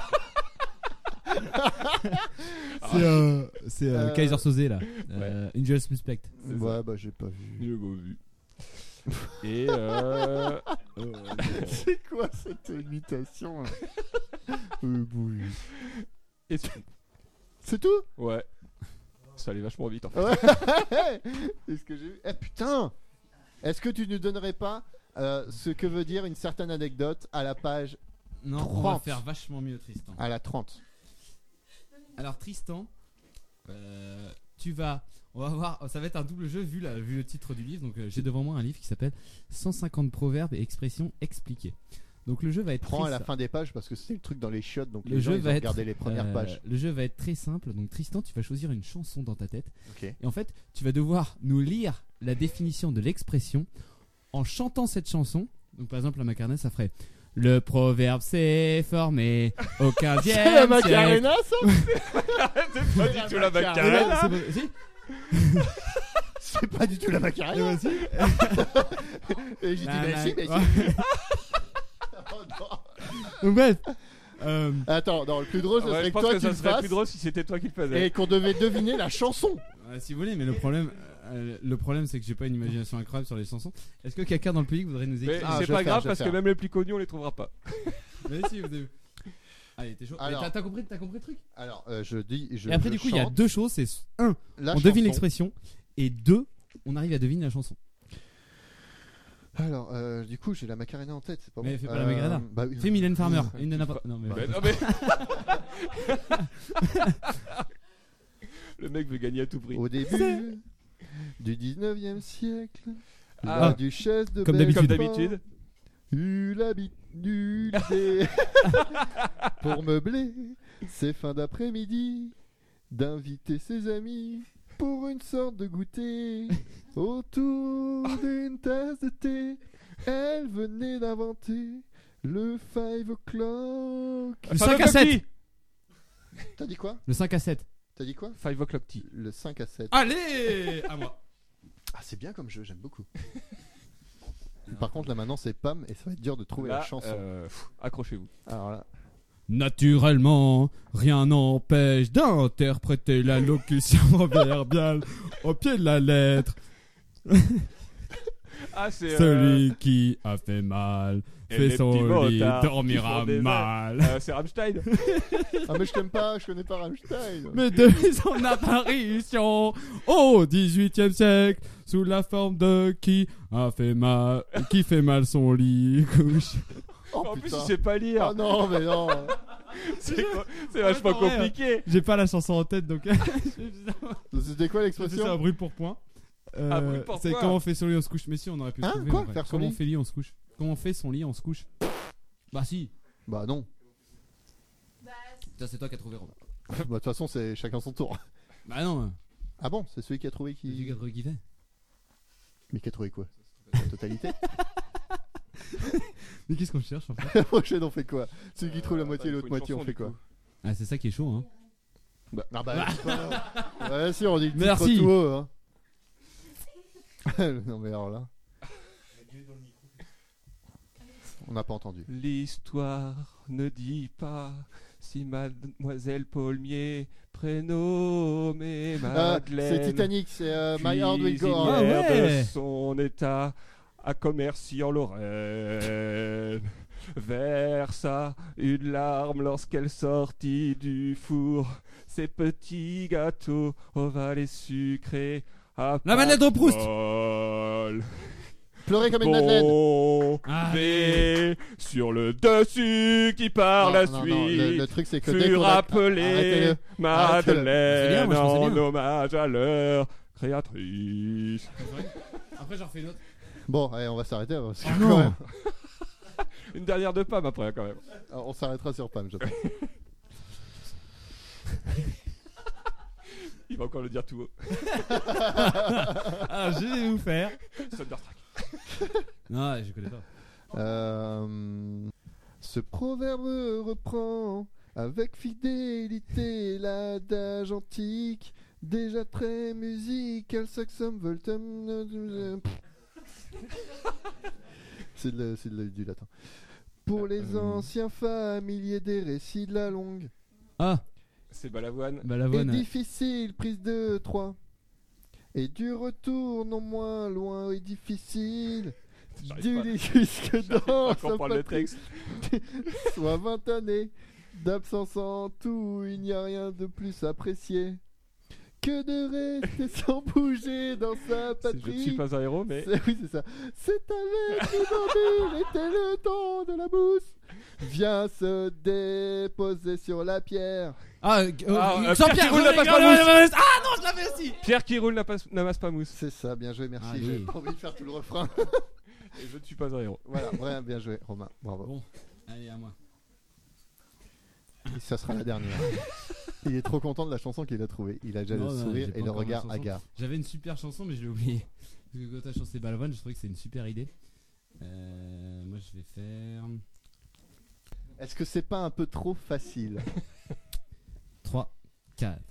c'est euh, c'est, euh,
Euh,
Kaiser Soze là. Euh, Usual Suspect.
Ouais, bah j'ai pas vu.
Et euh,
C'est quoi cette imitation là Euh, oui.
Et tu-
C'est tout
Ouais. Ça allait vachement vite en fait.
Ouais. Est-ce que j'ai eu Eh putain Est-ce que tu ne donnerais pas euh, ce que veut dire une certaine anecdote à la page
Non, on va
30.
faire vachement mieux, Tristan.
à la 30
Alors, Tristan, euh, tu vas. On va voir, ça va être un double jeu vu, la- vu le titre du livre. Donc, euh, j'ai devant moi un livre qui s'appelle 150 proverbes et expressions expliquées. Donc, le jeu va être.
Prends à
très
la
si-
fin des pages parce que c'est le truc dans les chiottes donc
Le
les
jeu
gens ils
va
ont
être,
regardé les premières
euh,
pages.
Le jeu va être très simple. Donc, Tristan, tu vas choisir une chanson dans ta tête.
Ok.
Et en fait, tu vas devoir nous lire la définition de l'expression en chantant cette chanson. Donc, par exemple, la Macarena, ça ferait Le proverbe s'est formé au 15e siècle.
ça
C'est pas du tout la
Mais
Macarena.
non, c'est pas- si, bah,
C'est pas du tout la Macarena Et j'ai dit
la
mais si, mais si.
Mac-
Oh, non.
Donc, bref. Euh,
Attends, non, le plus drôle ce
Ouais,
serait
je
que
pense
toi
que
tu
ça
le
serait
fasses
plus drôle si c'était toi qui le faisais.
et qu'on devait deviner la chanson.
euh, si vous voulez, mais le problème, euh, le problème, c'est que j'ai pas une imagination incroyable sur les chansons. Est-ce que quelqu'un dans le public voudrait nous
Mais
écrire
Ah, je
c'est pas
vais faire,
grave
je vais
parce que
faire.
même les plus connus on les trouvera pas.
Mais si, vous avez- Allez, t'es chaud. Mais
Alors.
t'as- T'as compris, t'as compris le truc
Alors euh, je dis je
Et après,
je
du coup, il y a
chante
deux choses. C'est un,
la
on devine
chanson.
l'expression, et deux, on arrive à deviner la chanson.
Alors, euh, du coup, j'ai la Macarena en tête, c'est pas
Mais
bon.
fais pas la Macarena.
bah oui.
Fais Mylène Farmer. Une de n'importe- Non, mais-
Mais Bah, non, mais- Le mec veut gagner à tout prix.
Au début du 19e siècle,
Ah.
la duchesse de
Comme
Comme
Belfort
d'habitude.
eut l'habitude des- pour meubler ses fins d'après-midi d'inviter ses amis pour une sorte de goûter autour d'une tasse de thé. Elle venait d'inventer le five o'clock.
Le 5 à 7
T'as dit quoi
Le 5 à 7
T'as dit quoi
Five o'clock tea.
Le 5 à 7.
Allez À moi
Ah, c'est bien comme jeu, j'aime beaucoup. Par contre, là maintenant, c'est Pam et ça va être dur de trouver la
Là,
chanson.
euh, pff, Accrochez-vous.
Alors là,
Naturellement, rien n'empêche d'interpréter la locution proverbiale au pied de la lettre.
Ah, c'est. euh,
Celui qui a fait mal
et
fait
les petits
son lit,
motards qui
dormira
font des
mal.
airs. Euh, c'est Rammstein.
Ah mais je t'aime pas, je connais pas Rammstein.
Mais de son apparition au XVIIIe siècle, sous la forme de qui a fait mal, qui fait mal son lit, couche.
Oh,
en plus,
putain.
il sait pas lire.
Ah non mais non.
c'est quoi- c'est
Ah,
vachement
Ouais, ouais.
compliqué.
J'ai pas la chanson en tête, donc
C'était quoi
c'est ça, un
l'expression
bruit pour point. Euh,
Un bruit pour
c'est
point.
comment on fait son lit, on se couche. Mais si, on aurait pu le
Hein
trouver.
Quoi
en vrai.
Faire son
comment on
lit
fait lit, on se couche. Comment on fait son lit, on se couche. Bah si.
Bah non.
Putain, c'est toi qui as trouvé Robin.
Bah de toute façon, c'est chacun son tour.
Bah non.
Ah bon, c'est celui qui a trouvé
C'est
qui
trouvé qui fait.
Mais qui a trouvé quoi La totalité.
Mais qu'est-ce qu'on cherche en fait
La prochaine on fait quoi Celui qui trouve la
Euh,
moitié
bah, il
et
faut
l'autre
une
moitié
chanson,
on fait
du
quoi
coup.
Ah, c'est ça qui est chaud, hein.
Ah bah euh, Ouais, si on dit le titre
Merci.
tout haut hein. Non mais alors là. On n'a pas entendu.
L'histoire ne dit pas si mademoiselle Paulmier prénommée
Ah,
Madeleine.
c'est Titanic, c'est euh, My Heart Will Go On.
Ah
cuisinière
ouais.
de son état à commercy en Lorraine. Versa une larme lorsqu'elle sortit du four. Ses petits gâteaux ovales et sucrés. à
La manette de Proust.
Paimpol.
Pleurer comme une Madeleine.
Bon,
Ah,
V sur le dessus qui par
Non,
la
non,
suite
non, le, le truc c'est que dès
fut
qu'on a-
rappelé
Arrêtez-le. Arrêtez-le.
C'est
Madeleine
bien, moi, je pensais
en
bien.
hommage à leur créatrice.
Après, j'en refais une autre.
Bon, allez, on va s'arrêter. parce que
Ah
quand
non.
même,
Une dernière de Pam après quand même.
alors, on s'arrêtera sur Pam, je pense.
Il va encore le dire tout haut.
Ah, je vais vous faire.
Thunderstruck.
Non, je connais pas.
Euh, ce proverbe reprend avec fidélité l'adage antique, déjà très musical, saxum, euh, voltum. C'est de la- c'est de la- du latin. Pour les
Euh,
anciens familiers des récits de la longue.
Ah,
C'est Balavoine.
bah
Et
l'avoine.
difficile, prise de 3. Et du retour non moins loin et difficile.
J'arrive
Du
pas.
disque
à
dans son
comprendre le texte.
Soit 20 années d'absence en tout, il n'y a rien de plus apprécié que de rester sans bouger dans sa
C'est- Je ne suis
patrie.
pas un héros, mais
C'est- Oui, c'est ça. C'est avec une ordure était le temps de la mousse. Viens se déposer sur la pierre.
Ah, euh,
Ah,
euh,
euh,
sans
Pierre
Pierre,
qui roule la passe
regarde,
par mousse.
regarde, regarde, Ah non, je l'avais aussi
Pierre qui roule n'amasse n'amasse pas mousse.
C'est ça, bien joué, merci.
Allez.
J'ai pas envie de faire tout le refrain.
Et je ne suis pas un héros.
voilà, vraiment bien joué, Romain. Bravo.
Allez, à moi.
Ça sera la dernière. Il est trop content de la chanson qu'il a trouvée. Il a déjà
Non,
le
non,
sourire
j'ai pas
et le
encore ma
regard
chanson.
hagard.
J'avais une super chanson, mais je l'ai oubliée. Parce que quand t'as chanté Balavoine, je trouvais que c'est une super idée. Euh, moi, je vais faire.
Est-ce que c'est pas un peu trop facile
3, 4.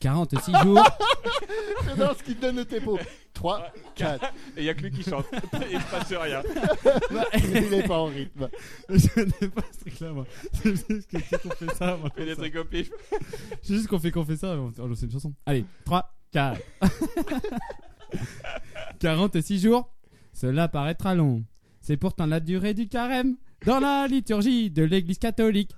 46 jours.
J'adore ce qu'il donne le tempo. 3, 4.
Et il n'y a que lui qui chante. Il se passe rien.
Il est pas en rythme.
je connais pas ce truc-là, moi. C'est juste que quand on fait ça, moi.
Il fait des trucs au pif.
C'est juste qu'on fait qu'on fait ça, on, on lance une chanson. Allez, 3, 4. 46 jours, cela paraîtra long. C'est pourtant la durée du carême dans la liturgie de l'église catholique.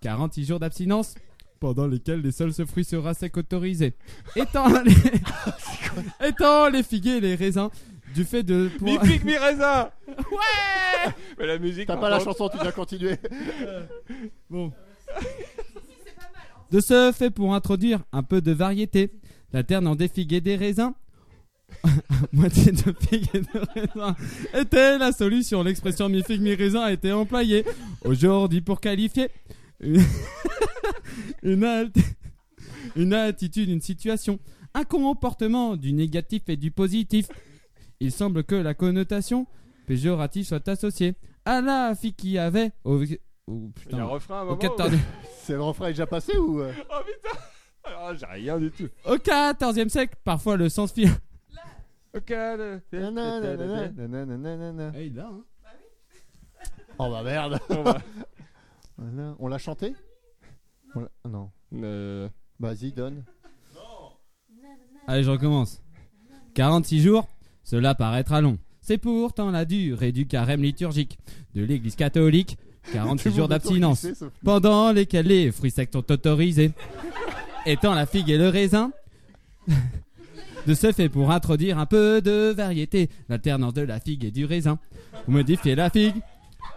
46 jours d'abstinence pendant lesquels les seuls ce fruit sera sec autorisé. Étant les, étant les figuiers et les raisins du fait de pour-
Mi pique, mi raisin Ouais Mais la musique.
T'as
par
pas la
contre,
chanson, tu dois continuer.
Bon. De ce fait, pour introduire un peu de variété, la terre n'en défiguait des raisins. Moitié de figue et de raisin était la solution. L'expression mi figue mi raisin a été employée aujourd'hui pour qualifier une, une, alt- une attitude, une situation, un comportement du négatif et du positif. Il semble que la connotation péjorative soit associée à la fille qui avait au- au-
Il y a un
putain,
refrain à un
au
moment.
quatorze-
C'est le refrain est déjà passé ou euh,
où- Oh putain Alors j'ai rien du tout.
Au 14e siècle, parfois le sens fil.
Ok. le-
nananana, nananana.
il là, hein.
Oh bah merde.
On va-
Voilà. On l'a chanté On l'a- Non.
Euh,
Vas-y, donne.
Allez, je recommence. 46 jours, cela paraîtra long. C'est pourtant la durée du carême liturgique de l'église catholique. 46 jours d'abstinence, pendant lesquels les fruits secs sont autorisés. Étant la figue et le raisin. De ce fait, pour introduire un peu de variété, l'alternance de la figue et du raisin. Vous modifiez la figue,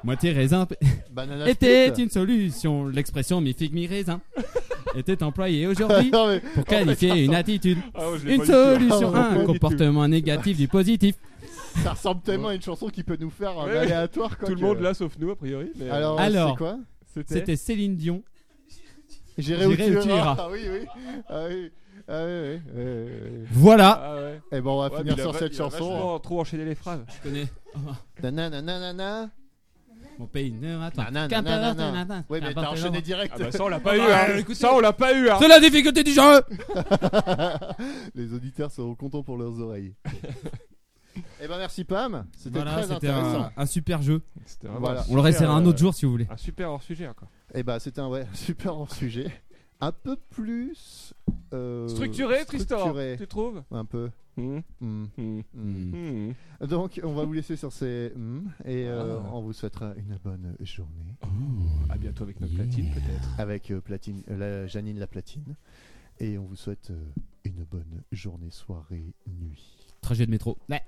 moitié raisin,
Banana
était
split.
une solution. L'expression mi figue mi raisin était employée aujourd'hui
Non, mais
pour qualifier une attitude,
Ah, ouais, je l'ai
une
pas du tout.
hein.
solution,
Ah,
à
pas
un
du
comportement négatif du positif.
ça ressemble tellement à une chanson qui peut nous faire un
Ouais, ouais.
aléatoire. quoi,
Tout le
que-
monde là sauf nous a priori. Mais euh,
Alors,
Alors.
c'est quoi
C'était Céline Dion.
J'irai où
J'irai
tu
où tu
iras.
iras.
Ah oui, oui. Ah oui. Ah oui, oui, oui, oui, oui.
Voilà.
Ah ouais.
Eh ben, on va
Ouais,
finir
mais il a
sur
va-
cette
il a
chanson.
vachement trop enchaîné les phrases.
Je connais.
Nananana.
Mon pays ne
Non, non,
rattend.
non,
Qu'importe
non, non.
le matin,
Oui, mais
qu'importe
t'as
le
enchaîné
moment.
direct.
Ah bah ça on l'a pas eu hein. Ça on l'a pas eu hein.
C'est la difficulté du jeu.
Les auditeurs seront contents pour leurs oreilles. eh ben merci Pam, c'était
Voilà,
très
c'était un,
intéressant.
un super jeu.
C'était vraiment
Voilà.
un
On le
super,
restera un autre
euh,
jour si vous voulez.
Un super hors sujet quoi.
Eh ben c'était un ouais, super hors sujet. Un peu plus euh,
Structuré Tristan.
structuré,
Tu trouves
un peu.
Hmm,
Hmm,
hmm,
hmm.
hmm.
Donc on va vous laisser sur ces hmm, et euh, on vous souhaitera une bonne journée
À bientôt avec notre platine peut-être.
avec euh, Platine, euh, la- Janine la platine et on vous souhaite euh, une bonne journée, soirée, nuit.
Trajet de métro. Ouais.